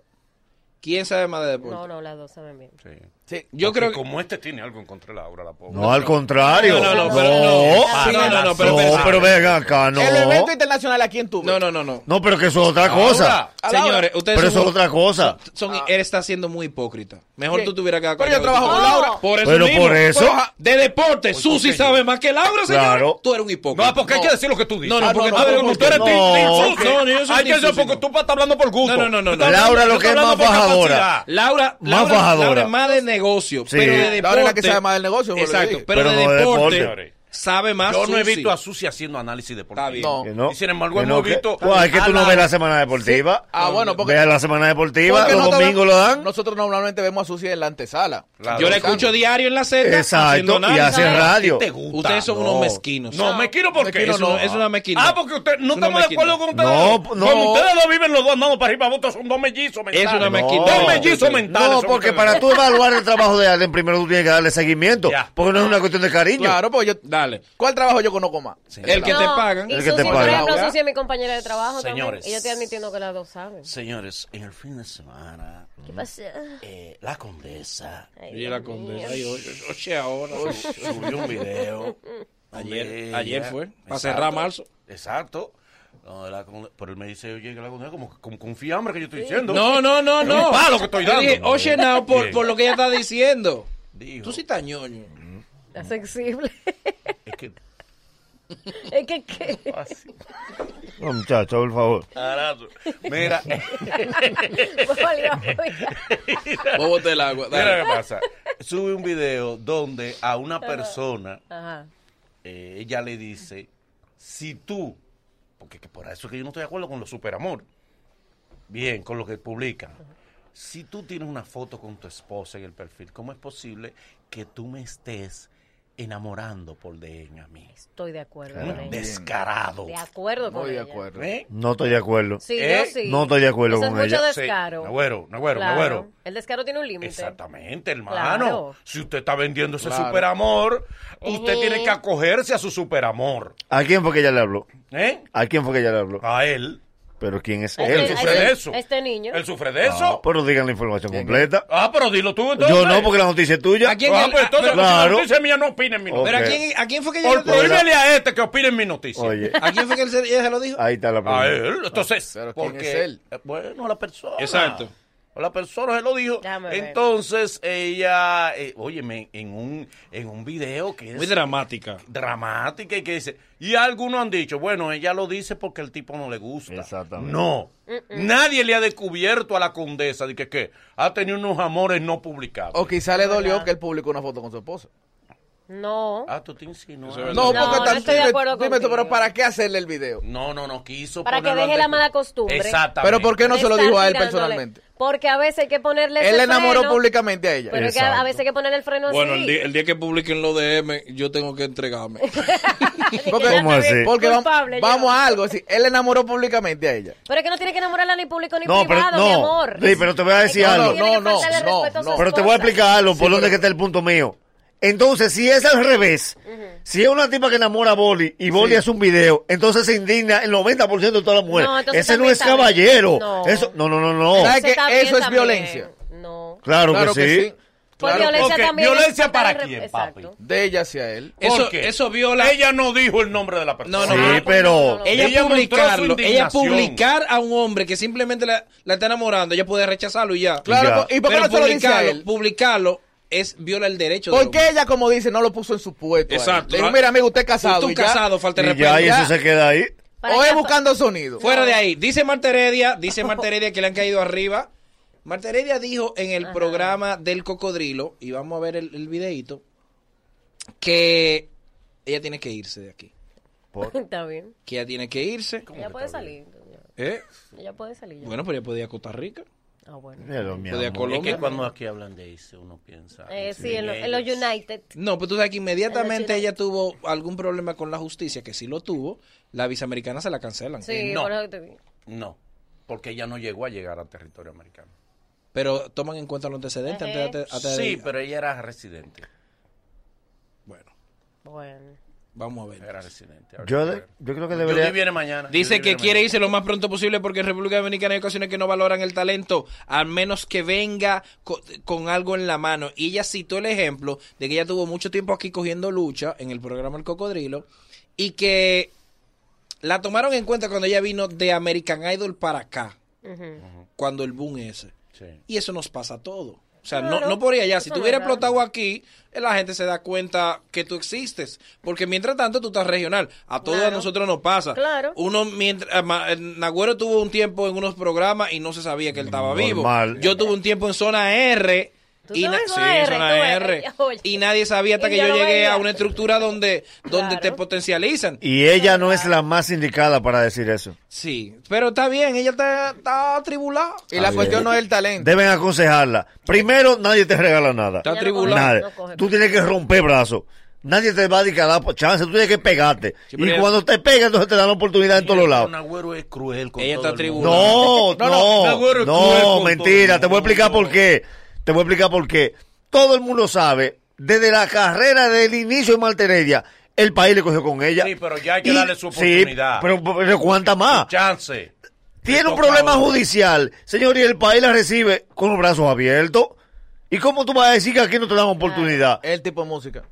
Speaker 4: ¿Quién sabe más de deporte?
Speaker 3: No, no, las dos saben bien.
Speaker 1: Sí.
Speaker 18: Sí.
Speaker 4: Yo
Speaker 1: Porque
Speaker 4: creo que.
Speaker 1: Como este tiene algo en contra de Laura, la pobre.
Speaker 2: No, al contrario.
Speaker 4: No, no, no, pero
Speaker 2: no,
Speaker 4: no. Ah, no, no, no, pero
Speaker 2: No,
Speaker 4: espérate.
Speaker 2: pero ven acá, no.
Speaker 18: El evento internacional aquí en Tuve.
Speaker 4: No, no, no, no.
Speaker 2: No, pero que eso es otra cosa.
Speaker 18: a Laura.
Speaker 4: Señores, ustedes
Speaker 2: Pero eso
Speaker 4: son,
Speaker 2: es otra cosa.
Speaker 4: son- él está siendo muy hipócrita. Mejor
Speaker 18: Sí.
Speaker 4: tú tuvieras que
Speaker 18: Pero yo trabajo con Laura.
Speaker 4: Por eso
Speaker 2: Pero
Speaker 4: mismo.
Speaker 2: por eso.
Speaker 4: De deporte, Susi
Speaker 1: costeño.
Speaker 4: sabe más que Laura, señor.
Speaker 2: Claro.
Speaker 4: Tú eres un hipócrita.
Speaker 1: No, porque hay que decir lo que tú dices.
Speaker 4: No, no,
Speaker 1: Ah,
Speaker 4: porque
Speaker 18: no,
Speaker 4: tú eres,
Speaker 18: no,
Speaker 4: tú eres
Speaker 2: no,
Speaker 4: team- team
Speaker 2: no,
Speaker 4: Susi. No, ni yo soy
Speaker 1: Hay que
Speaker 4: team
Speaker 1: decir
Speaker 4: Susi,
Speaker 1: porque
Speaker 4: no.
Speaker 1: tú estás hablando por gusto.
Speaker 4: No, no, no, no,
Speaker 1: Tú
Speaker 4: no.
Speaker 1: estás hablando-
Speaker 2: Laura lo
Speaker 1: tú
Speaker 2: que es
Speaker 1: estás
Speaker 2: más
Speaker 1: hablando por
Speaker 2: bajadora.
Speaker 1: capacidad.
Speaker 4: Laura,
Speaker 2: Más
Speaker 4: Laura,
Speaker 2: fajadora.
Speaker 4: Laura es más de negocio,
Speaker 18: Sí.
Speaker 4: pero de deporte.
Speaker 18: Laura es la que sabe más del negocio, por lo que
Speaker 4: Exacto,
Speaker 18: dije.
Speaker 4: pero,
Speaker 18: Pero
Speaker 4: de
Speaker 18: no de
Speaker 4: deporte,
Speaker 18: deporte.
Speaker 4: sabe más.
Speaker 1: Yo no he
Speaker 4: Susi.
Speaker 1: visto a Susi haciendo análisis deportivo.
Speaker 2: Que no,
Speaker 1: Y sin embargo,
Speaker 2: que no,
Speaker 1: hemos
Speaker 2: que-
Speaker 1: visto.
Speaker 2: Pues, es que
Speaker 1: a
Speaker 2: tú no ves la semana deportiva.
Speaker 18: Sí. Ah, bueno, porque-
Speaker 2: Ve a la semana deportiva,
Speaker 18: Porque
Speaker 2: los
Speaker 18: no te
Speaker 2: domingos
Speaker 18: ven-
Speaker 2: lo dan.
Speaker 18: Nosotros normalmente vemos a Susi en la antesala.
Speaker 4: Yo la escucho diario en la Z.
Speaker 2: Exacto,
Speaker 4: haciendo
Speaker 2: y
Speaker 4: análisis.
Speaker 2: hace radio. ¿Te
Speaker 1: gusta?
Speaker 4: Ustedes son
Speaker 1: No.
Speaker 4: unos mezquinos.
Speaker 1: No, mezquino porque
Speaker 4: Mezquino no, es una mezquina.
Speaker 1: Ah, porque usted, no
Speaker 4: Es una
Speaker 1: estamos de acuerdo con
Speaker 4: mezquina.
Speaker 1: ustedes.
Speaker 4: No,
Speaker 1: dos.
Speaker 4: no.
Speaker 1: Como ustedes dos viven los dos andando para arriba, vos son dos mellizos mentales.
Speaker 4: una mezquina.
Speaker 1: Dos
Speaker 4: No.
Speaker 1: mellizos mentales.
Speaker 2: No,
Speaker 1: son
Speaker 2: porque
Speaker 1: ustedes
Speaker 2: para
Speaker 1: dos.
Speaker 2: tú evaluar el trabajo de alguien, primero tú tienes que darle seguimiento. Porque no es una cuestión de cariño.
Speaker 18: Claro, pues yo.
Speaker 4: Dale.
Speaker 18: ¿Cuál trabajo yo conozco más?
Speaker 4: El que te pagan.
Speaker 3: Y
Speaker 2: El que
Speaker 3: Susi,
Speaker 2: te
Speaker 3: por
Speaker 2: paga.
Speaker 3: ejemplo, Susi es mi compañera de trabajo
Speaker 1: Señores.
Speaker 3: también. Y yo estoy admitiendo que las dos saben.
Speaker 1: Señores, en el fin de semana,
Speaker 3: ¿Qué pasa?
Speaker 1: eh, la condesa
Speaker 4: Oye, la condesa. Ay, oye, oye, ahora.
Speaker 1: Uy, subió un video.
Speaker 4: Ayer-
Speaker 1: donde
Speaker 4: ayer
Speaker 1: ella-
Speaker 4: fue, para cerrar marzo.
Speaker 1: Exacto. No, la conde- pero él me dice, oye, que la condesa, como, como con fiambre que yo estoy diciendo.
Speaker 4: No, no, no,
Speaker 1: Es
Speaker 4: no.
Speaker 1: Un palo que estoy
Speaker 4: Yo
Speaker 1: dando.
Speaker 4: dije, oye, now, por,
Speaker 1: Bien.
Speaker 4: por lo que ella está diciendo. Tú sí estás ñoño.
Speaker 3: Es sensible.
Speaker 1: Es que...
Speaker 3: es que qué.
Speaker 2: No, muchacho, por favor.
Speaker 1: Carazo. Mira.
Speaker 3: Pues
Speaker 4: Vos boté el agua, dale.
Speaker 1: Mira qué pasa. Sube un video donde a una persona
Speaker 3: Ajá.
Speaker 1: eh, ella le dice, si tú, porque que por eso es que yo no estoy de acuerdo con los superamor, bien, con lo que publican, si tú tienes una foto con tu esposa en el perfil, ¿cómo es posible que tú me estés enamorando por DN a mí?
Speaker 3: Estoy de acuerdo
Speaker 1: Un
Speaker 3: con ella.
Speaker 1: descarado.
Speaker 3: De acuerdo con ella.
Speaker 1: ¿Eh?
Speaker 2: No estoy de acuerdo.
Speaker 3: Sí, yo sí.
Speaker 2: No estoy de acuerdo
Speaker 3: Eso
Speaker 2: con
Speaker 3: es mucho
Speaker 2: ella.
Speaker 3: descaro.
Speaker 1: Sí, Nagüero, Nagüero,
Speaker 3: Claro.
Speaker 1: Nagüero.
Speaker 3: El descaro tiene un límite.
Speaker 1: Exactamente, hermano.
Speaker 3: Claro.
Speaker 1: Si usted está vendiendo ese
Speaker 2: Claro.
Speaker 1: superamor, usted
Speaker 3: Ujú.
Speaker 1: tiene que acogerse a su superamor.
Speaker 2: ¿A quién fue que ella le habló?
Speaker 1: ¿Eh?
Speaker 2: ¿A quién fue que ella le habló?
Speaker 1: A él.
Speaker 2: ¿Pero quién es
Speaker 1: Porque
Speaker 2: él? Ah,
Speaker 1: él sufre de eso.
Speaker 3: Este niño.
Speaker 1: Él sufre de eso.
Speaker 2: Pero digan la información completa.
Speaker 1: Ah, pero dilo tú entonces.
Speaker 2: Yo no, porque la noticia es tuya.
Speaker 1: ¿A quién ah, pues entonces si la
Speaker 2: claro.
Speaker 1: noticia es mía no opinen mi noticia.
Speaker 2: Ok.
Speaker 4: ¿A quién, ¿A quién fue que ella
Speaker 1: Por
Speaker 4: le dijo?
Speaker 1: prohibirle a este que opine en mi noticia.
Speaker 2: Oye.
Speaker 4: ¿A quién fue que él se- ella se lo dijo?
Speaker 2: Ahí está la pregunta.
Speaker 1: A él. Entonces,
Speaker 4: ¿quién
Speaker 1: porque,
Speaker 4: es él?
Speaker 1: eh, Bueno, la persona.
Speaker 4: Exacto.
Speaker 9: Ah,
Speaker 1: La persona se lo dijo.
Speaker 4: ver.
Speaker 1: Entonces, ella, eh, óyeme, en un, en un video que es...
Speaker 4: Muy dramática.
Speaker 1: Dramática y que dice... Y algunos han dicho, bueno, ella lo dice porque el tipo no le gusta. Exactamente. No.
Speaker 15: Mm.
Speaker 18: Mm-mm.
Speaker 1: Nadie le ha descubierto a la condesa de que, que ha tenido unos amores no publicados.
Speaker 18: O quizá le dolió que él publicó una foto con su esposa.
Speaker 3: No.
Speaker 1: Ah, tú te insinuas.
Speaker 18: No, porque
Speaker 3: no
Speaker 18: tan-
Speaker 3: estoy de
Speaker 18: dime-
Speaker 3: acuerdo
Speaker 18: dime tú,
Speaker 3: contigo.
Speaker 18: pero ¿para qué hacerle el video?
Speaker 1: No, no, no quiso.
Speaker 3: Para que
Speaker 1: ponerlo
Speaker 3: deje
Speaker 1: ante-
Speaker 3: la mala costumbre.
Speaker 1: Exactamente.
Speaker 18: Pero ¿por qué no se lo
Speaker 3: Estar
Speaker 18: dijo a él
Speaker 3: tirándole.
Speaker 18: personalmente?
Speaker 3: Porque a veces hay que ponerle ese
Speaker 18: Él le enamoró
Speaker 3: freno,
Speaker 18: públicamente a ella.
Speaker 3: Pero es que a a veces hay que ponerle el freno
Speaker 4: Bueno,
Speaker 3: así.
Speaker 4: el día, el día que publiquen lo DM, yo tengo que entregarme.
Speaker 18: Porque,
Speaker 4: ¿Cómo así?
Speaker 18: Porque vamos,
Speaker 3: Culpable,
Speaker 18: vamos a algo. Si él le enamoró públicamente a ella.
Speaker 3: Pero es que no tiene que enamorarla ni público ni
Speaker 2: No, pero
Speaker 3: privado, mi amor.
Speaker 2: no. Sí, pero te voy a decir
Speaker 3: Es que
Speaker 2: algo.
Speaker 3: tiene que
Speaker 18: No, no,
Speaker 3: faltarle el
Speaker 18: no,
Speaker 3: respeto a su
Speaker 18: no.
Speaker 2: Pero te voy a
Speaker 3: esposa.
Speaker 2: explicar algo, por dónde que está el punto mío. Entonces, si es al revés, si es una tipa que enamora a Boli y Boli hace un video, entonces se indigna el 90% de todas las mujeres.
Speaker 3: No, entonces
Speaker 2: Ese no
Speaker 3: también
Speaker 2: es
Speaker 3: está bien.
Speaker 2: caballero.
Speaker 3: No.
Speaker 2: Eso, no, no, no, no.
Speaker 3: ¿Sabes Eso qué? está bien Eso es también.
Speaker 18: violencia.
Speaker 3: No.
Speaker 2: Claro,
Speaker 18: Oh. Claro
Speaker 2: que,
Speaker 18: que
Speaker 2: sí.
Speaker 18: sí.
Speaker 3: Pues violencia
Speaker 1: Ok,
Speaker 3: también es
Speaker 1: ¿Violencia
Speaker 3: faltar
Speaker 1: para
Speaker 3: el re-
Speaker 1: quién,
Speaker 3: Exacto.
Speaker 1: papi?
Speaker 18: De ella hacia él.
Speaker 4: Eso,
Speaker 1: qué?
Speaker 4: eso viola.
Speaker 1: Ella no dijo el nombre de la persona.
Speaker 4: No, no,
Speaker 2: Sí, pero...
Speaker 4: Ella,
Speaker 1: Ella mostró su
Speaker 4: publicarlo, ella
Speaker 1: indignación.
Speaker 4: publicar a un hombre que simplemente la, la está enamorando, ella puede rechazarlo y ya.
Speaker 18: Claro, Ya. ¿y por qué
Speaker 4: Pero
Speaker 18: no se lo dice a
Speaker 4: publicarlo-
Speaker 18: él?
Speaker 4: Publicarlo es viola el derecho del
Speaker 18: Porque
Speaker 4: hombre.
Speaker 18: ella, como dice, no lo puso en su puesto? a él?
Speaker 4: Exacto.
Speaker 18: Le dijo, mira, amigo, usted es casado.
Speaker 4: Tú
Speaker 18: y ya.
Speaker 4: casado, falta de
Speaker 2: Y ya, y
Speaker 4: respeto.
Speaker 2: eso se queda ahí.
Speaker 18: O es buscando sonido.
Speaker 4: Fuera de ahí. Dice Marta Heredia, dice Marta Heredia que le han caído arriba. Marta Heredia dijo en el programa del cocodrilo, y vamos a ver el, el videíto, que ella tiene que irse de aquí.
Speaker 3: Está bien.
Speaker 4: Que ella tiene que irse.
Speaker 3: Ella puede salir.
Speaker 4: ¿Eh?
Speaker 3: Ella puede salir. ya.
Speaker 4: Bueno, pues, pero ella podía ir a Costa Rica.
Speaker 3: Ah, bueno.
Speaker 2: Pero, mi
Speaker 4: Podía
Speaker 2: amor.
Speaker 4: Colombia.
Speaker 1: Es que cuando aquí hablan de eso, uno piensa.
Speaker 3: Eh, sí, en, lo- en los United.
Speaker 4: No, pues tú sabes que inmediatamente
Speaker 3: Pero sí,
Speaker 4: ella tuvo algún problema con la justicia, que sí lo tuvo, la visa americana se la cancelan.
Speaker 3: Sí,
Speaker 1: no.
Speaker 3: por eso que te digo.
Speaker 1: No, porque ella no llegó a llegar al territorio americano.
Speaker 4: Pero toman en cuenta los antecedentes
Speaker 3: Ajá.
Speaker 4: antes, antes- antes de-
Speaker 1: Sí, pero ella era residente.
Speaker 4: Bueno,
Speaker 3: Bueno.
Speaker 4: vamos a ver.
Speaker 1: Era residente. Ahora
Speaker 2: Yo,
Speaker 1: que
Speaker 2: de- yo creo que
Speaker 1: Judy
Speaker 2: debería...
Speaker 1: viene mañana.
Speaker 4: Dice
Speaker 1: Judy
Speaker 4: que
Speaker 1: viene
Speaker 4: quiere
Speaker 1: mañana.
Speaker 4: irse lo más pronto posible porque en República Dominicana hay ocasiones que no valoran el talento, al menos que venga co- con, algo en la mano. Y ella citó el ejemplo de que ella tuvo mucho tiempo aquí cogiendo lucha en el programa El Cocodrilo y que la tomaron en cuenta cuando ella vino de American Idol para acá, cuando el boom ese.
Speaker 1: Sí.
Speaker 4: Y eso nos pasa a todos. O sea,
Speaker 3: Claro.
Speaker 4: no, no por ir allá. Si
Speaker 3: Eso
Speaker 4: tú
Speaker 3: no
Speaker 4: hubieras
Speaker 3: es raro.
Speaker 4: explotado aquí, eh, la gente se da cuenta que tú existes. Porque mientras tanto tú estás regional. A todos
Speaker 3: Claro.
Speaker 4: a nosotros nos pasa.
Speaker 3: Claro.
Speaker 4: Uno mientras eh, ma- eh, Nagüero tuvo un tiempo en unos programas y no se sabía que él estaba vivo.
Speaker 2: Normal.
Speaker 4: Yo tuve un tiempo en zona R
Speaker 3: Tú
Speaker 4: Y na-
Speaker 3: sabes
Speaker 4: sí,
Speaker 3: una
Speaker 4: es
Speaker 3: R,
Speaker 4: una
Speaker 3: tú
Speaker 4: R.
Speaker 3: eres- Oye.
Speaker 4: Y nadie sabía hasta
Speaker 3: Y
Speaker 4: que
Speaker 3: yo
Speaker 4: yo
Speaker 3: lo
Speaker 4: llegué
Speaker 3: veía.
Speaker 4: a una estructura donde, donde te potencializan.
Speaker 2: Y ella no es la más indicada para decir eso.
Speaker 4: Sí, pero está bien, ella está, está atribulada.
Speaker 2: Y la cuestión no es el
Speaker 4: talento.
Speaker 2: eh, Deben aconsejarla. Primero, nadie te regala nada.
Speaker 4: Está atribulado.
Speaker 2: Nadie.
Speaker 4: No coge.
Speaker 2: tú tienes que romper brazos. Nadie te va a dedicar la chance. Tú tienes que pegarte.
Speaker 1: pero
Speaker 2: y
Speaker 1: ella-
Speaker 2: cuando te pegas, entonces te dan la oportunidad en todos los lados.
Speaker 1: Un agüero es cruel con
Speaker 4: Ella
Speaker 1: todo
Speaker 4: está
Speaker 1: el mundo.
Speaker 2: No, no,
Speaker 1: Nagüero
Speaker 2: no,
Speaker 1: es cruel con
Speaker 2: mentira. Te voy a explicar por qué. Te voy a explicar por qué. Todo el mundo sabe, desde la carrera del inicio de Malteredia, el país le cogió con ella.
Speaker 1: Sí, pero ya hay que
Speaker 2: Y-
Speaker 1: darle su
Speaker 2: sí,
Speaker 1: oportunidad.
Speaker 2: pero, pero ¿cuánta más?
Speaker 1: Chance.
Speaker 2: Tiene un
Speaker 1: toca
Speaker 2: problema
Speaker 1: ahora.
Speaker 2: judicial, señor, y el país la recibe con los brazos abiertos. ¿Y cómo tú vas a decir que aquí no te dan oportunidad?
Speaker 18: El tipo de música.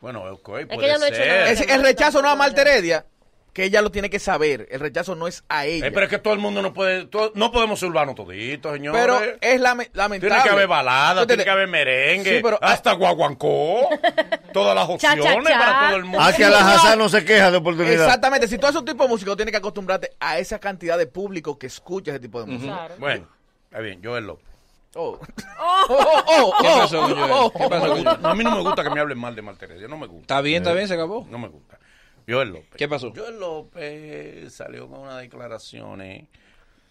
Speaker 1: Bueno, ok,
Speaker 18: que
Speaker 1: puede ser.
Speaker 18: Es- el rechazo no a Marta Heredia, que ella lo tiene que saber. El rechazo no es a ella.
Speaker 1: Eh, pero es que todo el mundo no puede, todo- no podemos ser urbanos toditos, señores.
Speaker 18: Pero es lame- lamentable.
Speaker 1: tiene que haber balada,
Speaker 18: Entonces,
Speaker 1: tiene que haber merengue,
Speaker 18: Sí, pero- ah,
Speaker 1: hasta guaguancó, todas las
Speaker 18: Cha,
Speaker 1: opciones
Speaker 18: cha, cha.
Speaker 1: para todo el mundo.
Speaker 2: Ah, que a la Hassan no se queja de oportunidad.
Speaker 18: Exactamente. Si tú haces un tipo de músico, tienes que acostumbrarte a esa cantidad de público que escucha ese tipo de música.
Speaker 1: Bueno, está bien, Joel López.
Speaker 18: Oh. Oh, oh,
Speaker 1: ¿Qué
Speaker 18: oh,
Speaker 1: pasó, Joel?
Speaker 18: oh,
Speaker 1: ¿Qué pasó,
Speaker 18: oh.
Speaker 1: Joel? No, a mí no me gusta que me hablen mal de Malteredia, no me gusta. Eh,
Speaker 4: Está bien,
Speaker 2: Eh,
Speaker 4: está bien, se acabó.
Speaker 1: No me gusta. Joel López.
Speaker 4: ¿Qué pasó?
Speaker 1: Joel López salió con unas declaraciones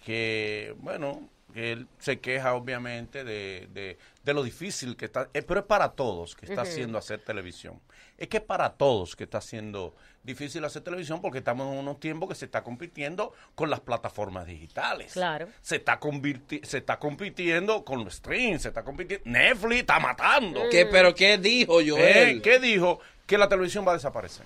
Speaker 1: que, bueno, que él se queja obviamente de, de- de lo difícil que está, eh, pero es para todos que está
Speaker 5: Ujú.
Speaker 1: haciendo hacer televisión. Es que es para todos que está haciendo difícil hacer televisión porque estamos en unos tiempos que se está compitiendo con las plataformas digitales.
Speaker 3: Claro.
Speaker 1: Se está, convirti- se está compitiendo con los streams, se está compitiendo. Netflix está matando.
Speaker 4: ¿Qué- pero qué dijo Joel?
Speaker 1: Eh, ¿Qué dijo? Que la televisión va a desaparecer.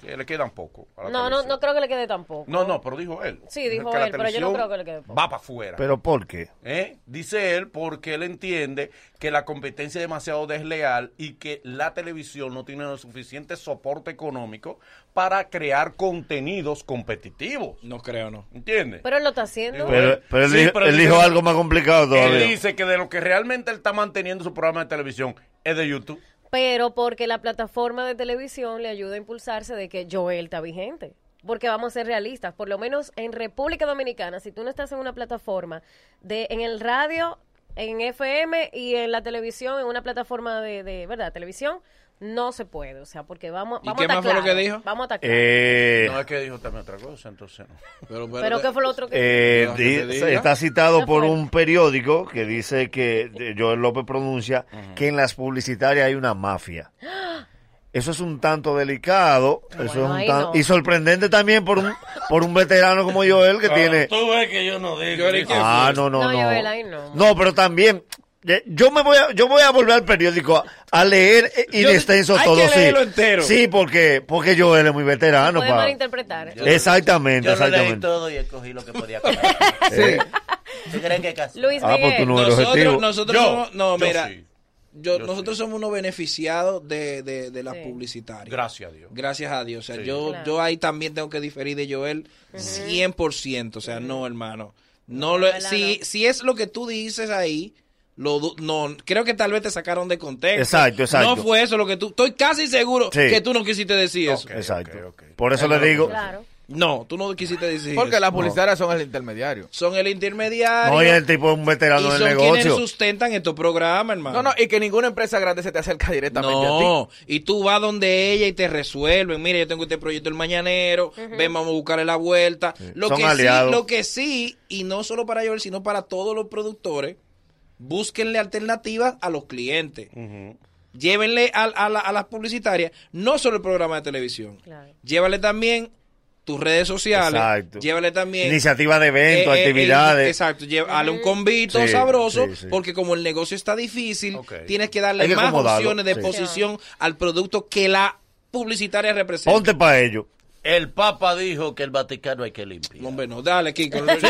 Speaker 1: Que le quedan poco. a la
Speaker 3: No, no, no creo que le quede tampoco.
Speaker 1: no, no, pero dijo él.
Speaker 3: Sí, dijo
Speaker 1: la
Speaker 3: él, pero yo no
Speaker 1: televisión
Speaker 3: creo que le quede poco.
Speaker 1: Va para afuera.
Speaker 2: ¿Pero por qué?
Speaker 1: ¿eh? Dice él porque él entiende que la competencia es demasiado desleal y que la televisión no tiene el suficiente soporte económico para crear contenidos competitivos.
Speaker 4: No creo, no.
Speaker 1: ¿Entiendes?
Speaker 3: Pero él lo está haciendo.
Speaker 2: Pero, pero él,
Speaker 1: Sí,
Speaker 2: dijo-
Speaker 1: pero
Speaker 2: él
Speaker 1: dice-
Speaker 2: dijo algo más complicado
Speaker 1: Él
Speaker 2: todavía.
Speaker 1: dice que de lo que realmente él está manteniendo su programa de televisión es de YouTube.
Speaker 3: Pero porque la plataforma de televisión le ayuda a impulsarse de que Joel está vigente. Porque vamos a ser realistas, por lo menos en República Dominicana, si tú no estás en una plataforma de en el radio, en FM y en la televisión, en una plataforma de, de verdad, televisión, no se puede, o sea, porque vamos,
Speaker 1: ¿Y
Speaker 3: vamos
Speaker 1: qué
Speaker 3: a estar
Speaker 1: más fue lo
Speaker 3: claros,
Speaker 1: que dijo?
Speaker 3: Vamos a estar claros.
Speaker 2: Eh,
Speaker 1: No es que dijo también otra cosa, entonces no.
Speaker 4: Pero,
Speaker 3: Pero qué fue lo otro que
Speaker 2: Eh,
Speaker 3: dijo?
Speaker 2: di- está citado por un periódico que dice que eh, Joel López pronuncia que en las publicitarias hay una mafia. Eso es un tanto delicado eso es un
Speaker 1: ahí
Speaker 2: tan-
Speaker 1: no.
Speaker 2: y sorprendente también por un por un veterano como Joel que
Speaker 1: Ah,
Speaker 2: tiene
Speaker 1: Tú ves que yo no digo.
Speaker 2: Ah, no, no, no.
Speaker 3: Joel, ahí no.
Speaker 2: No, pero también eh, yo me voy a, yo voy a volver al periódico a, a leer eh, in
Speaker 3: Yo-
Speaker 2: extenso
Speaker 3: hay
Speaker 2: todo
Speaker 3: que
Speaker 2: sí.
Speaker 3: leerlo entero.
Speaker 2: Sí, porque porque Joel es muy veterano
Speaker 3: Puede
Speaker 2: pa-
Speaker 3: malinterpretar.
Speaker 2: Exactamente,
Speaker 5: Yo lo leí
Speaker 2: exactamente.
Speaker 5: todo y escogí lo que podía coger.
Speaker 2: Eh,
Speaker 5: ¿Tú crees que casi?
Speaker 3: Luis
Speaker 2: Ah, pues tú no eres objetivo.
Speaker 4: Nosotros, nosotros
Speaker 2: Yo,
Speaker 4: somos, no,
Speaker 2: yo
Speaker 4: mira,
Speaker 2: sí.
Speaker 4: yo- nosotros somos unos beneficiados de, de, de las publicitarias.
Speaker 1: Gracias a Dios.
Speaker 4: Gracias a Dios. O sea,
Speaker 1: Sí.
Speaker 4: yo,
Speaker 1: Claro.
Speaker 4: yo ahí también tengo que diferir de Joel 100%. O sea, no, hermano. No lo,
Speaker 1: Ojalá
Speaker 4: si, si es lo que tú dices ahí, lo, du- no, creo que tal vez te sacaron de contexto.
Speaker 2: Exacto, exacto.
Speaker 4: No fue eso lo que tú. Estoy casi seguro
Speaker 2: Sí.
Speaker 4: que tú no quisiste decir eso.
Speaker 2: Exacto. Por eso le digo
Speaker 4: No, tú no quisiste decir
Speaker 18: Porque
Speaker 4: eso.
Speaker 18: las publicitarias son el intermediario.
Speaker 4: Son el intermediario.
Speaker 2: No, y el tipo es un
Speaker 4: y
Speaker 2: veterano
Speaker 4: son
Speaker 2: del negocio.
Speaker 4: quienes sustentan estos programas, hermano.
Speaker 18: No, no, y que ninguna empresa grande se te acerca directamente a
Speaker 4: No,
Speaker 18: ti.
Speaker 4: y tú vas donde ella y te resuelven. Mira, yo tengo este proyecto el mañanero, ven, vamos a buscarle la vuelta. Lo
Speaker 2: Son
Speaker 4: que
Speaker 2: aliados.
Speaker 4: sí, lo que sí, y no solo para Joel, sino para todos los productores, búsquenle alternativas a los clientes. Llévenle al- a, la- a las publicitarias, no solo el programa de televisión. Llévale también tus redes sociales.
Speaker 2: Exacto.
Speaker 4: Llévale también.
Speaker 2: Iniciativa de
Speaker 18: Eh,
Speaker 2: evento, actividades.
Speaker 4: Eh, exacto. Llévale un convito
Speaker 2: Sí,
Speaker 4: sabroso,
Speaker 2: sí, sí.
Speaker 4: porque como el negocio está difícil, tienes que darle
Speaker 2: Hay que
Speaker 4: más
Speaker 2: acomodarlo,
Speaker 4: opciones de
Speaker 2: sí.
Speaker 4: posición al producto que la publicitaria representa.
Speaker 2: Ponte para ello.
Speaker 5: El Papa dijo que el Vaticano hay que limpiar.
Speaker 4: Hombre, no, dale, Kiko.
Speaker 5: Sí,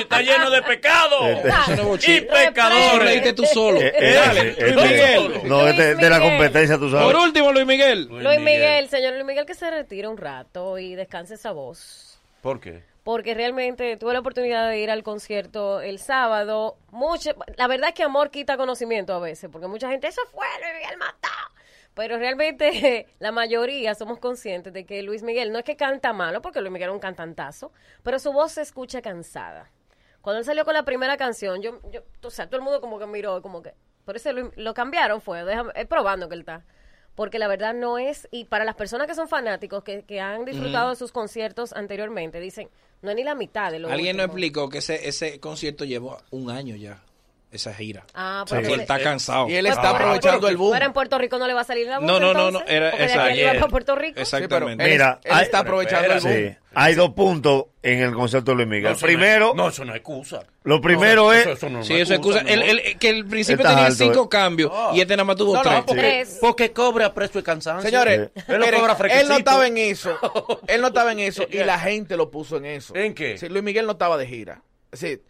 Speaker 5: está lleno de pecado.
Speaker 4: Y pecadores. Leíste tú solo.
Speaker 2: Este, Eh, eh,
Speaker 4: Dale,
Speaker 2: eh,
Speaker 4: Luis
Speaker 2: eh,
Speaker 4: Miguel.
Speaker 2: No, es de, de la competencia, tú sabes.
Speaker 4: Por último, Luis Miguel.
Speaker 3: Luis Miguel, señor Luis Miguel, que se retire un rato y descanse esa voz.
Speaker 1: ¿Por qué?
Speaker 3: porque realmente tuve la oportunidad de ir al concierto el sábado. Mucha, la verdad es que amor quita conocimiento a veces, porque mucha gente, eso fue Luis Miguel mató. Pero realmente la mayoría somos conscientes de que Luis Miguel no es que canta malo, porque Luis Miguel es un cantantazo, pero su voz se escucha cansada. Cuando él salió con la primera canción, yo, yo o sea, todo el mundo como que miró, como que, por eso lo, lo cambiaron fue, déjame, eh, probando que él está. Porque la verdad no es, y para las personas que son fanáticos, que, que han disfrutado
Speaker 4: Ujú.
Speaker 3: de sus conciertos anteriormente, dicen, no es ni la mitad de lo
Speaker 4: Alguien no
Speaker 3: último.
Speaker 4: explicó que ese, ese concierto llevó un año ya, esa gira.
Speaker 3: Ah,
Speaker 4: porque
Speaker 3: porque-
Speaker 4: él está cansado.
Speaker 18: Y él está aprovechando el boom.
Speaker 3: Pero en Puerto Rico no le va a salir la voz,
Speaker 4: No, no, no, no,
Speaker 3: entonces,
Speaker 4: era
Speaker 3: porque de
Speaker 4: esa-
Speaker 3: aquí él iba
Speaker 4: ayer.
Speaker 3: para Puerto Rico.
Speaker 4: Exactamente.
Speaker 2: Mira,
Speaker 18: él está aprovechando el boom.
Speaker 2: Sí, hay dos puntos en el concierto de Luis Miguel.
Speaker 1: No,
Speaker 2: el
Speaker 1: eso no es-
Speaker 2: primero,
Speaker 1: No, eso no es excusa.
Speaker 2: lo primero
Speaker 1: No,
Speaker 2: es...
Speaker 1: eso- eso no es
Speaker 4: Sí, eso es excusa.
Speaker 1: mi
Speaker 4: El-
Speaker 1: amor.
Speaker 4: el- que el principio tenía cinco cambios y este nada más tuvo
Speaker 18: No, no,
Speaker 4: tres.
Speaker 18: porque- Tres.
Speaker 1: Porque cobra precio y cansancio.
Speaker 18: Señores,
Speaker 1: Sí.
Speaker 18: él,
Speaker 1: él lo cobra
Speaker 18: él
Speaker 1: fresquecito.
Speaker 18: no estaba en eso. Él no estaba en eso y la gente lo puso en eso.
Speaker 1: ¿En qué?
Speaker 18: Sí, Luis Miguel no estaba de gira. Sí,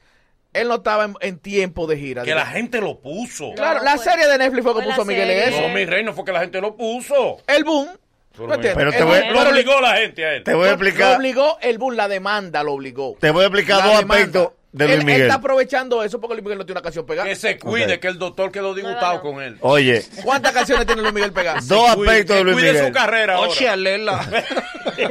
Speaker 18: él no estaba en, en tiempo de gira.
Speaker 1: Que la gente lo puso.
Speaker 18: Claro, la
Speaker 3: pues,
Speaker 18: serie de Netflix fue que puso a Miguel en eso.
Speaker 1: No, mi reino fue que la gente lo puso.
Speaker 18: El boom.
Speaker 1: Pero,
Speaker 18: ¿Tú entiendes?
Speaker 2: Pero te
Speaker 18: El
Speaker 2: voy-
Speaker 18: boom,
Speaker 1: Lo
Speaker 18: pero le-
Speaker 1: obligó la gente a él.
Speaker 2: Te voy a
Speaker 18: Lo
Speaker 2: explicar,
Speaker 18: obligó el boom, la demanda lo obligó.
Speaker 2: te voy a explicar
Speaker 18: La
Speaker 2: dos
Speaker 18: demanda.
Speaker 2: aspectos de Luis
Speaker 18: él, él
Speaker 2: Miguel.
Speaker 18: está aprovechando eso porque Luis Miguel no tiene una canción pegada.
Speaker 1: Que se cuide, que el doctor quedó disgustado con él.
Speaker 2: Oye,
Speaker 18: ¿Cuántas canciones tiene Luis Miguel pegada?
Speaker 2: Dos
Speaker 18: Se cuide,
Speaker 2: aspectos de
Speaker 18: que
Speaker 2: Luis
Speaker 18: cuide
Speaker 2: Miguel.
Speaker 18: su carrera ahora.
Speaker 4: Oye, Alela.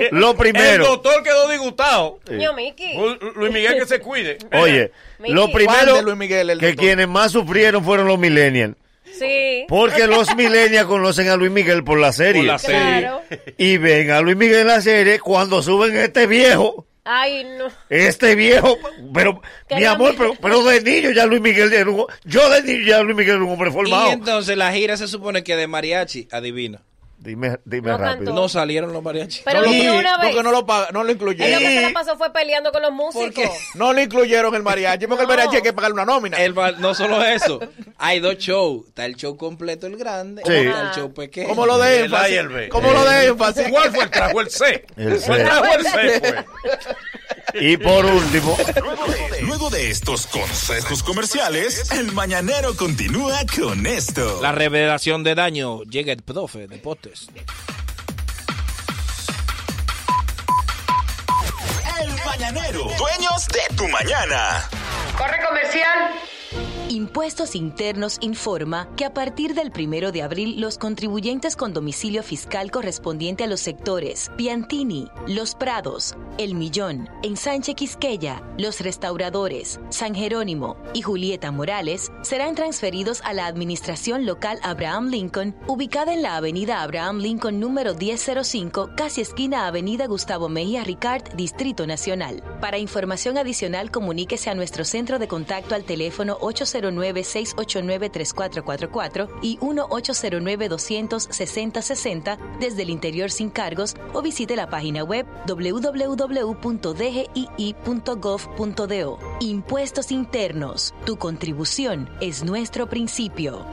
Speaker 2: Lo primero.
Speaker 1: El doctor quedó disgustado.
Speaker 2: Sí.
Speaker 3: Ño, Miki.
Speaker 1: Lu- Luis Miguel que se cuide.
Speaker 2: oye,
Speaker 3: Miki.
Speaker 2: lo primero
Speaker 3: ¿Cuál de
Speaker 18: Luis Miguel, el
Speaker 2: que
Speaker 18: doctor?
Speaker 2: quienes más sufrieron fueron los millennials.
Speaker 3: Sí.
Speaker 2: Porque los millennials conocen a Luis Miguel por la serie.
Speaker 1: la serie. Claro.
Speaker 2: Y ven a Luis Miguel en la serie cuando suben este viejo.
Speaker 3: Ay, no.
Speaker 2: Este viejo, pero
Speaker 3: Que
Speaker 2: mi
Speaker 3: no
Speaker 2: amor,
Speaker 3: me-
Speaker 2: pero, pero de niño ya Luis Miguel era un, yo de niño ya Luis Miguel era un hombre formado.
Speaker 4: Y entonces la gira se supone que de mariachi, adivina.
Speaker 2: Dime, dime
Speaker 3: No
Speaker 2: rápido.
Speaker 3: tanto.
Speaker 4: No salieron los mariachis.
Speaker 3: Pero
Speaker 4: no,
Speaker 3: Miki, una vez.
Speaker 18: Porque no lo, paga- no lo
Speaker 3: Él lo que se
Speaker 18: incluyeron.
Speaker 3: la pasó fue peleando con los músicos.
Speaker 18: No le incluyeron el mariachi porque el mariachi hay que pagarle una nómina.
Speaker 4: el ba- no solo eso, hay dos shows. Está el show completo, el grande,
Speaker 2: Sí.
Speaker 4: está el show pequeño.
Speaker 18: Como lo de
Speaker 1: El A y
Speaker 18: énfasis.
Speaker 1: el B.
Speaker 18: Como lo de
Speaker 2: Eh,
Speaker 18: énfasis.
Speaker 1: ¿Cuál fue el trajo? El C.
Speaker 2: El C.
Speaker 1: Fue El trajo el C, fue.
Speaker 2: eh, Y por último,
Speaker 6: Luego de estos consejos comerciales, el mañanero continúa con esto.
Speaker 4: La revelación de daño llega el profe de potes.
Speaker 6: El mañanero, dueños de tu mañana.
Speaker 11: Corre comercial. Impuestos Internos informa que a partir del primero de abril los contribuyentes con domicilio fiscal correspondiente a los sectores Piantini, Los Prados, El Millón, Ensanche Quisqueya, Los Restauradores, San Jerónimo y Julieta Morales serán transferidos a la Administración Local Abraham Lincoln, ubicada en la Avenida Abraham Lincoln número 1005, casi esquina Avenida Gustavo Mejía Ricard, Distrito Nacional. Para información adicional, comuníquese a nuestro centro de contacto al teléfono 809-689-3444 y 1-809-260-60 desde el interior sin cargos o visite la página web www.dgii.gov.do. Impuestos internos. Tu contribución es nuestro principio.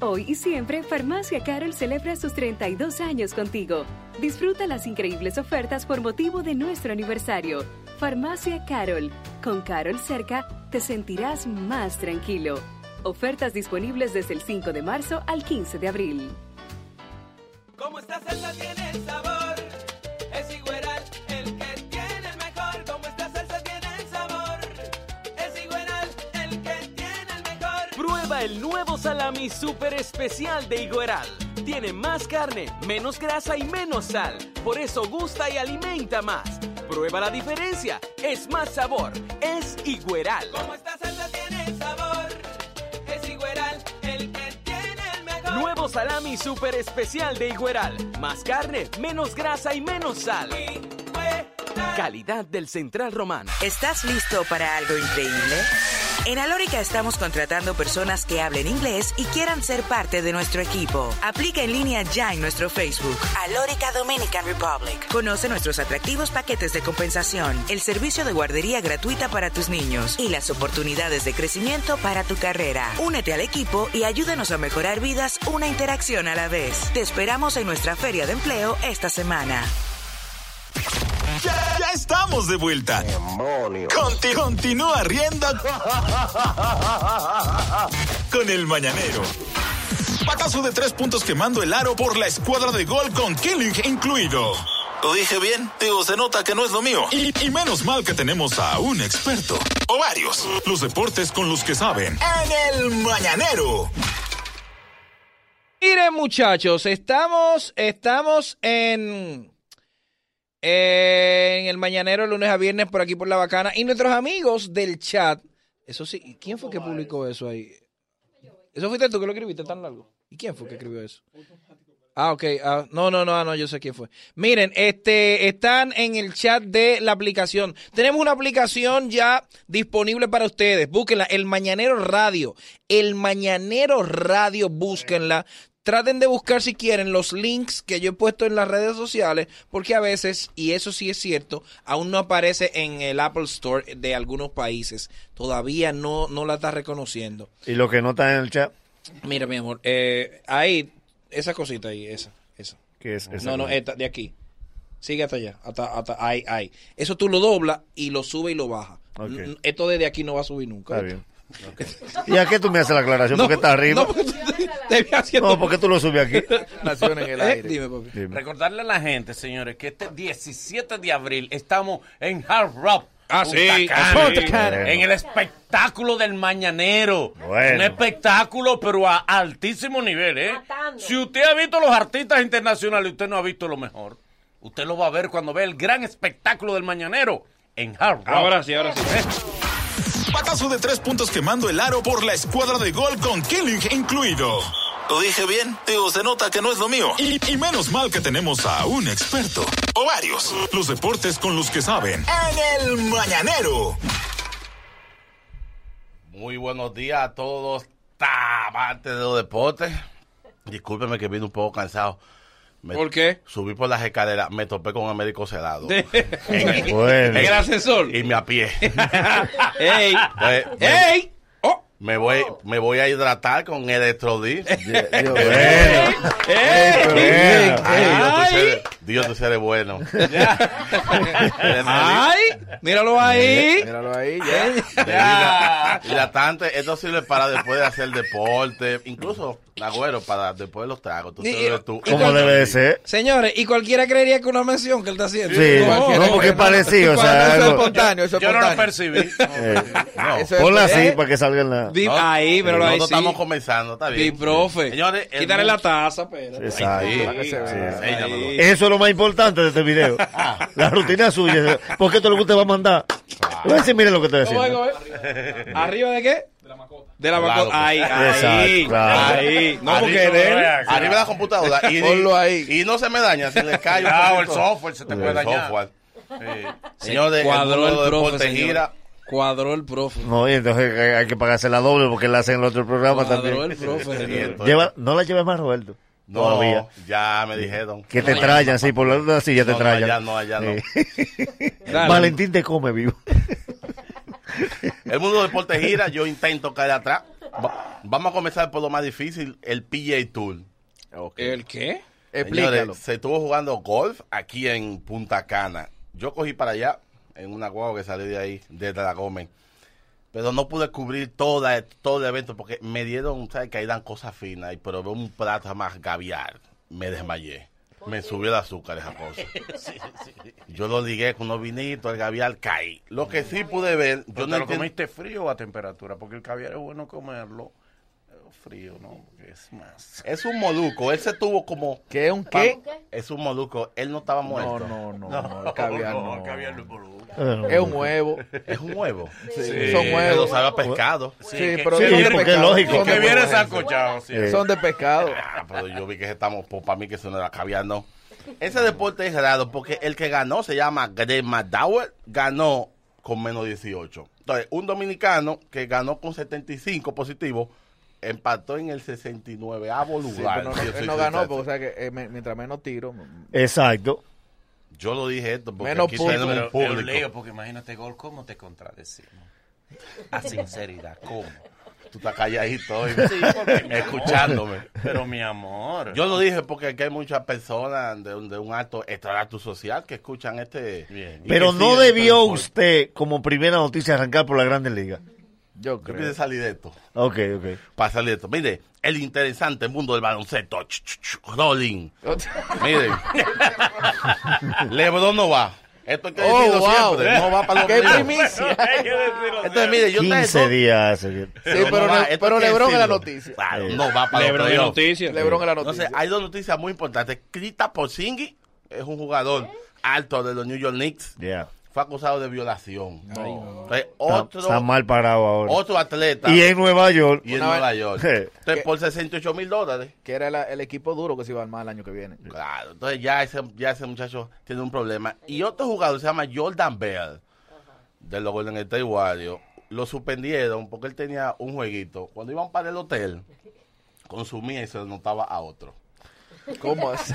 Speaker 12: Hoy y siempre, Farmacia Carol celebra sus 32 años contigo. Disfruta las increíbles ofertas por motivo de nuestro aniversario. Farmacia Carol. Con Carol cerca, te sentirás más tranquilo. Ofertas disponibles desde el 5 de marzo al 15 de abril.
Speaker 13: Como esta salsa tiene el sabor, es Higueral el que tiene el mejor. Como esta salsa tiene el sabor, es Higueral el que tiene el mejor.
Speaker 14: Prueba el nuevo salami super especial de Higueral. Tiene más carne, menos grasa y menos sal. Por eso gusta y alimenta más. Prueba la diferencia. Es más sabor. Es Higueral.
Speaker 13: Como esta salsa tiene el sabor, es Higueral el que tiene el mejor.
Speaker 14: Nuevo salami super especial de Higueral. Más carne, menos grasa y menos sal. Calidad del Central Romano.
Speaker 16: ¿Estás listo para algo increíble? En Alórica estamos contratando personas que hablen inglés y quieran ser parte de nuestro equipo. Aplica en línea ya en nuestro Facebook. Alórica Dominican Republic. Conoce nuestros atractivos paquetes de compensación, el servicio de guardería gratuita para tus niños y las oportunidades de crecimiento para tu carrera. Únete al equipo y ayúdanos a mejorar vidas una interacción a la vez. Te esperamos en nuestra feria de empleo esta semana.
Speaker 6: Ya, ya estamos de vuelta. Conti- continúa riendo con el mañanero. Patazo de tres puntos quemando el aro por la escuadra de gol con Killing incluido. Lo dije bien, digo, se nota que no es lo mío. Y, y menos mal que tenemos a un experto. O varios. Los deportes con los que saben. En el mañanero.
Speaker 4: Miren, muchachos, estamos, estamos en, en el mañanero lunes a viernes por aquí por la bacana. Y nuestros amigos del chat, eso sí, ¿quién fue que publicó eso ahí? ¿Eso fuiste tú que lo escribiste tan largo? ¿Y quién fue que escribió eso? Ah, ok. ah, no, no, no, ah, no, yo sé quién fue. Miren, este, están en el chat de la aplicación. Tenemos una aplicación ya disponible para ustedes. Búsquenla, El Mañanero Radio. El Mañanero Radio, búsquenla. Traten de buscar si quieren los links que yo he puesto en las redes sociales, porque a veces, y eso sí es cierto, aún no aparece en el Apple Store de algunos países. Todavía no, no la está reconociendo.
Speaker 2: Y lo que no está en el chat,
Speaker 4: Mira, mi amor, eh, ahí, esa cosita ahí, esa, esa.
Speaker 2: que es esa
Speaker 4: no, no,
Speaker 2: cosa.
Speaker 4: esta, de aquí. Sigue hasta allá, hasta, hasta, ahí, ahí. Eso tú lo doblas y lo sube y lo baja.
Speaker 2: Ok.
Speaker 4: N- Esto desde aquí no va a subir nunca.
Speaker 2: Está bien. ¿Y a qué tú me haces la aclaración? porque está arriba.
Speaker 4: no, porque te vi haciendo-
Speaker 2: No, porque tú lo subes aquí.
Speaker 26: Nación en el aire.
Speaker 4: Eh, Dime, papi.
Speaker 26: Recordarle a la gente, señores, que este 17 de abril estamos en Hard Rock.
Speaker 4: Ah,
Speaker 26: Punta
Speaker 4: sí,
Speaker 26: Cana,
Speaker 4: ah, sí. Bueno.
Speaker 26: En el espectáculo del mañanero.
Speaker 4: Bueno.
Speaker 26: Un espectáculo, pero a altísimo nivel, ¿eh? Si usted ha visto los artistas internacionales, usted no ha visto lo mejor. Usted lo va a ver cuando ve el gran espectáculo del mañanero en Hard Rock. Eh,
Speaker 6: Ahora
Speaker 26: sí, ahora sí.
Speaker 6: Patazo de tres puntos quemando el aro por la escuadra de gol con Killing incluido. Lo dije bien, digo, se nota que no es lo mío. Y, y menos mal que tenemos a un experto, o varios, los deportes con los que saben. En el mañanero.
Speaker 26: Muy buenos días a todos, amantes de los deportes. Discúlpeme que vine un poco cansado.
Speaker 4: ¿Por qué?
Speaker 26: Subí por las escaleras, me topé con un médico celado.
Speaker 4: En el
Speaker 26: ascensor. Y me apié.
Speaker 4: ¡Ey!
Speaker 26: Pues, me-
Speaker 4: ¡Ey! Oh.
Speaker 26: Me voy, me voy a hidratar con Electrodil. Dios, tú eres bueno.
Speaker 2: Ah,
Speaker 4: ¡Ay! Míralo ahí.
Speaker 18: Míralo ahí.
Speaker 26: Ya. Hidratante, esto sirve para después de hacer deporte, incluso, agüero, para después de los tragos. Tú
Speaker 4: Y-
Speaker 26: te bebes tú.
Speaker 4: y cual-
Speaker 2: de ser?
Speaker 4: Señores, y cualquiera creería que una mención que él está haciendo.
Speaker 2: Sí, no, porque es parecido, o sea,
Speaker 4: Eso es
Speaker 2: algo-
Speaker 4: espontáneo, eso es
Speaker 26: Yo no lo
Speaker 4: espontáneo.
Speaker 26: percibí.
Speaker 2: Eh,
Speaker 26: Eso es-
Speaker 2: ponla así
Speaker 26: ¿Eh?
Speaker 2: para que salga en la.
Speaker 4: Di- ahí, pero ahí
Speaker 26: Nosotros
Speaker 4: sí.
Speaker 26: estamos comenzando, está
Speaker 4: Sí,
Speaker 26: bien.
Speaker 4: profe.
Speaker 26: Señores, el
Speaker 4: Quítale la
Speaker 26: mundo-
Speaker 4: taza, pero.
Speaker 2: Exacto.
Speaker 26: Ahí,
Speaker 2: Para que se
Speaker 26: sí,
Speaker 2: vea.
Speaker 26: enséñamelo.
Speaker 2: Eso es lo más importante de este video. La rutina suya. ¿Por qué todo lo que usted va a mandar? Le voy a decir, miren lo que estoy
Speaker 4: ¿Cómo es,
Speaker 2: haciendo.
Speaker 4: cómo es? ¿Arriba de qué? De la
Speaker 26: Claro,
Speaker 4: macota.
Speaker 26: pues.
Speaker 4: Ahí, ahí.
Speaker 2: Exacto, claro.
Speaker 4: Ahí. No,
Speaker 26: Arriba,
Speaker 4: porque él.
Speaker 26: Arriba de la computadora. Y, Ah,
Speaker 4: Ponlo
Speaker 26: y no se me daña. Si le cae. un
Speaker 4: Cuidado,
Speaker 26: poquito.
Speaker 4: el software se te puede dañar.
Speaker 26: software.
Speaker 4: Se
Speaker 26: Señor de
Speaker 4: cuadró el profe.
Speaker 26: deporte
Speaker 4: señor.
Speaker 26: gira.
Speaker 4: Cuadró el profe.
Speaker 2: No, y entonces hay- hay que pagarse la doble porque la hacen en el otro programa
Speaker 4: Cuadró
Speaker 2: también.
Speaker 4: el profe,
Speaker 26: Sí,
Speaker 4: señor.
Speaker 26: entonces-
Speaker 2: Lleva- no la lleves más, Roberto.
Speaker 26: No,
Speaker 2: Todavía.
Speaker 26: ya me dijeron.
Speaker 2: Que te trayan, sí, por lo menos así ya te
Speaker 26: No, no,
Speaker 2: trayan.
Speaker 26: allá no, allá no.
Speaker 2: Sí.
Speaker 26: Dale.
Speaker 2: Valentín te come vivo.
Speaker 26: El mundo del deporte gira. Yo intento caer atrás. Va- vamos a comenzar por lo más difícil: el PGA Tour.
Speaker 4: ¿El qué?
Speaker 26: Señores, se estuvo jugando golf aquí en Punta Cana. Yo cogí para allá en una guagua que salí de ahí, desde la Gómez. Pero no pude cubrir toda, todo el evento porque me dieron, ¿sabes? Que ahí dan cosas finas y probé un plato más gaviar. Me desmayé. Me subió el azúcar esa cosa. Yo lo ligué con unos vinitos, el gaviar caí. Lo que sí pude ver, yo
Speaker 1: ¿Pero
Speaker 26: no
Speaker 1: te lo
Speaker 26: entiendo-
Speaker 1: comiste frío o a temperatura? Porque el caviar es bueno comerlo eh, frío, ¿no? Porque es más.
Speaker 26: Es un moluco, él se tuvo como... ¿Qué es un
Speaker 18: qué?
Speaker 26: Es un moluco, él no estaba muerto.
Speaker 18: No, no, no, el caviar no.
Speaker 26: el caviar no es moluco.
Speaker 18: Es un huevo.
Speaker 26: Es un huevo.
Speaker 18: Sí,
Speaker 26: Sí,
Speaker 18: son
Speaker 26: pero
Speaker 18: huevos.
Speaker 26: sabe a pescado.
Speaker 18: Sí, pero son de pescado. Son de huevo. Son de pescado.
Speaker 26: Ah, pero yo vi que estamos, pues, para mí que eso no era caviar, no. Ese deporte es raro porque el que ganó se llama Greg McDowell, ganó con menos 18. Entonces, un dominicano que ganó con 75 positivos empató en el 69avo
Speaker 18: Sí,
Speaker 26: lugar.
Speaker 18: pero no, no,
Speaker 26: Sí,
Speaker 18: él
Speaker 26: sí,
Speaker 18: no
Speaker 26: sí,
Speaker 18: ganó,
Speaker 26: sí,
Speaker 18: porque o sea que eh, me- mientras menos tiro.
Speaker 2: Exacto.
Speaker 26: Yo lo dije esto porque
Speaker 18: Menos
Speaker 26: aquí
Speaker 18: puntos.
Speaker 26: tenemos
Speaker 18: Pero
Speaker 26: un
Speaker 18: es
Speaker 26: público.
Speaker 1: Yo leo, porque imagínate, Gol, ¿cómo te contradecimos? A sinceridad, ¿cómo?
Speaker 26: Tú estás calladito hoy,
Speaker 1: Sí, porque mi amor.
Speaker 26: escuchándome.
Speaker 1: Pero mi amor.
Speaker 26: Yo lo dije porque aquí hay muchas personas de un, de un alto estrato social que escuchan este. y
Speaker 2: Pero
Speaker 26: que
Speaker 2: no
Speaker 26: siguen este
Speaker 2: debió
Speaker 26: deporte.
Speaker 2: usted, como primera noticia, arrancar por la Grande Liga.
Speaker 18: Yo
Speaker 26: Yo quise salir de esto.
Speaker 2: Ok, ok.
Speaker 26: Para salir de esto. Mire, el interesante mundo del baloncesto. Ch, ch, ch, Rolling. Mire. Lebron no va. Esto hay que
Speaker 18: Oh,
Speaker 26: decirlo
Speaker 18: wow.
Speaker 26: siempre. No va para los
Speaker 18: Qué
Speaker 26: playoffs.
Speaker 18: primicia.
Speaker 26: Entonces, mire, yo te-
Speaker 2: 15 días hace que-
Speaker 18: Sí, pero
Speaker 26: va,
Speaker 18: Le-
Speaker 26: esto
Speaker 18: pero
Speaker 26: hay que
Speaker 18: Lebron es la
Speaker 26: decirlo.
Speaker 18: noticia.
Speaker 26: Claro, no va para
Speaker 4: Lebron
Speaker 26: los
Speaker 4: es la
Speaker 26: playoffs.
Speaker 4: noticia.
Speaker 18: Lebron es la noticia.
Speaker 26: Entonces, hay dos noticias muy importantes. Krita Porzingis es un jugador alto de los New York Knicks.
Speaker 2: Yeah.
Speaker 26: fue acusado de violación. Entonces,
Speaker 2: Está-
Speaker 26: otro,
Speaker 2: está mal parado ahora.
Speaker 26: Otro atleta.
Speaker 2: Y en Nueva York.
Speaker 26: Y en
Speaker 2: Una
Speaker 26: Nueva
Speaker 2: vez- eh,
Speaker 26: York.
Speaker 2: Sí.
Speaker 26: Entonces, por 68 mil dólares.
Speaker 18: Que era la- el equipo duro que se iba a armar el año que viene.
Speaker 26: Claro, entonces ya ese, ya ese muchacho tiene un problema. Y otro jugador se llama Jordan Bell, de los Golden State Warriors. Lo suspendieron porque él tenía un jueguito. Cuando iban para el hotel, consumía y se lo notaba a otro.
Speaker 18: ¿Cómo así?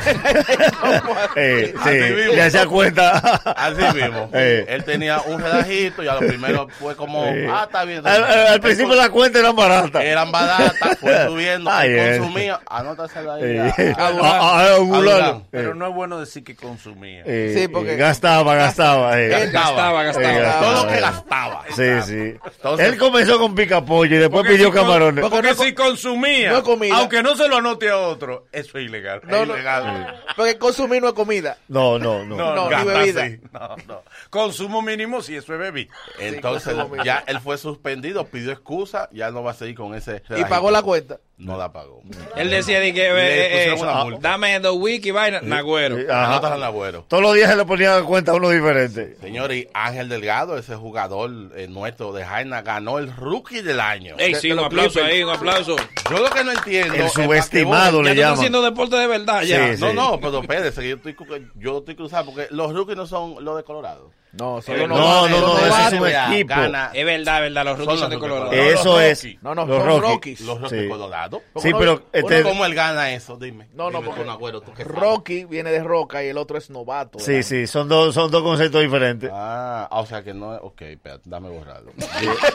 Speaker 2: Eh,
Speaker 26: Así
Speaker 2: sí,
Speaker 26: mismo.
Speaker 2: le hacía cuenta.
Speaker 26: Así mismo.
Speaker 2: Eh.
Speaker 26: Él tenía un relajito y a lo primero fue como,
Speaker 2: Eh.
Speaker 26: ah, está bien.
Speaker 2: Al, al- al principio las cuentas eran baratas.
Speaker 26: Eran baratas, fue subiendo,
Speaker 2: Ay, eh.
Speaker 26: consumía. Anótasela ahí.
Speaker 2: Eh.
Speaker 26: a- a Durán.
Speaker 2: Ah, ah,
Speaker 26: A
Speaker 2: un
Speaker 26: Durán.
Speaker 2: fulano. Eh.
Speaker 1: Pero no es bueno decir que consumía.
Speaker 2: Eh, eh, gastaba, gastaba, eh.
Speaker 1: Él gastaba,
Speaker 2: Eh,
Speaker 1: gastaba. Todo lo que
Speaker 2: eh.
Speaker 1: gastaba.
Speaker 2: Sí, sí.
Speaker 1: Entonces-
Speaker 2: Él comenzó con pica pollo y después
Speaker 1: Porque
Speaker 2: pidió
Speaker 1: si con-
Speaker 2: camarones.
Speaker 1: Porque, si consumía,
Speaker 18: no es comida.
Speaker 1: aunque no se lo anote a otro, eso es ilegal.
Speaker 18: No,
Speaker 1: es
Speaker 18: no.
Speaker 1: ilegal.
Speaker 18: Porque consumir no es comida.
Speaker 2: No, no, no.
Speaker 18: No, ni
Speaker 1: gasta
Speaker 18: bebida.
Speaker 1: así. No, no. Consumo mínimo si eso es bebida.
Speaker 26: Entonces ya él fue suspendido, pidió excusa, ya no va a seguir con ese.
Speaker 1: ¿Y pagó la
Speaker 18: cuenta?
Speaker 26: No la pagó.
Speaker 4: Él decía de que
Speaker 26: Le
Speaker 4: eh, eh,
Speaker 26: pusieron una
Speaker 4: ah,
Speaker 26: multa. Eh,
Speaker 4: dame dos wiki vaina, Nagüero.
Speaker 2: Eh, Ajá.
Speaker 26: Anotas al Nagüero.
Speaker 2: Todos los días se le ponía a cuenta a uno diferente.
Speaker 26: Señor, y Ángel Delgado, ese jugador eh, nuestro de Jaina, ganó el rookie del año.
Speaker 4: Ey, sí,
Speaker 26: De
Speaker 4: un
Speaker 26: los
Speaker 4: aplauso
Speaker 26: Clippers.
Speaker 4: ahí, un aplauso.
Speaker 26: Yo lo que no entiendo.
Speaker 2: El
Speaker 26: es para qué
Speaker 2: subestimado
Speaker 26: vos-
Speaker 2: le
Speaker 26: ya tú estás
Speaker 2: llaman.
Speaker 26: haciendo-
Speaker 4: Haciendo deporte de verdad ya.
Speaker 2: Sí,
Speaker 26: No,
Speaker 2: sí.
Speaker 26: no, pero espérese, que yo estoy, cu- yo lo estoy cruzando porque los rookies no son los de Colorado.
Speaker 18: No,
Speaker 26: son
Speaker 4: los
Speaker 2: No, no, no,
Speaker 4: Los
Speaker 2: ese es
Speaker 4: Rockies.
Speaker 2: un equipo.
Speaker 4: Es verdad, es verdad, los rookies son de color.
Speaker 2: Eso es. los Rockies.
Speaker 26: Los Rockies
Speaker 2: Sí.
Speaker 26: Colorado.
Speaker 2: Sí, pero. este-
Speaker 26: ¿Cómo él gana eso? Dime.
Speaker 18: No,
Speaker 26: Dime
Speaker 18: no,
Speaker 26: tú,
Speaker 18: porque
Speaker 26: Nagüero, tú que sabes.
Speaker 18: Rocky viene de Roca y el otro es novato.
Speaker 2: Sí, sí, son dos, son dos conceptos diferentes.
Speaker 26: Ah, ah, o sea que no es. Ok, espérate, dame borrarlo.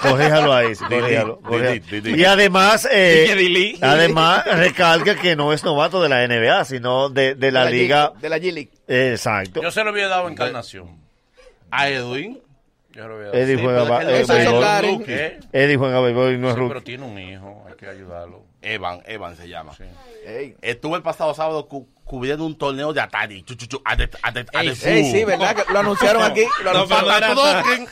Speaker 2: Corríjalo ahí, sí,
Speaker 26: Didi,
Speaker 2: corríjalo,
Speaker 26: Didi,
Speaker 2: corríjalo.
Speaker 26: Didi.
Speaker 2: Y además, eh,
Speaker 26: Dije Dili.
Speaker 2: además recalca que no es novato de la NBA, sino de, de la
Speaker 1: De la G-
Speaker 2: liga.
Speaker 18: de la G-League.
Speaker 2: Exacto.
Speaker 1: Yo se lo había dado encarnación.
Speaker 26: A Edwin.
Speaker 1: Yo se lo había dado.
Speaker 2: Eddie juega ba- eh, béisbol.
Speaker 1: ¿Qué?
Speaker 2: Eddie juega béisbol y no es
Speaker 1: Sí,
Speaker 2: rookie.
Speaker 1: pero tiene un hijo, hay que ayudarlo.
Speaker 26: Evan, Evan se llama. Estuve el pasado sábado cu- cubriendo un torneo de Atari. Chu, chu, chu, a de- a de- a de
Speaker 18: Ey,
Speaker 26: fu.
Speaker 18: sí, ¿verdad? Que lo anunciaron aquí. Lo
Speaker 4: No,
Speaker 18: anunciaron.
Speaker 4: pero era
Speaker 18: Pato
Speaker 4: Atari.
Speaker 18: Dokken.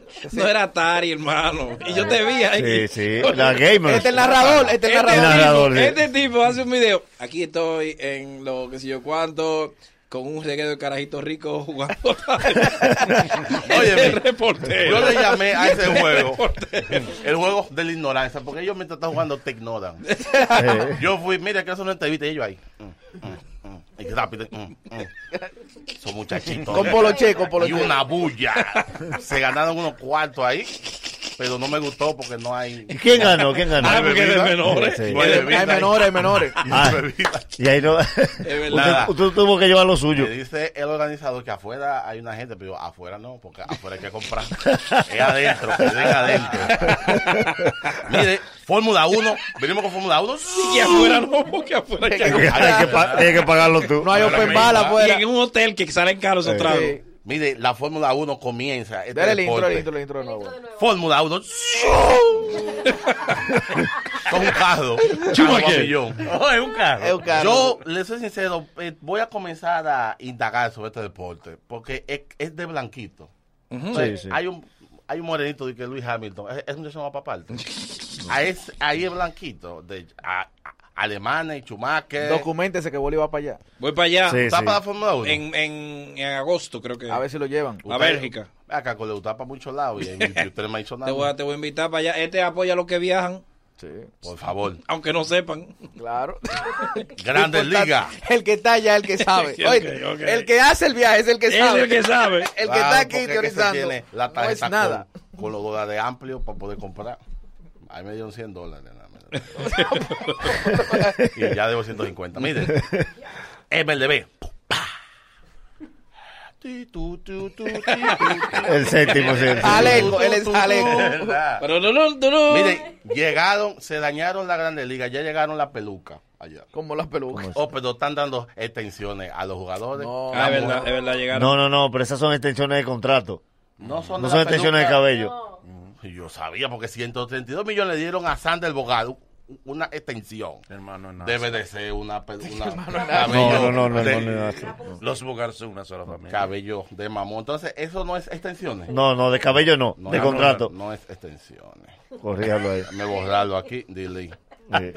Speaker 4: No era Atari, hermano. Y yo te vi ahí.
Speaker 2: Sí, sí, la Gamers.
Speaker 4: ¿eh? Este es el narrador, este es el
Speaker 2: Este
Speaker 4: narrador.
Speaker 2: narrador, sí.
Speaker 4: Este tipo hace un video. Aquí estoy en lo que sé yo cuánto, con un reguero de carajito rico jugando.
Speaker 26: Óyeme,
Speaker 4: Oye, reportero.
Speaker 26: Yo le llamé a ese
Speaker 4: Este
Speaker 26: juego
Speaker 4: reportero.
Speaker 26: el juego de la ignorancia, porque ellos mientras están jugando te ignoran. Yo fui, mira, que eso no entrevista, y ellos ahí. mm, mm, mm, y rápido, mm, mm. Son muchachitos.
Speaker 18: Con poloche, con poloche.
Speaker 26: Y una bulla. Se ganaron unos cuartos ahí, pero no me gustó porque no hay.
Speaker 2: ¿Y quién ganó? ¿Quién ganó?
Speaker 26: No hay bebida.
Speaker 2: Sí.
Speaker 26: No hay bebida.
Speaker 18: Hay menores, hay menores.
Speaker 2: Ah, y ahí no.
Speaker 26: verdad.
Speaker 2: Usted, usted tuvo que llevar lo suyo.
Speaker 26: Me dice el organizador que afuera hay una gente, pero yo, afuera no, porque afuera hay que comprar. es adentro, que den adentro. Mire, Fórmula 1, venimos con Fórmula 1.
Speaker 4: Y afuera no, porque afuera hay que
Speaker 2: Hay que, pa- hay que pagarlo tú.
Speaker 4: Y en un hotel que salen caros
Speaker 2: Eh,
Speaker 4: esos tragos.
Speaker 26: Mire, la Fórmula 1 comienza. este
Speaker 18: Dale el intro,
Speaker 26: deporte.
Speaker 18: el intro, el intro de nuevo.
Speaker 26: Fórmula 1. Con un carro.
Speaker 1: Chupa
Speaker 26: Carro
Speaker 1: qué.
Speaker 26: guapillón.
Speaker 1: Oh, es un carro.
Speaker 18: Es un carro.
Speaker 26: Yo, le soy sincero, eh, voy a comenzar a indagar sobre este deporte, porque es, es de blanquito. Entonces,
Speaker 2: Sí, sí.
Speaker 26: Hay un hay un morenito de que Luis Hamilton, es, es un muchacho más papal. ahí, es, ahí es blanquito, de a, a- alemanes, Schumacher.
Speaker 18: Documentese que Bolívar va para allá.
Speaker 4: Voy para allá.
Speaker 26: Sí, ¿Está sí. para la Fórmula 1?
Speaker 4: En, en, en agosto, creo que.
Speaker 18: A ver si lo llevan.
Speaker 4: A Bélgica.
Speaker 26: Acá con Leutapa para muchos lados y, y usted no me ha dicho
Speaker 4: Te voy, a,
Speaker 26: nada.
Speaker 4: te voy a invitar para allá. Este apoya a los que viajan.
Speaker 26: Por favor.
Speaker 4: Aunque no sepan.
Speaker 18: Claro.
Speaker 26: Grandes
Speaker 18: Importante.
Speaker 26: Ligas.
Speaker 18: El que está allá, el que sabe.
Speaker 4: Ok,
Speaker 18: Oíste,
Speaker 4: ok.
Speaker 18: El que hace el viaje es el que
Speaker 4: Es
Speaker 18: sabe.
Speaker 4: el que sabe.
Speaker 18: El que
Speaker 26: Claro,
Speaker 18: está aquí
Speaker 26: porque es que se
Speaker 18: teorizando.
Speaker 26: tiene la
Speaker 18: no es
Speaker 26: tarjeta
Speaker 18: nada.
Speaker 26: Con, con los dólares amplios para poder comprar. Ahí me dieron 100 dólares. nada más. y ya debo 150. Mire, MLB.
Speaker 2: El séptimo, sí. el
Speaker 18: Aleco, él es Aleco.
Speaker 26: Aleco. Mire, llegaron, se dañaron la Grande Liga, ya llegaron la peluca allá.
Speaker 18: Como las pelucas.
Speaker 26: Oh, pero están dando extensiones a los jugadores. No,
Speaker 4: Ah, es verdad, es verdad, llegaron.
Speaker 2: No, no, no, pero esas son extensiones de contrato.
Speaker 26: No son,
Speaker 2: No
Speaker 26: de
Speaker 2: son
Speaker 26: la
Speaker 2: extensiones de
Speaker 26: peluca.
Speaker 2: cabello.
Speaker 26: Y Yo sabía, porque 132 millones le dieron a Sander Bogado una extensión.
Speaker 1: Hermano, no.
Speaker 26: Debe de ser una... pe- una
Speaker 2: No, no, no, no,
Speaker 26: de,
Speaker 2: no, no,
Speaker 1: Los bogarse una sola familia.
Speaker 26: Cabello de mamón. Entonces, eso no es extensiones.
Speaker 2: No, no, de cabello no,
Speaker 26: No,
Speaker 2: de
Speaker 26: no,
Speaker 2: contrato.
Speaker 26: No, no es extensiones.
Speaker 2: Corríjalo ahí.
Speaker 26: Me borrarlo aquí, dile.
Speaker 2: Eh,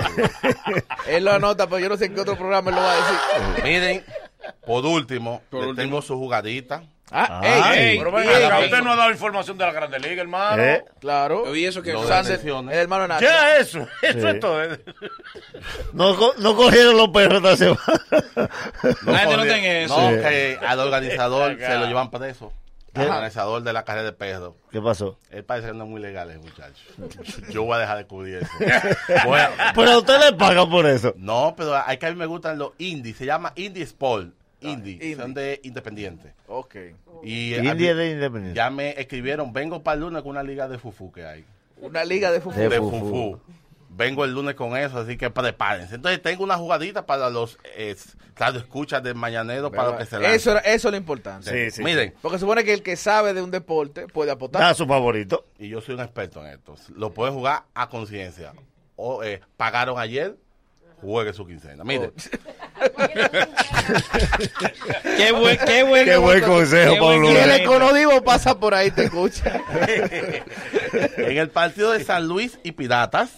Speaker 18: Él lo anota, pero yo no sé en qué otro programa él lo va a decir.
Speaker 26: Miren, por último,
Speaker 4: Por
Speaker 26: le
Speaker 4: último.
Speaker 26: tengo su jugadita.
Speaker 18: Ah,
Speaker 1: Ay,
Speaker 18: ey, ey,
Speaker 1: pero ven
Speaker 18: ey,
Speaker 1: acá,
Speaker 18: ey.
Speaker 1: usted no ha dado información de la Grande Liga, hermano.
Speaker 18: Eh, Claro.
Speaker 4: Y eso que
Speaker 18: No,
Speaker 4: Sander-
Speaker 18: detenciones. el hermano Nacho.
Speaker 1: Ya, eso. Eso
Speaker 2: Sí.
Speaker 1: es todo. eh.
Speaker 2: No, co- no cogieron los perros esta semana.
Speaker 26: No,
Speaker 2: Sí.
Speaker 26: que al organizador
Speaker 2: Está
Speaker 26: se lo
Speaker 2: acá.
Speaker 26: llevan preso.
Speaker 2: ¿Qué?
Speaker 26: Al organizador de la carrera de perro.
Speaker 2: ¿Qué pasó?
Speaker 26: Él parece que no es muy legal, ese muchacho. Yo voy a dejar de cubrir eso. Voy a-
Speaker 2: Pero a usted le pagan por eso.
Speaker 26: No, pero hay que a mí me gustan los indies. Se llama Indie Sport. Indie. Son de independiente.
Speaker 18: Ah, Ok.
Speaker 26: Y
Speaker 2: Indie
Speaker 26: a mí-
Speaker 2: es de independiente.
Speaker 26: Ya me escribieron, vengo para el lunes con una liga de fufu que hay.
Speaker 18: Una liga de fufu.
Speaker 26: De,
Speaker 18: De
Speaker 26: fufu.
Speaker 18: fufu.
Speaker 26: Vengo el lunes con eso, así que prepárense. Entonces tengo una jugadita para los eh, claro, escuchas del mañanero para los que se
Speaker 18: Eso,
Speaker 26: lancen.
Speaker 18: era- eso es lo importante.
Speaker 26: Sí, sí, Miren. sí.
Speaker 18: Porque se supone que el que sabe de un deporte puede aportar.
Speaker 2: favorito.
Speaker 26: Y yo soy un experto en esto. Lo puedes jugar a conciencia. O eh, pagaron ayer, juegue su quincena. Mire.
Speaker 18: Qué buen-
Speaker 4: Oh. qué buen- Qué buen consejo, qué buen Pablo.
Speaker 18: Y el
Speaker 4: consejo.
Speaker 18: económico pasa por ahí, te escucha.
Speaker 26: en el partido de San Luis y Piratas.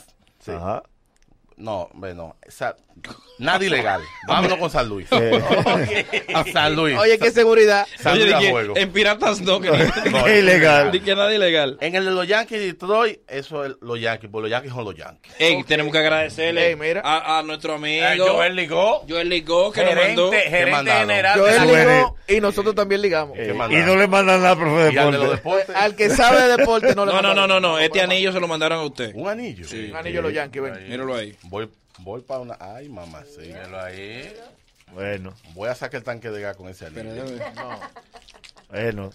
Speaker 26: No, bueno, sa- nada ilegal. Vámonos con San Luis.
Speaker 4: Eh.
Speaker 26: A San Luis.
Speaker 18: Oye, qué seguridad.
Speaker 26: San
Speaker 18: Oye,
Speaker 26: Luis
Speaker 18: ¿de
Speaker 26: a
Speaker 18: qué?
Speaker 26: juego.
Speaker 4: En Piratas no, que
Speaker 26: No,
Speaker 4: es
Speaker 26: ilegal.
Speaker 4: que nada ilegal.
Speaker 26: En el de los Yankees de Detroit, eso es los Yankees, porque los Yankees son los Yankees.
Speaker 4: Ey, tenemos que agradecerle
Speaker 26: Ey, mira.
Speaker 4: A, a nuestro amigo
Speaker 26: Eh, Joel
Speaker 1: Ligó.
Speaker 4: Joel Ligó, que
Speaker 26: Gerente-
Speaker 4: nos mandó.
Speaker 26: gerente ¿Qué mandaron? general
Speaker 18: Yo él
Speaker 2: Tú eres-
Speaker 18: ligó y nosotros también ligamos.
Speaker 2: Y no le mandan nada, profe de deporte.
Speaker 18: Pues, Al que sabe de deporte no le
Speaker 4: No, no, no,
Speaker 18: mandaron.
Speaker 4: no, no, Este anillo se lo mandaron a usted.
Speaker 26: ¿Un anillo?
Speaker 4: Sí.
Speaker 18: Un anillo a los Yankees, ven.
Speaker 4: Míralo ahí.
Speaker 26: Voy, voy para una. Ay, mamá, sí. ahí.
Speaker 2: Bueno,
Speaker 26: Voy a sacar el tanque de gas con ese anillo.
Speaker 2: bueno.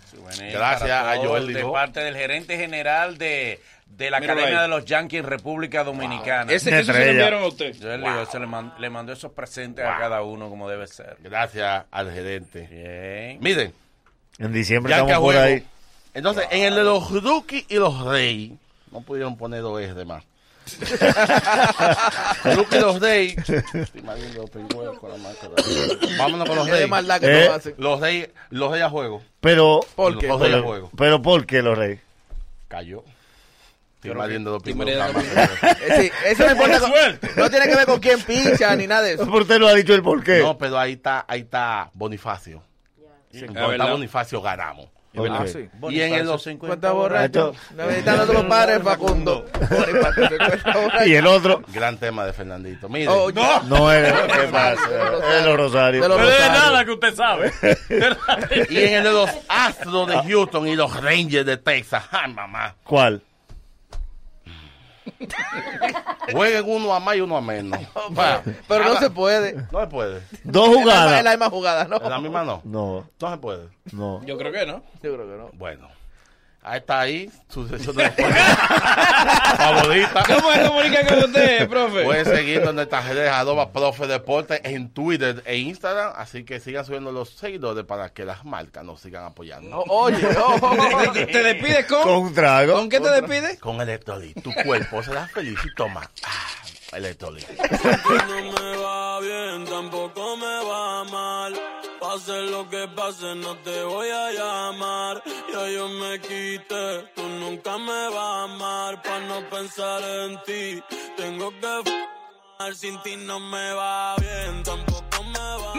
Speaker 26: Gracias
Speaker 1: Para
Speaker 26: a
Speaker 1: todos,
Speaker 26: Joel
Speaker 1: De
Speaker 26: Ligó.
Speaker 1: parte del gerente general de, de la
Speaker 4: Míralo
Speaker 1: Academia
Speaker 4: ahí.
Speaker 1: de los Yankees en República Dominicana.
Speaker 4: Ese- Una eso se lo estrella. enviaron a usted.
Speaker 1: Joel
Speaker 4: Wow.
Speaker 1: Ligó se le, man- le mandó esos presentes a cada uno como debe ser.
Speaker 26: Gracias al gerente. Miren,
Speaker 2: En diciembre
Speaker 26: ya que
Speaker 2: estamos por
Speaker 26: juego.
Speaker 2: ahí.
Speaker 26: Entonces, en el de los rookies y los reyes, no pudieron poner dos es de más. rookie y los reyes. Estoy mal viendo los pingüinos con la máscara. Vámonos con los
Speaker 18: Es de
Speaker 26: reyes.
Speaker 18: maldad
Speaker 2: que Eh. no
Speaker 18: hacen.
Speaker 26: Los reyes, los reyes a juego.
Speaker 2: Pero,
Speaker 26: ¿Por qué?
Speaker 2: Pero,
Speaker 26: Los de juego.
Speaker 2: pero ¿por qué los reyes?
Speaker 26: Cayó. Estoy mal viendo los
Speaker 4: mal
Speaker 26: pingüinos
Speaker 4: viendo
Speaker 26: con la
Speaker 4: los
Speaker 26: máscara.
Speaker 18: Eh, sí, eso no importa. con- no tiene que ver con quién pincha ni nada de eso.
Speaker 2: Pero usted no ha dicho el por qué.
Speaker 26: No, pero ahí está, ahí está Bonifacio. Sin
Speaker 18: Es
Speaker 26: contar
Speaker 18: verdad.
Speaker 26: Bonifacio ganamos.
Speaker 2: Es verdad.
Speaker 18: Ah, sí.
Speaker 26: Y en el los
Speaker 18: 50 borrachos. Necesitan otros padres, Facundo.
Speaker 2: Y el otro.
Speaker 26: Gran tema de Fernandito. Mire.
Speaker 18: Oh, no.
Speaker 2: No es ¿qué pasa? Es los Rosario.
Speaker 18: De los
Speaker 1: No es nada que usted sabe.
Speaker 26: Y en el de los Astros de Houston y los Rangers de Texas. Ay, mamá.
Speaker 2: ¿Cuál?
Speaker 26: Jueguen uno a más y uno a menos. Va.
Speaker 18: Pero no
Speaker 26: Ahora-
Speaker 18: se puede.
Speaker 26: No se puede.
Speaker 2: Dos
Speaker 18: Es la
Speaker 2: jugadas.
Speaker 18: misma jugada, ¿no?
Speaker 26: En la misma no.
Speaker 2: No,
Speaker 26: No se puede.
Speaker 2: no.
Speaker 4: Yo creo que no.
Speaker 18: Yo creo que no.
Speaker 26: Bueno. Ahí está ahí. Sucesión de deportes. Favorita.
Speaker 4: ¿Cómo es comunicar con usted, profe?
Speaker 26: Pueden seguirnos en nuestras redes arroba profe deporte en Twitter e Instagram. Así que sigan subiendo los seguidores para que las marcas nos sigan apoyando.
Speaker 18: O- Oye, oh, oh, oh.
Speaker 4: ¿Te despides con?
Speaker 2: Con un trago.
Speaker 4: ¿Con qué te despides?
Speaker 26: Con electrolit, tu cuerpo será feliz y toma. Ah, electrolit.
Speaker 9: no me va bien, tampoco me va mal. Pase lo que pase, no te voy a llamar. Ya yo me quité, tú nunca me vas a amar. Pa' no pensar en ti, tengo que f***ar. Sin ti no me va bien, tampoco.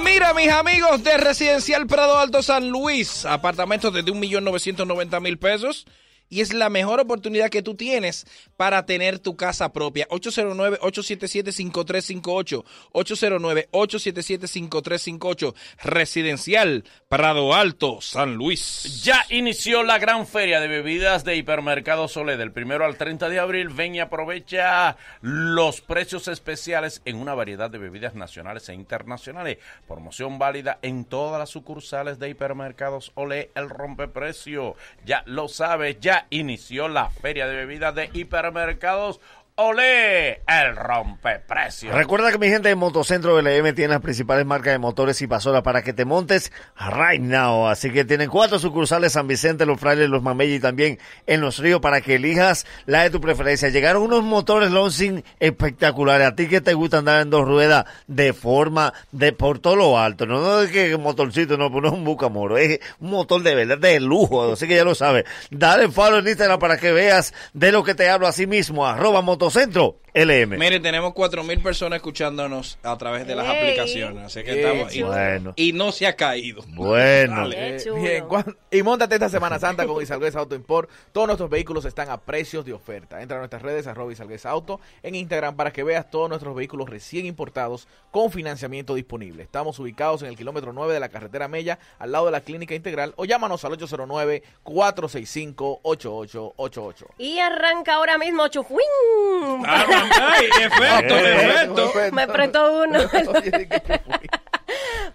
Speaker 4: Mira, mis amigos de Residencial Prado Alto San Luis, apartamentos desde 1.990.000 pesos. Y es la mejor oportunidad que tú tienes para tener tu casa propia. 809-877-5358. 809-877-5358. Residencial Prado Alto San Luis.
Speaker 1: Ya inició la gran feria de bebidas de Hipermercado Sole del primero al 30 de abril. Ven y aprovecha los precios especiales en una variedad de bebidas nacionales e internacionales. Promoción válida en todas las sucursales de Hipermercados Ole. El rompeprecio. Ya lo sabes, ya inició la feria de bebidas de Hipermercados Ole. El rompeprecio.
Speaker 2: Recuerda que mi gente de Motocentro LM tiene las principales marcas de motores y pasoras para que te montes right now. Así que tienen cuatro sucursales, San Vicente, Los Frailes, Los Mameyes y también en Los Ríos para que elijas la de tu preferencia. Llegaron unos motores Lonsing espectaculares. A ti que te gusta andar en dos ruedas de forma de por todo lo alto. No, no es que motorcito, no, pues no es un bucamoro. Es un motor de verdad de lujo. Así que ya lo sabes. Dale follow en Instagram para que veas de lo que te hablo así mismo. Arroba Motocentro LM.
Speaker 4: Miren, tenemos 4.000 personas escuchándonos a través de las
Speaker 2: Ey.
Speaker 4: aplicaciones. Así que
Speaker 2: Qué
Speaker 4: estamos ahí.
Speaker 2: chulo. Bueno.
Speaker 4: Y no se ha caído.
Speaker 2: Bueno.
Speaker 4: Dale.
Speaker 18: Eh, bien, cuan- y montate esta Semana Santa con Isalgués Auto Import. Todos nuestros vehículos están a precios de oferta. Entra a nuestras redes, arroba Isalgués Auto, en Instagram para que veas todos nuestros vehículos recién importados con financiamiento disponible. Estamos ubicados en el kilómetro 9 de la carretera Mella, al lado de la Clínica Integral, o llámanos al 809-465-8888.
Speaker 3: Y arranca ahora mismo Chufuín.
Speaker 2: Ah,
Speaker 3: Me prestó uno.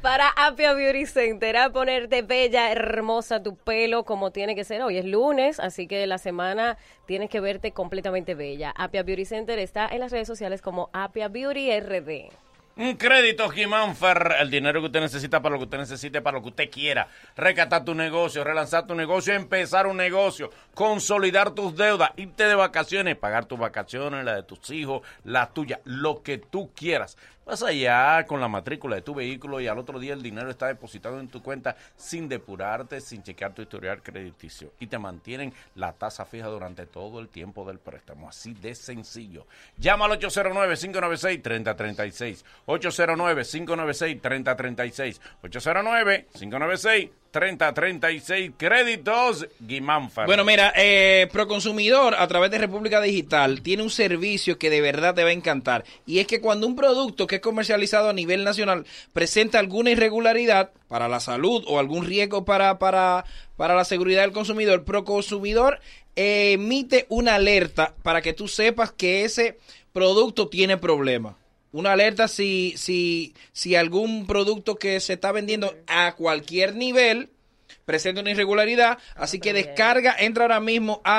Speaker 3: Para Apia Beauty Center, a ponerte bella, hermosa tu pelo como tiene que ser. Hoy es lunes, así que la semana tienes que verte completamente bella. Apia Beauty Center está en las redes sociales como Apia Beauty RD.
Speaker 1: Un crédito Jimanfer, el dinero que usted necesita para lo que usted necesite, para lo que usted quiera. Recatar tu negocio, relanzar tu negocio, empezar un negocio, consolidar tus deudas, irte de vacaciones, pagar tus vacaciones, la de tus hijos, la tuya, lo que tú quieras. Vas allá con la matrícula de tu vehículo y al otro día el dinero está depositado en tu cuenta sin depurarte, sin chequear tu historial crediticio. Y te mantienen la tasa fija durante todo el tiempo del préstamo. Así de sencillo. Llama al 809-596-3036. 809-596-3036. 809-596-3036. Créditos Guimánfara.
Speaker 4: Bueno, mira, eh, Proconsumidor a través de República Digital tiene un servicio que de verdad te va a encantar. Y es que cuando un producto que es comercializado a nivel nacional presenta alguna irregularidad para la salud o algún riesgo para, para, para la seguridad del consumidor, Proconsumidor eh, emite una alerta para que tú sepas que ese producto tiene problemas. Una alerta si, si, si algún producto que se está vendiendo a cualquier nivel presenta una irregularidad, así que descarga, entra ahora mismo a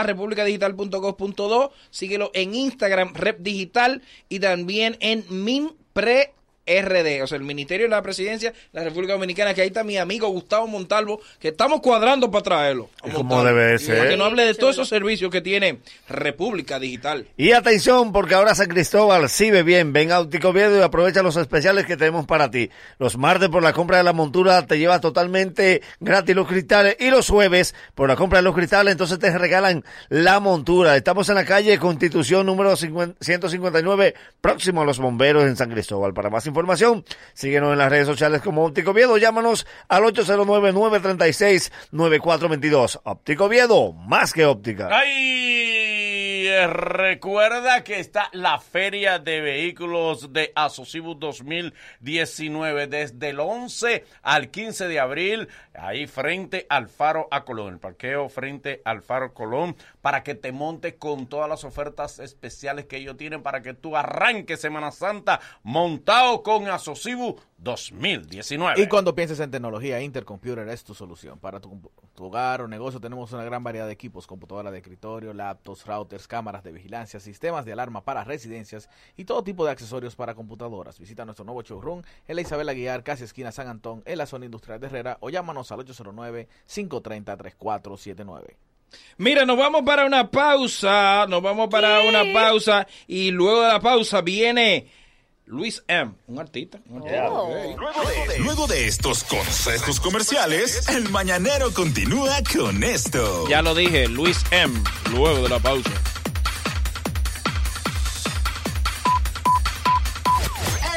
Speaker 4: republicadigital.gov.do, síguelo en Instagram, Rep Digital y también en MinPre. RD, o sea, el Ministerio de la Presidencia de la República Dominicana, que ahí está mi amigo Gustavo Montalvo, que estamos cuadrando para traerlo.
Speaker 2: Como debe de
Speaker 4: Para que
Speaker 2: ser.
Speaker 4: no hable de todos esos servicios que tiene República Digital.
Speaker 2: Y atención, porque ahora San Cristóbal sirve bien. Ven a Óptico Viedo y aprovecha los especiales que tenemos para ti. Los martes por la compra de la montura te lleva totalmente gratis los cristales y los jueves por la compra de los cristales entonces te regalan la montura. Estamos en la calle Constitución número 50 159, próximo a los bomberos en San Cristóbal. Para más información, síguenos en las redes sociales como Óptico Viedo. Llámanos al 809-936-9422. Óptico Viedo, más que óptica.
Speaker 1: Ay, eh, recuerda que está la Feria de Vehículos de Asocibu 2019 desde el 11 al 15 de abril, ahí frente al Faro a Colón, el parqueo frente al Faro Colón, para que te montes con todas las ofertas especiales que ellos tienen para que tú arranques Semana Santa montado con Asocibu 2019.
Speaker 18: Y cuando pienses en tecnología, Intercomputer es tu solución. Para tu, compu- tu hogar o negocio tenemos una gran variedad de equipos, computadoras de escritorio, laptops, routers, cámaras de vigilancia, sistemas de alarma para residencias y todo tipo de accesorios para computadoras. Visita nuestro nuevo showroom en la Isabel Aguiar, casi esquina San Antón, en la zona industrial de Herrera o llámanos al 809-530-3479.
Speaker 4: Mira, nos vamos para una pausa, nos vamos para una pausa y luego de la pausa viene Luis M, un artista. un artista.
Speaker 25: Luego de estos consejos comerciales, el mañanero continúa con esto.
Speaker 4: Ya lo dije, Luis M, luego de la pausa.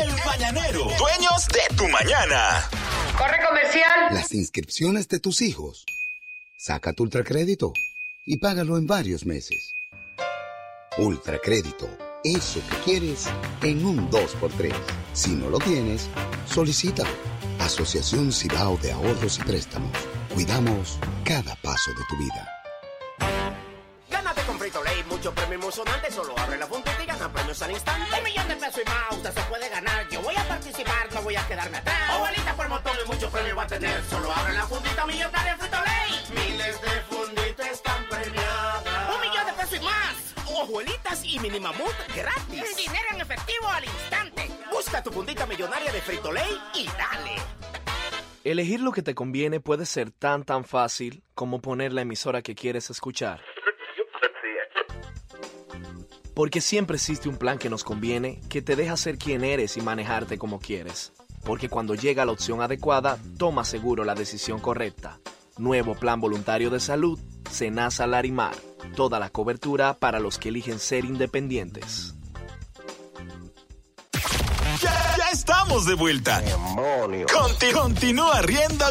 Speaker 25: El mañanero, dueños de tu mañana.
Speaker 15: Corre comercial.
Speaker 20: Las inscripciones de tus hijos. Saca tu ultracrédito y págalo en varios meses. Ultracrédito, eso que quieres en un 2x3. Si no lo tienes, solicítalo. Asociación Cibao de Ahorros y Préstamos. Cuidamos cada paso de tu vida.
Speaker 23: Gánate con Frito Lay, muchos premios emocionantes. Solo abre la puntita y gana premios al instante. Un millón de pesos y más, usted se puede ganar. Yo voy a participar, no voy a quedarme atrás. Abuelita por montón y muchos premios va a tener. Solo abre la puntita millonaria en Frito Lay. Miles de funditas están premiadas. Un millón de pesos y más. Abuelitas y mini mamut gratis. Dinero en efectivo al instante. Busca tu puntita millonaria de Frito Lay y dale.
Speaker 24: Elegir lo que te conviene puede ser tan tan fácil como poner la emisora que quieres escuchar. Porque siempre existe un plan que nos conviene, que te deja ser quien eres y manejarte como quieres. Porque cuando llega la opción adecuada, toma seguro la decisión correcta. Nuevo Plan Voluntario de Salud, Senasa Larimar. Toda la cobertura para los que eligen ser independientes.
Speaker 25: estamos de vuelta. Conti- continúa riendo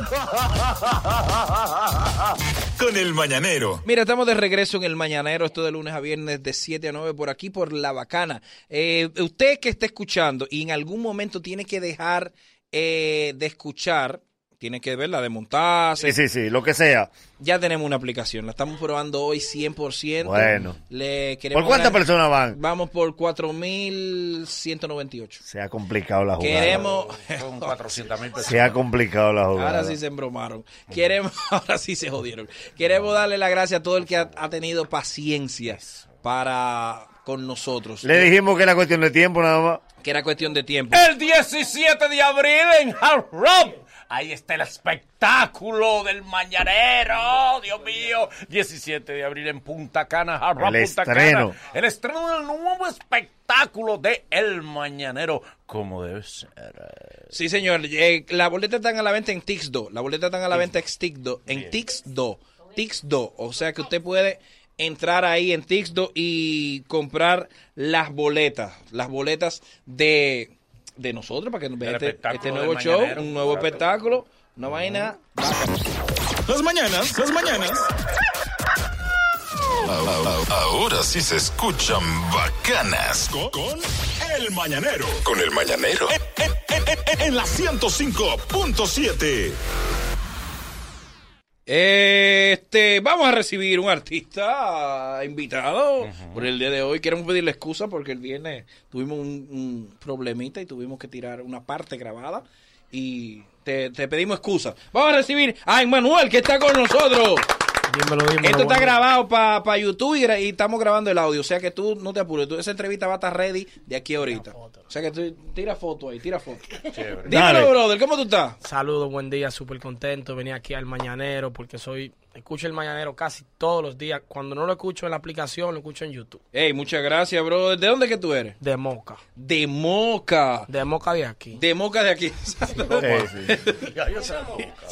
Speaker 25: con el mañanero.
Speaker 4: Mira, estamos de regreso en el Mañanero, esto de lunes a viernes de 7 a 9 por aquí, por La Bacana. Eh, usted que está escuchando y en algún momento tiene que dejar eh, de escuchar, tiene que verla, desmontarse.
Speaker 2: Sí, sí, sí, lo que sea.
Speaker 4: Ya tenemos una aplicación, la estamos probando hoy 100%.
Speaker 2: Bueno.
Speaker 4: Le queremos
Speaker 2: ¿Por cuántas
Speaker 4: dar-
Speaker 2: personas van?
Speaker 4: Vamos por 4.198.
Speaker 2: Se ha complicado la jugada.
Speaker 4: Queremos... Con 400 mil
Speaker 2: Se ha complicado la jugada.
Speaker 4: Ahora sí se embromaron. Queremos, ahora sí se jodieron. Queremos darle la gracia a todo el que ha, ha tenido paciencia para con nosotros.
Speaker 2: Le dijimos que era cuestión de tiempo nada más.
Speaker 4: que era cuestión de tiempo.
Speaker 1: El 17 de abril en Hard Rock. Ahí está el espectáculo del mañanero, Dios mío. 17 de abril en Punta Cana, Hard Rock,
Speaker 2: El
Speaker 1: Punta
Speaker 2: estreno.
Speaker 1: Cana. El estreno del nuevo espectáculo de El Mañanero, como debe ser.
Speaker 4: Sí, señor. Eh, la boleta están a la venta en Tixdo. La boleta están a la venta en Tixdo. En
Speaker 1: Bien.
Speaker 4: Tixdo. Tixdo. O sea que usted puede entrar ahí en Tixdo y comprar las boletas. Las boletas de, de nosotros para que nos vean
Speaker 1: El
Speaker 4: este,
Speaker 1: espectáculo
Speaker 4: este
Speaker 1: del
Speaker 4: nuevo show.
Speaker 1: Mañanero.
Speaker 4: Un nuevo
Speaker 1: Exacto.
Speaker 4: espectáculo. Una vaina.
Speaker 25: Las mañanas, las mañanas. A- a- Ahora sí se escuchan bacanas con, con el mañanero. Eh, Con el mañanero. En, en- en- en la 105.7.
Speaker 4: Este, vamos a recibir un artista invitado por el día de hoy. Queremos pedirle excusa porque el viernes tuvimos un, un problemita y tuvimos que tirar una parte grabada y te, te pedimos excusa. Vamos a recibir a Emmanuel que está con nosotros. Esto está grabado para YouTube y, gra- y estamos grabando el audio. O sea que tú no te apures. Tú, esa entrevista va a estar ready de aquí a ahorita. O sea que tú tira foto ahí, tira foto. Dímelo,
Speaker 27: Dale.
Speaker 4: brother, ¿cómo tú estás?
Speaker 27: Saludos, buen día, súper contento. Venía aquí al Mañanero porque soy. Escucho el Mañanero casi todos los días. Cuando no lo escucho en la aplicación, lo escucho en YouTube.
Speaker 4: Hey, muchas gracias, brother. ¿De dónde que tú eres?
Speaker 27: De Moca.
Speaker 4: De Moca.
Speaker 27: De Moca de aquí.
Speaker 4: De Moca de aquí.
Speaker 27: Sí,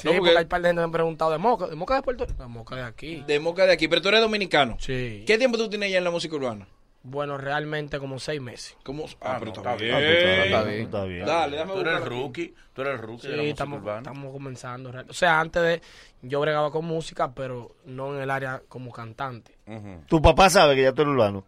Speaker 4: No,
Speaker 27: porque
Speaker 4: porque-
Speaker 27: hay par de gente que me han preguntado de Moca. ¿De Moca de Puerto De Moca de aquí.
Speaker 4: De Moca de aquí, pero tú eres dominicano.
Speaker 27: Sí.
Speaker 4: ¿Qué tiempo tú tienes ya en la música urbana?
Speaker 27: Bueno, realmente como seis meses.
Speaker 4: ¿Cómo? Ah, pero está bien.
Speaker 1: Está bien.
Speaker 4: Dale, déjame
Speaker 1: Tú eres
Speaker 4: buscarlo aquí.
Speaker 1: rookie, tú eres rookie
Speaker 27: Sí,
Speaker 1: de la música
Speaker 27: estamos,
Speaker 1: urbana.
Speaker 27: estamos comenzando. real- O sea, antes de. Yo bregaba con música, pero no en el área como cantante.
Speaker 2: Tu papá sabe que ya tú eres urbano.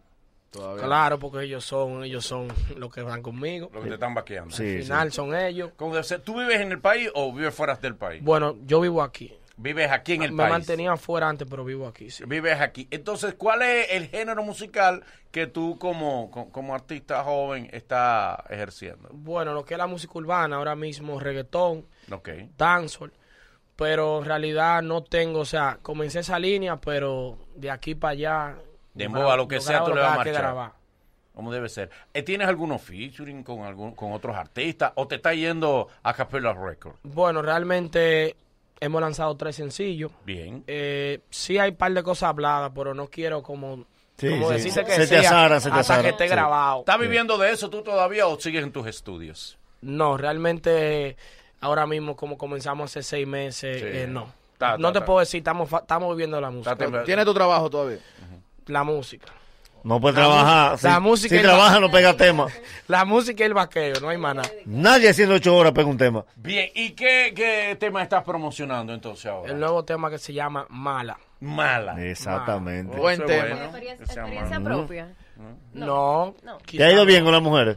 Speaker 27: Claro, porque ellos son, ellos son los que van conmigo.
Speaker 1: Los que te están vaqueando.
Speaker 27: Al final son ellos.
Speaker 1: ¿Cómo debe ser? ¿Tú vives en el país o vives fuera del país?
Speaker 27: Bueno, yo vivo aquí.
Speaker 1: Vives aquí en el
Speaker 27: me
Speaker 1: país.
Speaker 27: mantenía fuera antes, pero vivo aquí. sí.
Speaker 1: Vives aquí. Entonces, ¿cuál es el género musical que tú como, co- como artista joven estás ejerciendo?
Speaker 27: Bueno, lo que es la música urbana, ahora mismo reggaetón,
Speaker 1: Ok.
Speaker 27: dancehall, pero en realidad no tengo, o sea, comencé esa línea, pero de aquí para allá.
Speaker 1: De
Speaker 27: yo
Speaker 1: moda,
Speaker 27: grabo-
Speaker 1: lo que
Speaker 27: yo
Speaker 1: sea,
Speaker 27: grabo
Speaker 1: tú
Speaker 27: lo
Speaker 1: le
Speaker 27: que
Speaker 1: vas a
Speaker 27: haya que
Speaker 1: marchar.
Speaker 27: grabar.
Speaker 1: ¿Cómo debe ser? Eh, ¿Tienes algunos featuring con, algún, con otros artistas o te está yendo a Capella Records?
Speaker 27: Bueno, realmente hemos lanzado tres sencillos.
Speaker 1: Bien.
Speaker 27: Eh, sí hay un par de cosas habladas, pero no quiero como,
Speaker 1: Sí,
Speaker 27: como
Speaker 1: sí.
Speaker 27: decirte que
Speaker 1: Se te
Speaker 27: sea
Speaker 1: azara, se te
Speaker 27: hasta
Speaker 1: azara.
Speaker 27: que esté
Speaker 1: Sí.
Speaker 27: grabado.
Speaker 1: ¿Estás viviendo de eso tú todavía o sigues en tus estudios?
Speaker 27: No, realmente ahora mismo como comenzamos hace seis meses,
Speaker 1: Sí.
Speaker 27: eh, no.
Speaker 1: Ta, ta,
Speaker 27: no te
Speaker 1: ta.
Speaker 27: puedo decir, estamos, fa- estamos viviendo la música.
Speaker 1: Ta, ta, ta.
Speaker 27: ¿Tienes
Speaker 1: ¿Tienes
Speaker 27: tu trabajo todavía? La música.
Speaker 2: No puede
Speaker 27: La
Speaker 2: trabajar.
Speaker 27: mu- la
Speaker 2: si,
Speaker 27: música
Speaker 2: si
Speaker 27: es
Speaker 2: trabaja
Speaker 27: la-
Speaker 2: no pega tema.
Speaker 27: La música y el vaqueo, no hay más nada.
Speaker 2: Nadie haciendo ocho horas pega un tema.
Speaker 1: Bien, ¿y qué, qué tema estás promocionando entonces ahora?
Speaker 27: El nuevo tema que se llama Mala.
Speaker 1: Mala.
Speaker 2: Exactamente.
Speaker 27: Ah, Buen
Speaker 1: Eso es
Speaker 27: tema.
Speaker 1: bueno.
Speaker 27: Experiencia-
Speaker 1: Ese amor.
Speaker 27: experiencia
Speaker 2: propia.
Speaker 27: No.
Speaker 2: ¿Te ha ido bien con las mujeres?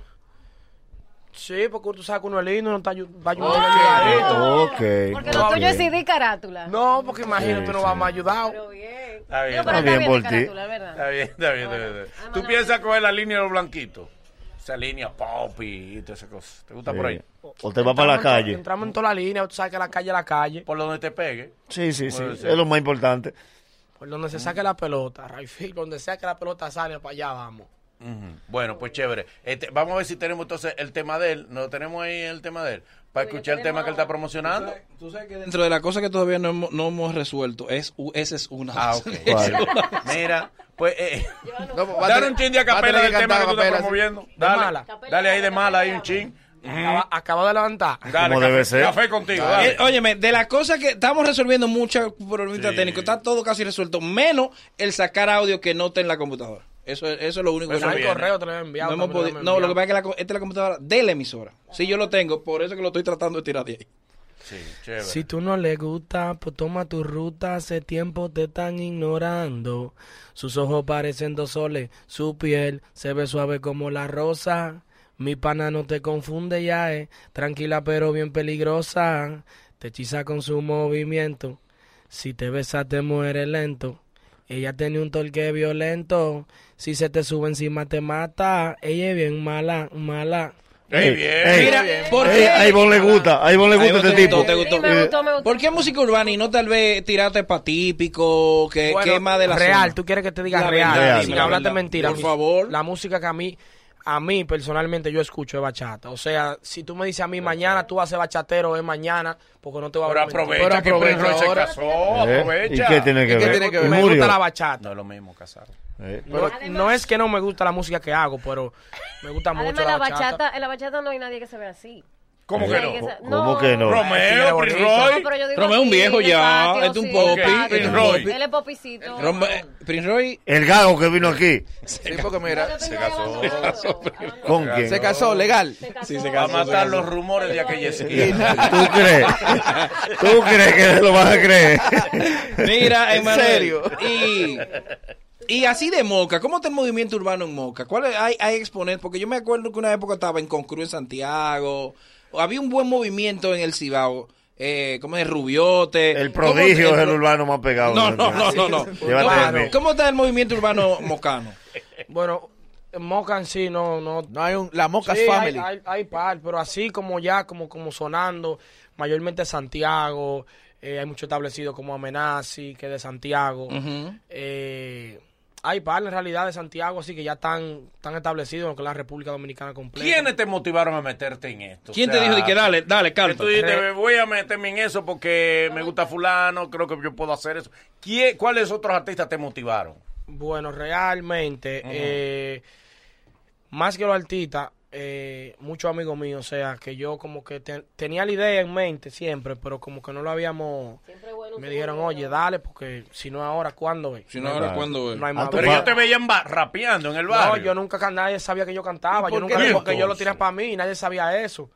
Speaker 27: Sí, porque tú sabes que uno es lindo, uno está ayu- va a ayudar
Speaker 3: Oh.
Speaker 27: al ligadito.
Speaker 2: Ok.
Speaker 3: Porque lo
Speaker 27: Ok.
Speaker 3: tuyo es CD carátula.
Speaker 27: No, porque imagínate,
Speaker 3: Sí,
Speaker 27: no
Speaker 3: sí.
Speaker 27: vamos a ayudar.
Speaker 1: Está bien,
Speaker 3: No,
Speaker 1: está
Speaker 3: pero
Speaker 1: bien.
Speaker 3: está bien de carátula, ¿verdad?
Speaker 1: Está bien, está bien, está bien. ¿Tú piensas coger la línea de los blanquitos? Esa línea pop y todas esas cosas. ¿Te gusta por ahí?
Speaker 2: ¿O te vas para
Speaker 27: Entramos
Speaker 2: la
Speaker 27: en to-
Speaker 2: calle?
Speaker 27: Entramos en toda la línea, tú sabes que la calle es la calle.
Speaker 1: Por donde te pegue.
Speaker 2: Sí, sí, sí.
Speaker 27: Puede
Speaker 2: Es
Speaker 27: ser.
Speaker 2: lo más importante.
Speaker 27: Por donde se saque la pelota, Raifil, donde sea que la pelota salga, para allá vamos.
Speaker 1: Ujú. Bueno, pues chévere. Este, vamos a ver si tenemos entonces el tema de él. ¿No tenemos ahí el tema de él? Para escuchar el tema que él está promocionando.
Speaker 4: Dentro de la cosa que todavía no hemos, no hemos resuelto, es, u- esa es una.
Speaker 1: Ah, ok. Mira, pues... eh,
Speaker 4: va a
Speaker 1: dale
Speaker 4: tener-
Speaker 1: un chin de
Speaker 4: va a tener
Speaker 1: acapela
Speaker 4: que
Speaker 1: del tema
Speaker 4: cantar
Speaker 1: que tú estás
Speaker 4: acapela, sí.
Speaker 1: promoviendo.
Speaker 27: De
Speaker 1: Dale,
Speaker 27: mala.
Speaker 1: dale ahí de mala, ahí un chin.
Speaker 27: Acaba, acabo de levantar.
Speaker 1: Dale,
Speaker 4: Como
Speaker 1: café,
Speaker 4: debe ser.
Speaker 1: café contigo.
Speaker 4: Oye,
Speaker 1: Dale.
Speaker 4: Eh, óyeme, de las cosas que estamos resolviendo muchos problemitas técnicos, está todo casi resuelto, menos el sacar audio que no está en la computadora. Eso, es- eso es lo único
Speaker 27: Eso
Speaker 4: que
Speaker 27: el correo te lo he enviado,
Speaker 4: No, hemos
Speaker 27: también te lo
Speaker 4: podi-
Speaker 27: he
Speaker 4: no, lo
Speaker 27: enviado.
Speaker 4: que pasa es que la co- esta es la computadora de la emisora. Sí, yo lo tengo, por eso que lo estoy tratando de tirar de ahí.
Speaker 1: Sí, chévere.
Speaker 27: Si tú no le gusta, pues toma tu ruta. Hace tiempo te están ignorando. Sus ojos parecen dos soles. Su piel se ve suave como la rosa. Mi pana no te confunde ya, es tranquila pero bien peligrosa. Te hechiza con su movimiento. Si te besas te muere lento. Ella tiene un torque violento. Si se te sube encima te mata. Ella es bien mala, mala.
Speaker 2: Ey, ey,
Speaker 4: Mira, ¿por
Speaker 2: ey,
Speaker 4: qué?
Speaker 2: a Ivonne le gusta, a Ivonne le gusta
Speaker 4: Ahí
Speaker 2: este
Speaker 4: te
Speaker 2: tipo.
Speaker 4: gustó, te gustó.
Speaker 2: Eh,
Speaker 4: ¿Por qué música urbana y no tal vez tirarte para típico, que
Speaker 27: Bueno,
Speaker 4: quema de la
Speaker 27: real,
Speaker 4: zona?
Speaker 27: tú quieres que te diga
Speaker 4: La
Speaker 27: real,
Speaker 4: verdad,
Speaker 27: sin
Speaker 4: la
Speaker 27: hablarte
Speaker 4: verdad.
Speaker 27: mentira.
Speaker 4: Por
Speaker 27: Mi-
Speaker 4: favor.
Speaker 27: La música que a mí, a mí personalmente yo escucho es bachata. O sea, si tú me dices a mí mañana tú vas a ser bachatero, es mañana, porque no te va a
Speaker 1: Pero
Speaker 27: hablar
Speaker 1: aprovecha que Prince Royce se casó,
Speaker 2: ¿Eh? aprovecha. ¿Y qué tiene que ver? ¿Y
Speaker 27: Me
Speaker 2: murió?
Speaker 27: gusta la bachata.
Speaker 1: No es lo mismo casar.
Speaker 2: eh,
Speaker 27: No-
Speaker 2: pero-
Speaker 27: no, es que no me gusta la música que hago, pero me gusta mucho
Speaker 3: Además, la bachata, en la bachata no hay nadie que se vea así.
Speaker 1: ¿Cómo
Speaker 3: que no?
Speaker 2: ¿Cómo que no?
Speaker 1: Romeo, Prince Roy.
Speaker 3: No, pero yo digo
Speaker 4: Romeo es un
Speaker 3: así,
Speaker 4: viejo
Speaker 3: en el
Speaker 4: ya,
Speaker 3: patio,
Speaker 4: es de un
Speaker 3: sí,
Speaker 4: popi.
Speaker 3: en el patio.
Speaker 4: Prince Roy.
Speaker 3: Él es popicito.
Speaker 4: Rompe- eh, Prince Roy
Speaker 2: El gago que vino aquí.
Speaker 18: Sí, porque mira, se casó. Se casó,
Speaker 2: ¿Con quién?
Speaker 18: se casó legal.
Speaker 4: Sí, se
Speaker 1: Va a
Speaker 4: casó, se
Speaker 1: matar
Speaker 4: casó.
Speaker 1: los rumores de aquella esquina.
Speaker 2: ¿Tú crees? ¿Tú crees que lo vas a creer?
Speaker 4: Mira,
Speaker 2: ¿En
Speaker 4: Emanuel,
Speaker 2: serio?
Speaker 4: Y, y así de Moca, ¿cómo está el movimiento urbano en Moca? ¿Cuál es- hay, hay exponentes? Porque yo me acuerdo que una época estaba en Concru en Santiago, había un buen movimiento en el Cibao. Eh, ¿Cómo es? Rubiote. El
Speaker 2: Prodigio es el urbano más pegado.
Speaker 4: eh, No, no, no, no. no.
Speaker 2: Llévate de mí.
Speaker 4: ¿Cómo, cómo está el movimiento urbano mocano?
Speaker 27: Bueno, Moca en sí no, no.
Speaker 18: No hay un, la Moca's
Speaker 27: Sí, hay-
Speaker 18: Family.
Speaker 27: Hay, hay par, pero así como ya, como, como sonando, mayormente Santiago, eh, hay mucho establecido como Amenazi, que de Santiago.
Speaker 4: Ujú.
Speaker 27: Eh, hay par en realidad de Santiago, así que ya están, están establecidos en lo que es la República Dominicana completa.
Speaker 1: ¿Quiénes te motivaron a meterte en esto?
Speaker 27: ¿Quién te dijo de que dale,
Speaker 4: dale,
Speaker 1: Carlos?
Speaker 27: Carlos?
Speaker 1: Tú dijiste,
Speaker 27: Re-
Speaker 1: "Me voy a meterme en eso porque me gusta fulano, creo que yo puedo hacer eso. ¿Quién- ¿Cuáles otros artistas te motivaron?
Speaker 27: Bueno, realmente,
Speaker 1: Ujú.
Speaker 27: eh, más que los artistas, eh, muchos amigos míos, o sea, que yo como que te- tenía la idea en mente siempre, pero como que no lo habíamos... me dijeron, oye, dale, porque si no ahora, ¿cuándo es?
Speaker 4: Si no ahora, ¿cuándo es?
Speaker 27: No hay
Speaker 4: Ah,
Speaker 27: más.
Speaker 4: tú
Speaker 1: Pero ellos te veían ba- rapeando en el
Speaker 27: No,
Speaker 1: barrio.
Speaker 27: yo nunca, can- nadie sabía que yo cantaba,
Speaker 1: ¿Y
Speaker 27: yo
Speaker 1: por
Speaker 27: nunca,
Speaker 1: qué
Speaker 27: porque yo lo
Speaker 1: entonces?
Speaker 27: tiré para mí, nadie sabía eso.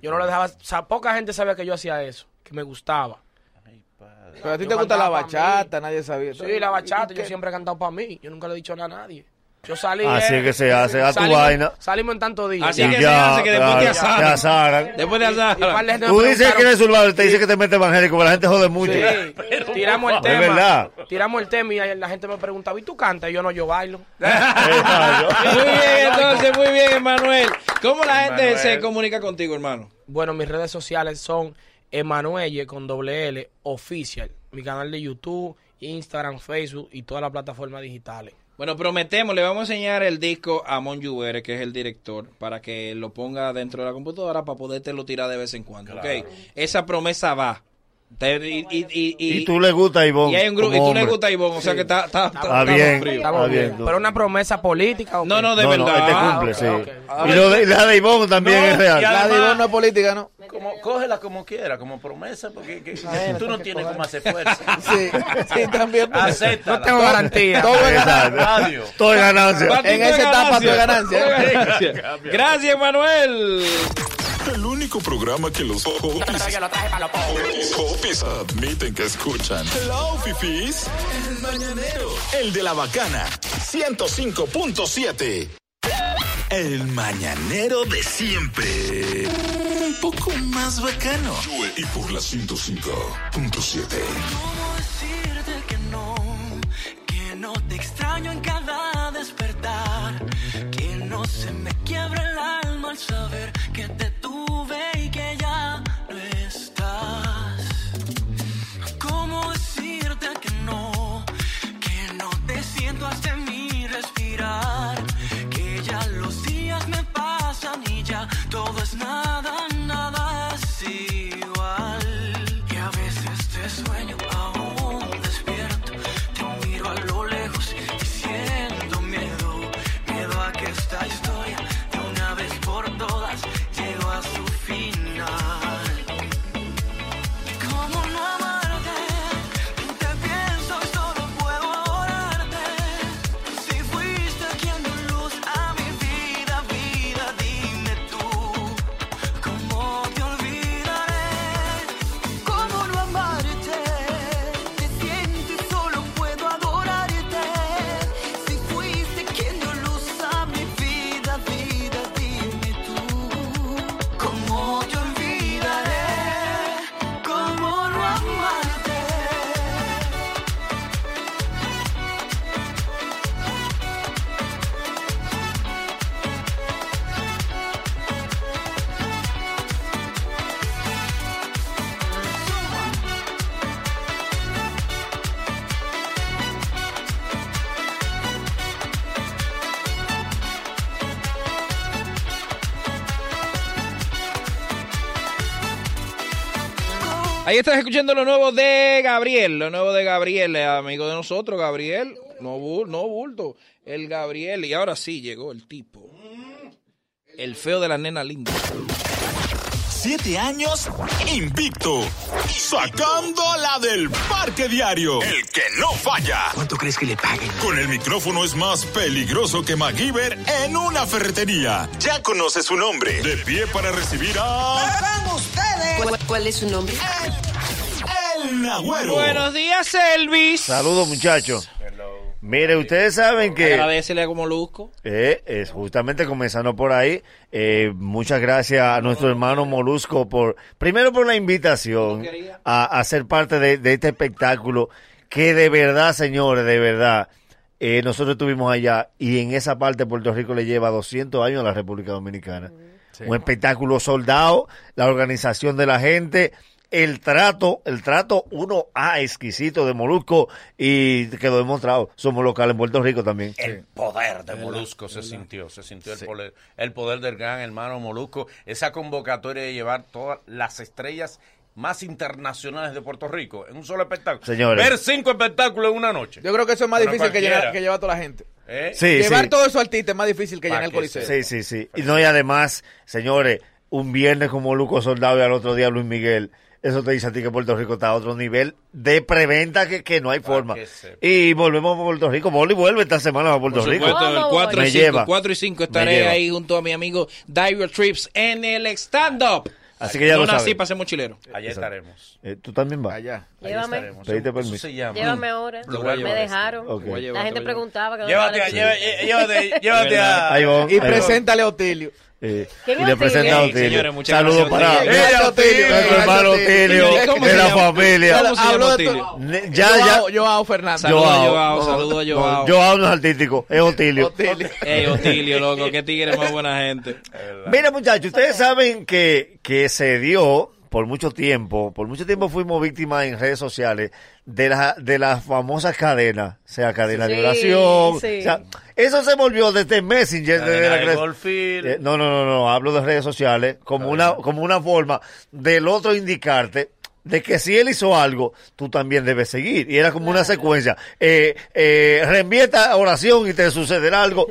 Speaker 27: Yo no le dejaba, o sea, poca gente sabía que yo hacía eso, que me gustaba.
Speaker 18: Pero a ti
Speaker 27: Yo
Speaker 18: te gusta
Speaker 27: cantaba
Speaker 18: la
Speaker 27: pa' mí.
Speaker 18: bachata, nadie sabía.
Speaker 27: Sí, la bachata, yo siempre he cantado para mí. Yo nunca le he dicho nada a nadie. Yo salí.
Speaker 2: Así
Speaker 27: eh,
Speaker 2: que se hace, a tu
Speaker 27: salimos-
Speaker 2: vaina.
Speaker 27: Salimos en tantos días.
Speaker 2: Y ya, claro, te azaran.
Speaker 4: Después de azar.
Speaker 2: Tú dices que eres urbano y te dice que te metes evangélico, pero la gente jode mucho.
Speaker 27: Sí, tiramos el
Speaker 2: Es
Speaker 27: tema.
Speaker 2: verdad.
Speaker 27: Tiramos el tema y la gente me preguntaba, ¿y tú cantas? Y yo no, yo bailo.
Speaker 4: Muy bien, entonces, muy bien, Emanuel. ¿Cómo la gente
Speaker 27: Emanuel.
Speaker 4: se comunica contigo, hermano?
Speaker 27: Bueno, mis redes sociales son Emanuelle con doble L oficial. Mi canal de YouTube, Instagram, Facebook y todas las plataformas digitales.
Speaker 4: Bueno, prometemos, le vamos a enseñar el disco a Mon Jubere, que es el director, para que lo ponga dentro de la computadora para podértelo tirar de vez en cuando. ¿ok?
Speaker 2: Claro.
Speaker 4: Esa promesa va. Te- y, y- y- y-
Speaker 2: Y tú le gusta a Ivonne.
Speaker 4: y hay un grupo, y
Speaker 2: como
Speaker 4: tú le
Speaker 2: hombre.
Speaker 4: gusta a Ivonne, o sea que está, está,
Speaker 2: Ah, bien, ah, bien.
Speaker 27: Pero una promesa política. ¿o qué?
Speaker 4: no, de
Speaker 2: No, no,
Speaker 4: verdad.
Speaker 2: este
Speaker 4: Ah,
Speaker 2: cumple,
Speaker 4: ok,
Speaker 2: sí.
Speaker 4: ok.
Speaker 2: Y lo de- la de Ivonne también es real.
Speaker 18: La de Ivonne no es política, ¿no?
Speaker 1: Como, cógela como quiera, como promesa, porque que- tú no tienes como hacer fuerza.
Speaker 18: Sí, sí, también.
Speaker 1: Acéptala.
Speaker 18: No tengo garantía. Todo es
Speaker 2: Exacto.
Speaker 1: Radio.
Speaker 2: Todo es ganancia.
Speaker 1: Papi,
Speaker 18: En
Speaker 1: todo es
Speaker 18: esa etapa todo es
Speaker 1: ganancia.
Speaker 18: ganancia.
Speaker 1: Todo es
Speaker 4: Gracias, Manuel.
Speaker 25: El único programa que los popis, popis admiten que escuchan. Hello, fifis. El mañanero. El de la bacana. 105.7. El mañanero de siempre. Un poco más bacano. Y por la 105.7.
Speaker 15: decirte que no, que no te extraño en cada despertar, que no se me quiebra el alma al saber que te tuve y que ya no estás. ¿Cómo decirte que no, que no te siento hasta en mi respirar, que ya los días me pasan y ya todo es nada, nada es igual. Y a veces te sueño aún despierto. Te miro a lo lejos y siento miedo. Miedo a que esta historia de una vez por todas llegó a
Speaker 4: Ahí estás escuchando lo nuevo de Gabriel, lo nuevo de Gabriel, eh, amigo de nosotros, Gabriel. No, bul- no bulto, el Gabriel. Y ahora sí llegó el tipo. El feo de la nena linda.
Speaker 6: Siete años invicto. Sacándola del parque diario. El que no falla. ¿Cuánto crees que le paguen? Con el micrófono es más peligroso que MacGyver en una ferretería. Ya conoce su nombre. De pie para recibir a...
Speaker 10: ustedes! ¿Cuál, cuál es su nombre?
Speaker 6: El Nagüero.
Speaker 4: Buenos días, Elvis.
Speaker 2: Saludos, muchachos. Mire, ustedes saben que...
Speaker 4: Agradecele a como Molusco.
Speaker 2: Eh, es justamente comenzando por ahí, eh, muchas gracias a nuestro hermano Molusco por, primero por la invitación a, a ser parte de, de este espectáculo, que de verdad, señores, de verdad, eh, nosotros estuvimos allá y en esa parte Puerto Rico le lleva 200 años a la República Dominicana. Un espectáculo soldado, la organización de la gente, el trato, el trato uno a exquisito de Molusco y quedó demostrado. Somos locales en Puerto Rico también.
Speaker 1: poder de Molusco se sintió, se sintió el, poder, el poder del gran hermano Molusco, esa convocatoria de llevar todas las estrellas más internacionales de Puerto Rico en un solo espectáculo.
Speaker 2: Señores.
Speaker 1: Ver cinco espectáculos en una noche.
Speaker 18: Yo creo que eso es más
Speaker 1: Pero
Speaker 18: difícil que
Speaker 1: cualquiera.
Speaker 18: llevar, que llevar a toda la gente.
Speaker 1: ¿Eh?
Speaker 2: Sí,
Speaker 18: llevar
Speaker 2: sí.
Speaker 18: todo eso artista es más difícil que
Speaker 2: Pa'
Speaker 18: llenar el
Speaker 2: que
Speaker 18: coliseo.
Speaker 2: Sí, sí, sí. Y no, y además, señores, un viernes como Luco Soldado y al otro día Luis Miguel. Eso te dice a ti que Puerto Rico está a otro nivel de preventa que, que no hay forma. Y volvemos a Puerto Rico. Boli vuelve esta semana a Puerto
Speaker 4: Por
Speaker 2: Rico.
Speaker 4: supuesto, el 4
Speaker 2: Me
Speaker 4: y 5,
Speaker 2: lleva.
Speaker 4: 4 y 5
Speaker 2: Me
Speaker 4: estaré
Speaker 2: lleva.
Speaker 4: ahí junto a mi amigo Diver Trips en el stand-up.
Speaker 2: Así que ya
Speaker 4: no
Speaker 2: lo
Speaker 4: nací
Speaker 2: saben.
Speaker 4: para ser mochilero.
Speaker 1: Allá
Speaker 2: Exacto.
Speaker 1: estaremos.
Speaker 2: Eh, Tú también vas.
Speaker 18: Allá.
Speaker 3: Llévame.
Speaker 2: Pediste permiso.
Speaker 3: Llévame ahora.
Speaker 2: Lo voy a
Speaker 3: Me
Speaker 2: llevar.
Speaker 3: dejaron.
Speaker 2: Ok.
Speaker 3: La gente preguntaba. que dónde
Speaker 1: Llévate,
Speaker 3: estaba la
Speaker 1: lleva-
Speaker 3: chica.
Speaker 1: lle- llévate, llévate a...
Speaker 2: Ahí va,
Speaker 18: y
Speaker 2: ahí va.
Speaker 18: preséntale a Otilio.
Speaker 2: Eh,
Speaker 3: ¿Quién
Speaker 2: y
Speaker 3: es
Speaker 2: le
Speaker 3: Otilio?
Speaker 2: presenta a
Speaker 3: Sí,
Speaker 2: Otilio.
Speaker 3: señores, muchas
Speaker 2: Saludos
Speaker 3: gracias,
Speaker 2: para
Speaker 3: Otilio. Gracias, Otilio.
Speaker 2: nuestro hermano Otilio,
Speaker 18: Otilio, ¿cómo
Speaker 2: de
Speaker 18: se
Speaker 2: la
Speaker 18: llama?
Speaker 2: familia.
Speaker 18: ¿Cómo se llama Otilio?
Speaker 2: Ne- Ya, ya.
Speaker 18: Joao- Joao Fernández.
Speaker 2: No, no, Joao no es artístico, es Otilio.
Speaker 4: Ey, Otilio, loco, qué tigre más buena gente.
Speaker 2: Mira, muchachos, ustedes saben que, que se dio por mucho tiempo, por mucho tiempo fuimos víctimas en redes sociales de, la, de las famosas cadenas, sea cadena
Speaker 1: Sí,
Speaker 2: de oración,
Speaker 1: sí.
Speaker 2: o sea, eso se volvió desde Messenger, desde
Speaker 1: Cadena
Speaker 2: la
Speaker 1: de
Speaker 2: cre-
Speaker 1: Goldfield.
Speaker 2: Eh, no, no, no, no, hablo de redes sociales como una, como una forma del otro indicarte de que si él hizo algo, tú también debes seguir. Y era como una secuencia. Eh, eh, reenvía esta oración y te sucederá algo.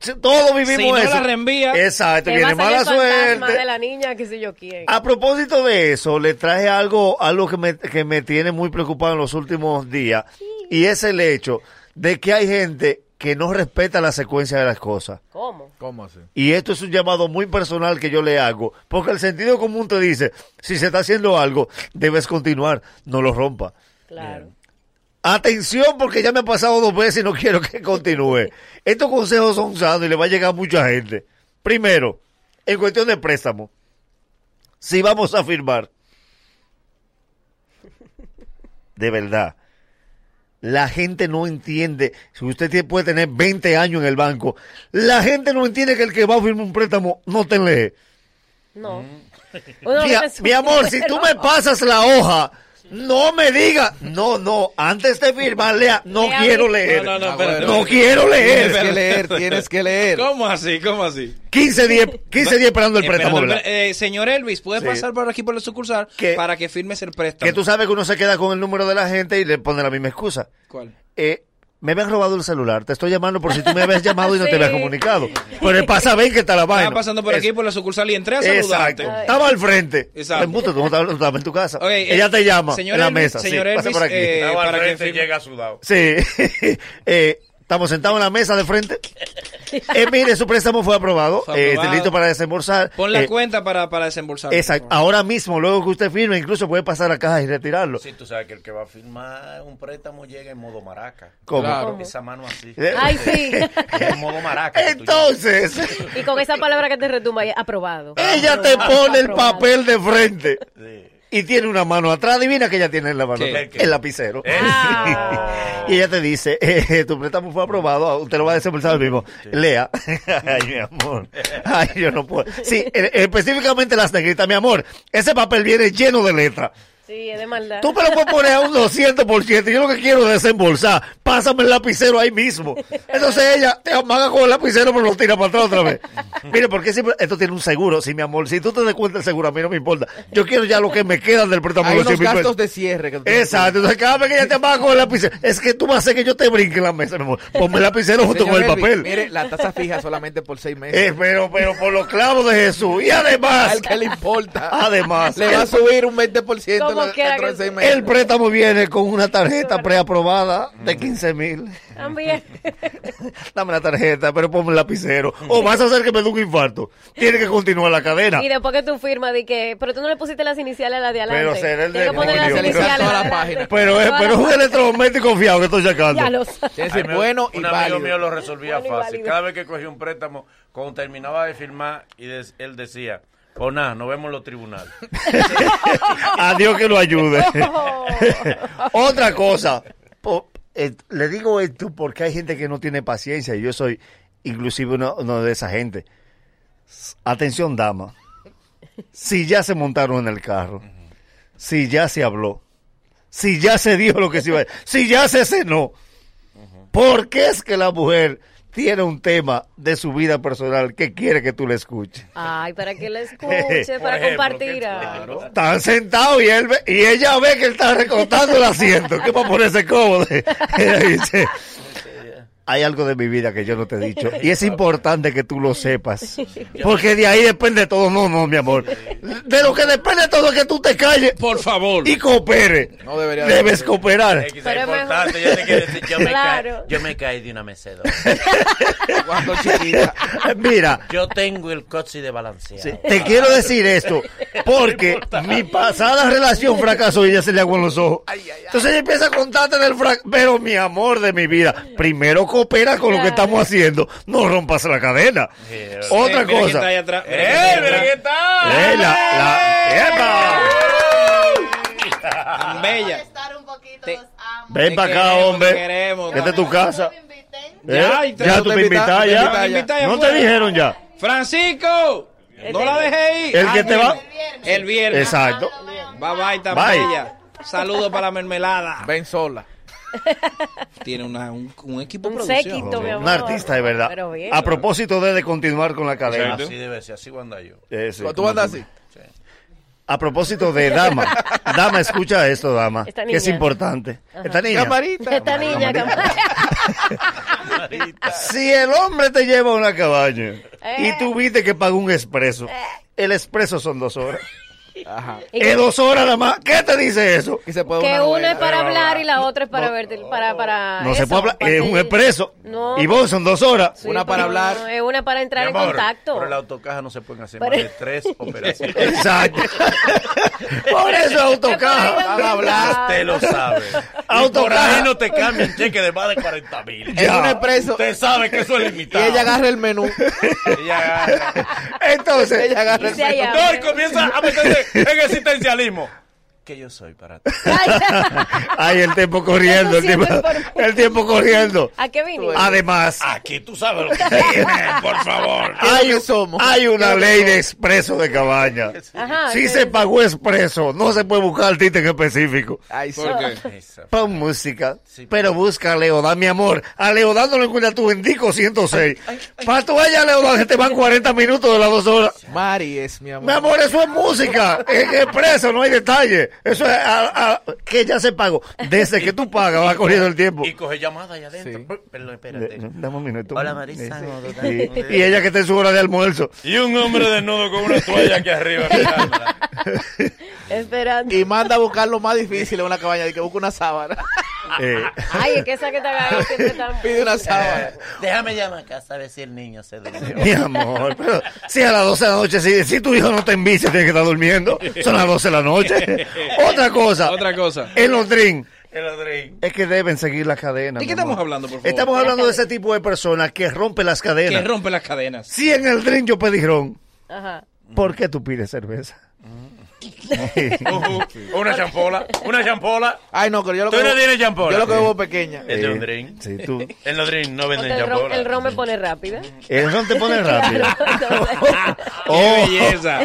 Speaker 2: Si- Todos vivimos
Speaker 3: Si no
Speaker 2: eso.
Speaker 3: la reenvía,
Speaker 2: Exacto,
Speaker 3: Te va
Speaker 2: viene
Speaker 3: a salir
Speaker 2: mala
Speaker 3: el fantasma
Speaker 2: suerte.
Speaker 3: de la niña, que sé yo quién.
Speaker 2: A propósito de eso, le traje algo, algo que me, que me tiene muy preocupado en los últimos días. Y es el hecho de que hay gente que no respeta la secuencia de las cosas.
Speaker 3: ¿Cómo?
Speaker 18: ¿Cómo así?
Speaker 2: Y esto es un llamado muy personal que yo le hago, porque el sentido común te dice, si se está haciendo algo, debes continuar, no lo rompa.
Speaker 3: Claro.
Speaker 2: Atención, porque ya me ha pasado dos veces y no quiero que continúe. Estos consejos son sanos y le va a llegar a mucha gente. Primero, en cuestión de préstamo, si vamos a firmar, de verdad, la gente no entiende, si usted tiene- puede tener 20 años en el banco, la gente no entiende que el que va a firmar un préstamo no te lee.
Speaker 3: No. Uno
Speaker 2: Mi,
Speaker 3: ve su
Speaker 2: mi amor, si tú me
Speaker 3: número.
Speaker 2: pasas la hoja, no me digas, no, no, antes de firmar, lea, no
Speaker 3: Lea
Speaker 2: quiero
Speaker 3: bien.
Speaker 2: leer.
Speaker 4: No, no, no,
Speaker 2: No,
Speaker 4: espérate.
Speaker 2: quiero leer.
Speaker 4: Tienes que leer,
Speaker 18: tienes que leer.
Speaker 4: ¿Cómo así? ¿Cómo así?
Speaker 2: 15 días, 15 días esperando el préstamo,
Speaker 4: Esperando
Speaker 2: ¿verdad?
Speaker 4: el pre- eh, señor Elvis, ¿puedes
Speaker 2: Sí.
Speaker 4: pasar por aquí por la sucursal para que firmes el préstamo?
Speaker 2: Que tú sabes que uno se queda con el número de la gente y le pone la misma excusa.
Speaker 4: ¿Cuál?
Speaker 2: Eh, me habías robado el celular, te estoy llamando por si tú me habías llamado y no te habías
Speaker 4: Sí.
Speaker 2: comunicado. Pero pasa, ven que está la vaina.
Speaker 4: Estaba pasando por
Speaker 2: Es-
Speaker 4: aquí por la sucursal y entré a
Speaker 2: Exacto.
Speaker 4: saludarte.
Speaker 2: Estaba al frente.
Speaker 4: Exacto.
Speaker 2: Embuste, tú no estabas- no estabas en tu casa.
Speaker 4: Ok, eh,
Speaker 2: Ella te llama
Speaker 4: señor
Speaker 2: en la
Speaker 4: Elvis,
Speaker 2: mesa. sí,
Speaker 4: señor
Speaker 2: pasa
Speaker 4: Elvis,
Speaker 2: por aquí.
Speaker 4: eh,
Speaker 1: Estaba al
Speaker 4: para que
Speaker 1: frente,
Speaker 4: firme.
Speaker 1: llega sudado.
Speaker 2: Sí. Eh, estamos sentados en la mesa de frente. Eh, mire, su préstamo fue aprobado.
Speaker 4: Fue aprobado.
Speaker 2: Eh, está listo para desembolsar.
Speaker 4: Pon la
Speaker 2: Eh,
Speaker 4: cuenta para, para desembolsar.
Speaker 2: Exacto. Ah, Ahora mismo, luego que usted firme, incluso puede pasar a caja y retirarlo.
Speaker 1: Sí, tú sabes que el que va a firmar un préstamo llega en modo maraca.
Speaker 2: ¿Cómo? Claro.
Speaker 1: Esa mano así.
Speaker 2: Eh, Ay, sí.
Speaker 1: En modo maraca. que tú
Speaker 2: Entonces,
Speaker 3: Y con esa palabra que te retumba, ahí, aprobado.
Speaker 2: ella te
Speaker 3: Aprobado,
Speaker 2: pone el
Speaker 3: aprobado.
Speaker 2: papel de frente. Y tiene una mano atrás. Adivina que ella tiene en la mano
Speaker 1: ¿Qué?
Speaker 2: atrás.
Speaker 1: ¿Qué?
Speaker 2: El lapicero. y ella te dice, eh, tu préstamo fue aprobado, Ah, usted lo va a desembolsar el mismo. Lea. Ay, mi amor. Ay, yo no puedo. Sí, eh, específicamente las negritas, mi amor. Ese papel viene lleno de letras.
Speaker 3: Sí, es de maldad.
Speaker 2: Tú me lo puedes poner a un 200%. Yo lo que quiero es desembolsar. Pásame el lapicero ahí mismo. Entonces ella te amaga con el lapicero, pero lo tira para atrás otra vez. Mire, porque siempre esto tiene un seguro. Sí, mi amor, si tú te das cuenta el seguro, a mí no me importa. Yo quiero ya lo que me queda del préstamo.
Speaker 18: Hay
Speaker 2: de
Speaker 18: unos
Speaker 2: 100 mil pesos.
Speaker 18: gastos de cierre. Que tú tienes que-
Speaker 2: Exacto, entonces cada vez que ella te amaga con el lapicero, es que tú vas a hacer que yo te brinque en la mesa, mi amor. Ponme el lapicero junto
Speaker 18: Señor
Speaker 2: con el
Speaker 18: Elvin,
Speaker 2: papel.
Speaker 18: Mire, la tasa fija solamente por seis meses.
Speaker 2: Eh, pero, pero por los clavos de Jesús. Y además.
Speaker 18: Al que le importa.
Speaker 2: Además.
Speaker 18: Le va a
Speaker 2: el-
Speaker 18: subir un 20%
Speaker 3: Como
Speaker 18: la-
Speaker 3: quiera
Speaker 18: dentro
Speaker 3: que
Speaker 18: de seis meses.
Speaker 2: El préstamo viene con una tarjeta preaprobada de 15 mil.
Speaker 3: También.
Speaker 2: Dame la tarjeta, pero ponme el lapicero. O vas a hacer que me dé un infarto. Tiene que continuar la cadena.
Speaker 3: Y después que tú firmas, di que. Pero tú no le pusiste las iniciales a la de adelante.
Speaker 2: Pero será el
Speaker 3: Tienes que poner las
Speaker 2: demonio.
Speaker 3: iniciales
Speaker 2: Pero-
Speaker 3: a la página.
Speaker 2: Pero es, pero es un electrodoméstico fiado que estoy sacando.
Speaker 3: Ya lo sabes.
Speaker 1: A mí, Un amigo mío lo resolvía fácil. Cada vez que cogía un préstamo, cuando terminaba de firmar, y des- él decía, pues nada, nos vemos en los tribunales.
Speaker 2: A Dios que lo ayude. Otra cosa. po- eh, le digo esto porque hay gente que no tiene paciencia y yo soy inclusive uno, uno de esa gente. S- Atención, dama. Si ya se montaron en el carro, si ya se habló, si ya se dijo lo que se iba a decir, si ya se cenó, ¿por qué es que la mujer tiene un tema de su vida personal que quiere que tú le escuches?
Speaker 3: Ay, para que la escuche, para
Speaker 2: Por ejemplo,
Speaker 3: compartir. Claro.
Speaker 2: Están sentados y él ve- y ella ve que él está recortando el asiento, que para ponerse cómodo. Ella dice, hay algo de mi vida que yo no te he dicho y es importante que tú lo sepas, porque de ahí depende todo. No, no, mi amor. De lo que depende todo es que tú te calles. Por favor. Y coopere.
Speaker 18: No debería de-
Speaker 2: Debes cooperar.
Speaker 5: Es quizá importante, ya te quiero decir, yo, me ca-
Speaker 3: Claro.
Speaker 5: yo me caí de una mecedora.
Speaker 18: Cuando chiquita.
Speaker 2: Mira.
Speaker 5: Yo tengo el coche de balanceo.
Speaker 2: Te quiero decir esto, porque mi pasada relación fracasó y ella se le aguan los ojos. Entonces ella empieza a contarte del fracaso. Pero mi amor de mi vida, primero coopera con lo que estamos haciendo, no rompas la cadena.
Speaker 4: Eh,
Speaker 2: Otra
Speaker 1: mira quién
Speaker 2: cosa.
Speaker 1: está ahí atrás, mira quién
Speaker 2: ¡Eh,
Speaker 1: está ahí
Speaker 2: mira
Speaker 1: atrás.
Speaker 2: quién está! ¡Eh,
Speaker 4: Eh,
Speaker 2: la- la- ¡Epa!
Speaker 18: Bella.
Speaker 2: Ven
Speaker 18: Te
Speaker 2: para acá,
Speaker 18: queremos,
Speaker 2: hombre.
Speaker 18: te queremos.
Speaker 2: Que esta es tu casa.
Speaker 18: me
Speaker 2: ¿Eh?
Speaker 18: inviten.
Speaker 2: Ya,
Speaker 18: Ya, te
Speaker 2: tú te
Speaker 18: invita-
Speaker 2: invitas
Speaker 18: te
Speaker 2: ya.
Speaker 18: invita- te invita ya
Speaker 2: No te
Speaker 18: afuera.
Speaker 2: dijeron ya.
Speaker 18: Francisco, no la dejé ir.
Speaker 4: Ah,
Speaker 2: El que te va-
Speaker 18: El viernes.
Speaker 2: Exacto.
Speaker 3: Ah,
Speaker 18: Bye bye, tan
Speaker 2: Bye.
Speaker 18: bella. Saludos para la mermelada. Ven sola.
Speaker 4: Tiene una, un, un equipo
Speaker 3: Un
Speaker 4: producción.
Speaker 3: séquito, mi amor.
Speaker 2: Un artista de verdad.
Speaker 3: Pero bien.
Speaker 2: A propósito de, de continuar con la cadena.
Speaker 1: Así debe ser, así voy a andar yo.
Speaker 2: Eh, sí,
Speaker 1: ¿Tú
Speaker 2: como
Speaker 1: andas
Speaker 2: tú. A propósito de dama, dama, escucha esto, dama,
Speaker 3: Esta
Speaker 2: que es
Speaker 3: niña.
Speaker 2: importante.
Speaker 3: Ajá.
Speaker 2: Esta niña.
Speaker 3: Esta niña, camarita.
Speaker 2: Si el hombre te lleva a una cabaña
Speaker 3: Eh.
Speaker 2: y tú viste que pagó un expreso, el expreso son dos horas. Es dos horas nada más. ¿Qué te dice eso?
Speaker 3: Que una es para hablar y la otra es para verte. Para, para
Speaker 2: No se
Speaker 3: eso,
Speaker 2: puede hablar.
Speaker 3: para
Speaker 2: Es un
Speaker 3: que-
Speaker 2: expreso.
Speaker 3: No.
Speaker 2: Y vos son dos horas.
Speaker 3: Sí, pero no, Es una para entrar
Speaker 1: Mi amor,
Speaker 3: en contacto.
Speaker 1: Pero en la autocaja no se pueden hacer
Speaker 3: Pero-
Speaker 1: más de tres operaciones.
Speaker 2: Exacto. Por eso autocaja.
Speaker 1: Al hablar, Usted lo sabe. Y
Speaker 2: Autocaja.
Speaker 1: Por ahí no te cambian cheque de más de 40 mil.
Speaker 2: Es un
Speaker 18: expreso.
Speaker 1: Usted sabe que eso es
Speaker 18: Y
Speaker 1: limitado.
Speaker 18: ella agarra el menú.
Speaker 2: Entonces.
Speaker 18: Ella agarra el
Speaker 1: Y se
Speaker 18: menú.
Speaker 1: llama. No, y comienza a meterse en existencialismo. Que yo soy para ti.
Speaker 2: Ay, el tiempo corriendo. El tiempo, el tiempo corriendo.
Speaker 3: ¿A qué viniste?
Speaker 2: Además,
Speaker 1: Aquí tú sabes lo que tienes, por favor.
Speaker 2: hay, hay una ley de expreso de cabaña.
Speaker 3: Ajá,
Speaker 2: Si
Speaker 3: ¿qué
Speaker 2: se
Speaker 3: dice?
Speaker 2: pagó expreso, no se puede buscar artista en específico.
Speaker 18: Ay,
Speaker 3: ¿Por qué?
Speaker 2: Pon música, pero busca a Leodán, mi amor. A Leodán no lo encuentras tú en Dico 106. Para tú vayas a Leodán, que te van 40 minutos de las dos horas.
Speaker 18: Mari es mi amor.
Speaker 2: Mi amor, eso es música. En expreso, no hay detalle. Eso es a- a- que ya se pagó. Desde que tú pagas, va corriendo el tiempo.
Speaker 1: Y coge llamada allá adentro. Pr- Perdón, espérate.
Speaker 2: Dame un minuto.
Speaker 1: Hola, Marisa.
Speaker 2: Sí. Y, ella que está en su hora de almuerzo.
Speaker 1: Y un hombre desnudo con una toalla aquí arriba.
Speaker 3: Esperando.
Speaker 18: Y manda a buscar lo más difícil en una cabaña, de que busca una sábana.
Speaker 2: Eh,
Speaker 18: ah,
Speaker 3: Ay, es que esa que te agarra siempre está...
Speaker 18: Pide una sábana.
Speaker 5: Déjame llamar acá a ver si el niño se durmió.
Speaker 2: mi amor, pero si a las 12 de la noche, si, si tu hijo no te envicia, tiene que estar durmiendo. Son las 12 de la noche. Otra cosa.
Speaker 4: Otra cosa.
Speaker 2: El Londrín.
Speaker 1: El Odrín.
Speaker 2: Es que deben seguir las cadenas.
Speaker 4: ¿De qué
Speaker 2: mi amor.
Speaker 4: estamos hablando, por favor?
Speaker 2: Estamos hablando de ese tipo de personas que rompe las
Speaker 4: Que
Speaker 2: cadenas.
Speaker 4: rompe las cadenas.
Speaker 2: Si en el drink yo pedí ron,
Speaker 3: Ajá.
Speaker 2: ¿por qué tú pides cerveza?
Speaker 1: Ujú, Una champola, una champola.
Speaker 18: Ay, no, pero yo lo
Speaker 1: Tú
Speaker 18: que
Speaker 1: no
Speaker 18: bebo-
Speaker 1: tienes champola.
Speaker 18: Yo lo que bebo pequeña.
Speaker 1: Es de un drink.
Speaker 2: Sí, tú.
Speaker 1: En los drinks no venden
Speaker 3: Porque el, ron,
Speaker 1: champola.
Speaker 3: el ron me pone rápida.
Speaker 2: El ron te pone rápido. Oh,
Speaker 1: ¡Qué belleza!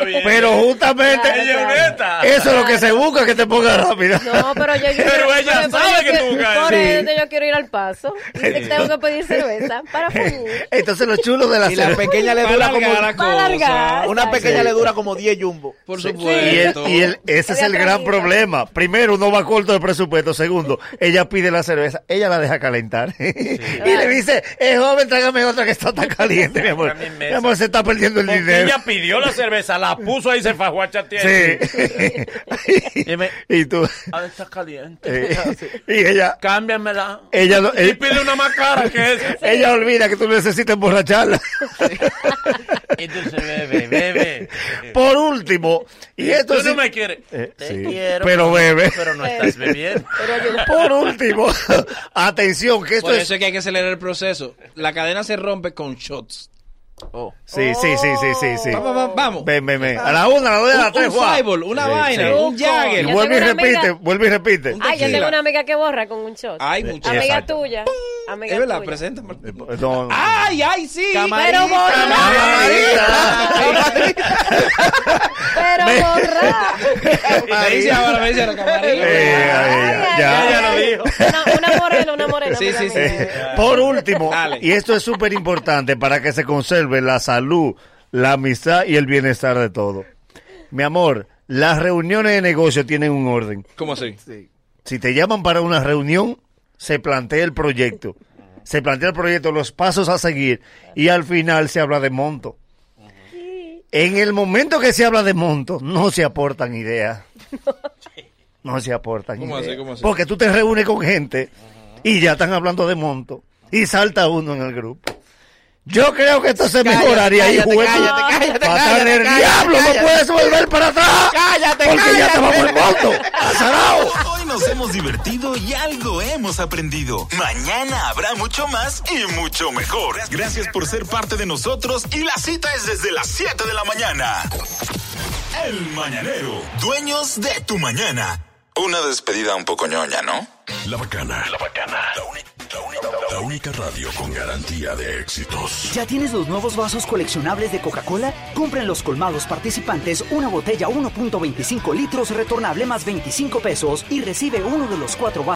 Speaker 2: Pero justamente oh. eso es lo que se busca, que te ponga rápido.
Speaker 3: No, pero yo, yo
Speaker 2: Pero ella
Speaker 3: por
Speaker 2: sabe
Speaker 3: eso
Speaker 2: que tú buscas
Speaker 3: Por
Speaker 2: eso.
Speaker 3: eso yo quiero ir al paso.
Speaker 2: Sí.
Speaker 3: Tengo que pedir cerveza para fumir.
Speaker 2: Entonces lo chulo de la
Speaker 18: Y la
Speaker 2: cerveza-
Speaker 18: pequeña le dura como
Speaker 3: Para alargar,
Speaker 18: una pequeña
Speaker 2: Sí.
Speaker 18: le dura como 10 jumbo. Por
Speaker 2: Y, el- y el- ese es el gran problema. Primero, uno va corto de presupuesto. Segundo, ella pide la cerveza, ella la deja calentar. y le dice, eh, joven, tráigame otra que está tan caliente, mi amor. Mi amor, se está perdiendo el dinero.
Speaker 1: Ella pidió la cerveza, la puso ahí, se fajó a chatear.
Speaker 2: Sí. y tú,
Speaker 1: Ah, está caliente.
Speaker 5: Ah,
Speaker 2: Eh, y ella...
Speaker 1: Cámbiamela.
Speaker 2: Ella lo-
Speaker 18: eh,
Speaker 1: y pide una más cara que esa.
Speaker 2: Ella olvida que tú necesitas emborracharla.
Speaker 1: Entonces bebe, bebe.
Speaker 2: Por último, y esto
Speaker 1: Tú
Speaker 2: sí-
Speaker 1: no me quieres.
Speaker 2: Eh,
Speaker 1: Te
Speaker 2: sí,
Speaker 1: quiero.
Speaker 2: Pero bebe.
Speaker 1: Pero no estás bebiendo.
Speaker 2: Por último, atención, que esto
Speaker 4: Por
Speaker 2: es.
Speaker 4: eso es que hay que acelerar el proceso. La cadena se rompe con shots. Oh.
Speaker 2: Sí, sí, sí, sí, sí, sí.
Speaker 4: Vamos, vamos, vamos.
Speaker 2: Ven, ven, ven. A la una, a la dos, a
Speaker 4: Un-
Speaker 2: la tres,
Speaker 4: un
Speaker 2: Juan.
Speaker 4: Fireball, una vaina, un
Speaker 2: Y
Speaker 4: Jagger. Yo
Speaker 2: vuelve y
Speaker 4: tengo una
Speaker 2: repite,
Speaker 4: amiga-
Speaker 2: vuelve y repite.
Speaker 3: Ay, yo tengo una amiga que borra con un shot.
Speaker 4: Ay,
Speaker 3: muchachos.
Speaker 4: muchacha.
Speaker 3: Amiga
Speaker 4: Exacto.
Speaker 3: tuya. Amiga
Speaker 4: Es verdad,
Speaker 3: tuya.
Speaker 4: presenta.
Speaker 2: Eh,
Speaker 4: Ah,
Speaker 2: No, no.
Speaker 4: Ay, ay, sí.
Speaker 3: Pero borra. Pero borra.
Speaker 4: Me dice ahora, me dice ahora, camarilla.
Speaker 2: Eh, ya.
Speaker 4: lo dijo.
Speaker 3: Una morena, una morena.
Speaker 4: Sí, sí, sí.
Speaker 2: Eh, Por último, y esto es súper importante para que se conserve la salud, la amistad y el bienestar de todo. Mi amor, las reuniones de negocio tienen un orden.
Speaker 4: ¿Cómo así?
Speaker 2: Si te llaman para una reunión, se plantea el proyecto. Se plantea el proyecto, los pasos a seguir y al final se habla de monto. En el momento que se habla de monto, no se aportan ideas. No se aportan
Speaker 4: ¿Cómo así?
Speaker 2: ideas.
Speaker 4: ¿Cómo así?
Speaker 2: Porque tú te reúnes con gente y ya están hablando de monto y salta uno en el grupo. Yo creo que esto se
Speaker 15: Cállate,
Speaker 2: mejoraría y
Speaker 15: cállate,
Speaker 2: juguete.
Speaker 15: cállate,
Speaker 2: Matar
Speaker 15: cállate, cállate,
Speaker 2: el
Speaker 15: cállate,
Speaker 2: diablo,
Speaker 15: cállate.
Speaker 2: no puedes volver para atrás.
Speaker 15: Cállate,
Speaker 2: porque ya
Speaker 15: cállate.
Speaker 2: te vamos el monto. ¡Azarao!
Speaker 6: Hoy nos hemos divertido y algo hemos aprendido. Mañana habrá mucho más y mucho mejor. Gracias por ser parte de nosotros y la cita es desde las 7 de la mañana. El Mañanero, dueños de tu mañana.
Speaker 25: Una despedida un poco ñoña, ¿no? La bacana. La bacana. La, única radio con garantía de éxitos.
Speaker 17: ¿Ya tienes los nuevos vasos coleccionables de Coca-Cola? Compra en los colmados participantes una botella 1.25 litros retornable más 25 pesos y recibe uno de los cuatro vasos.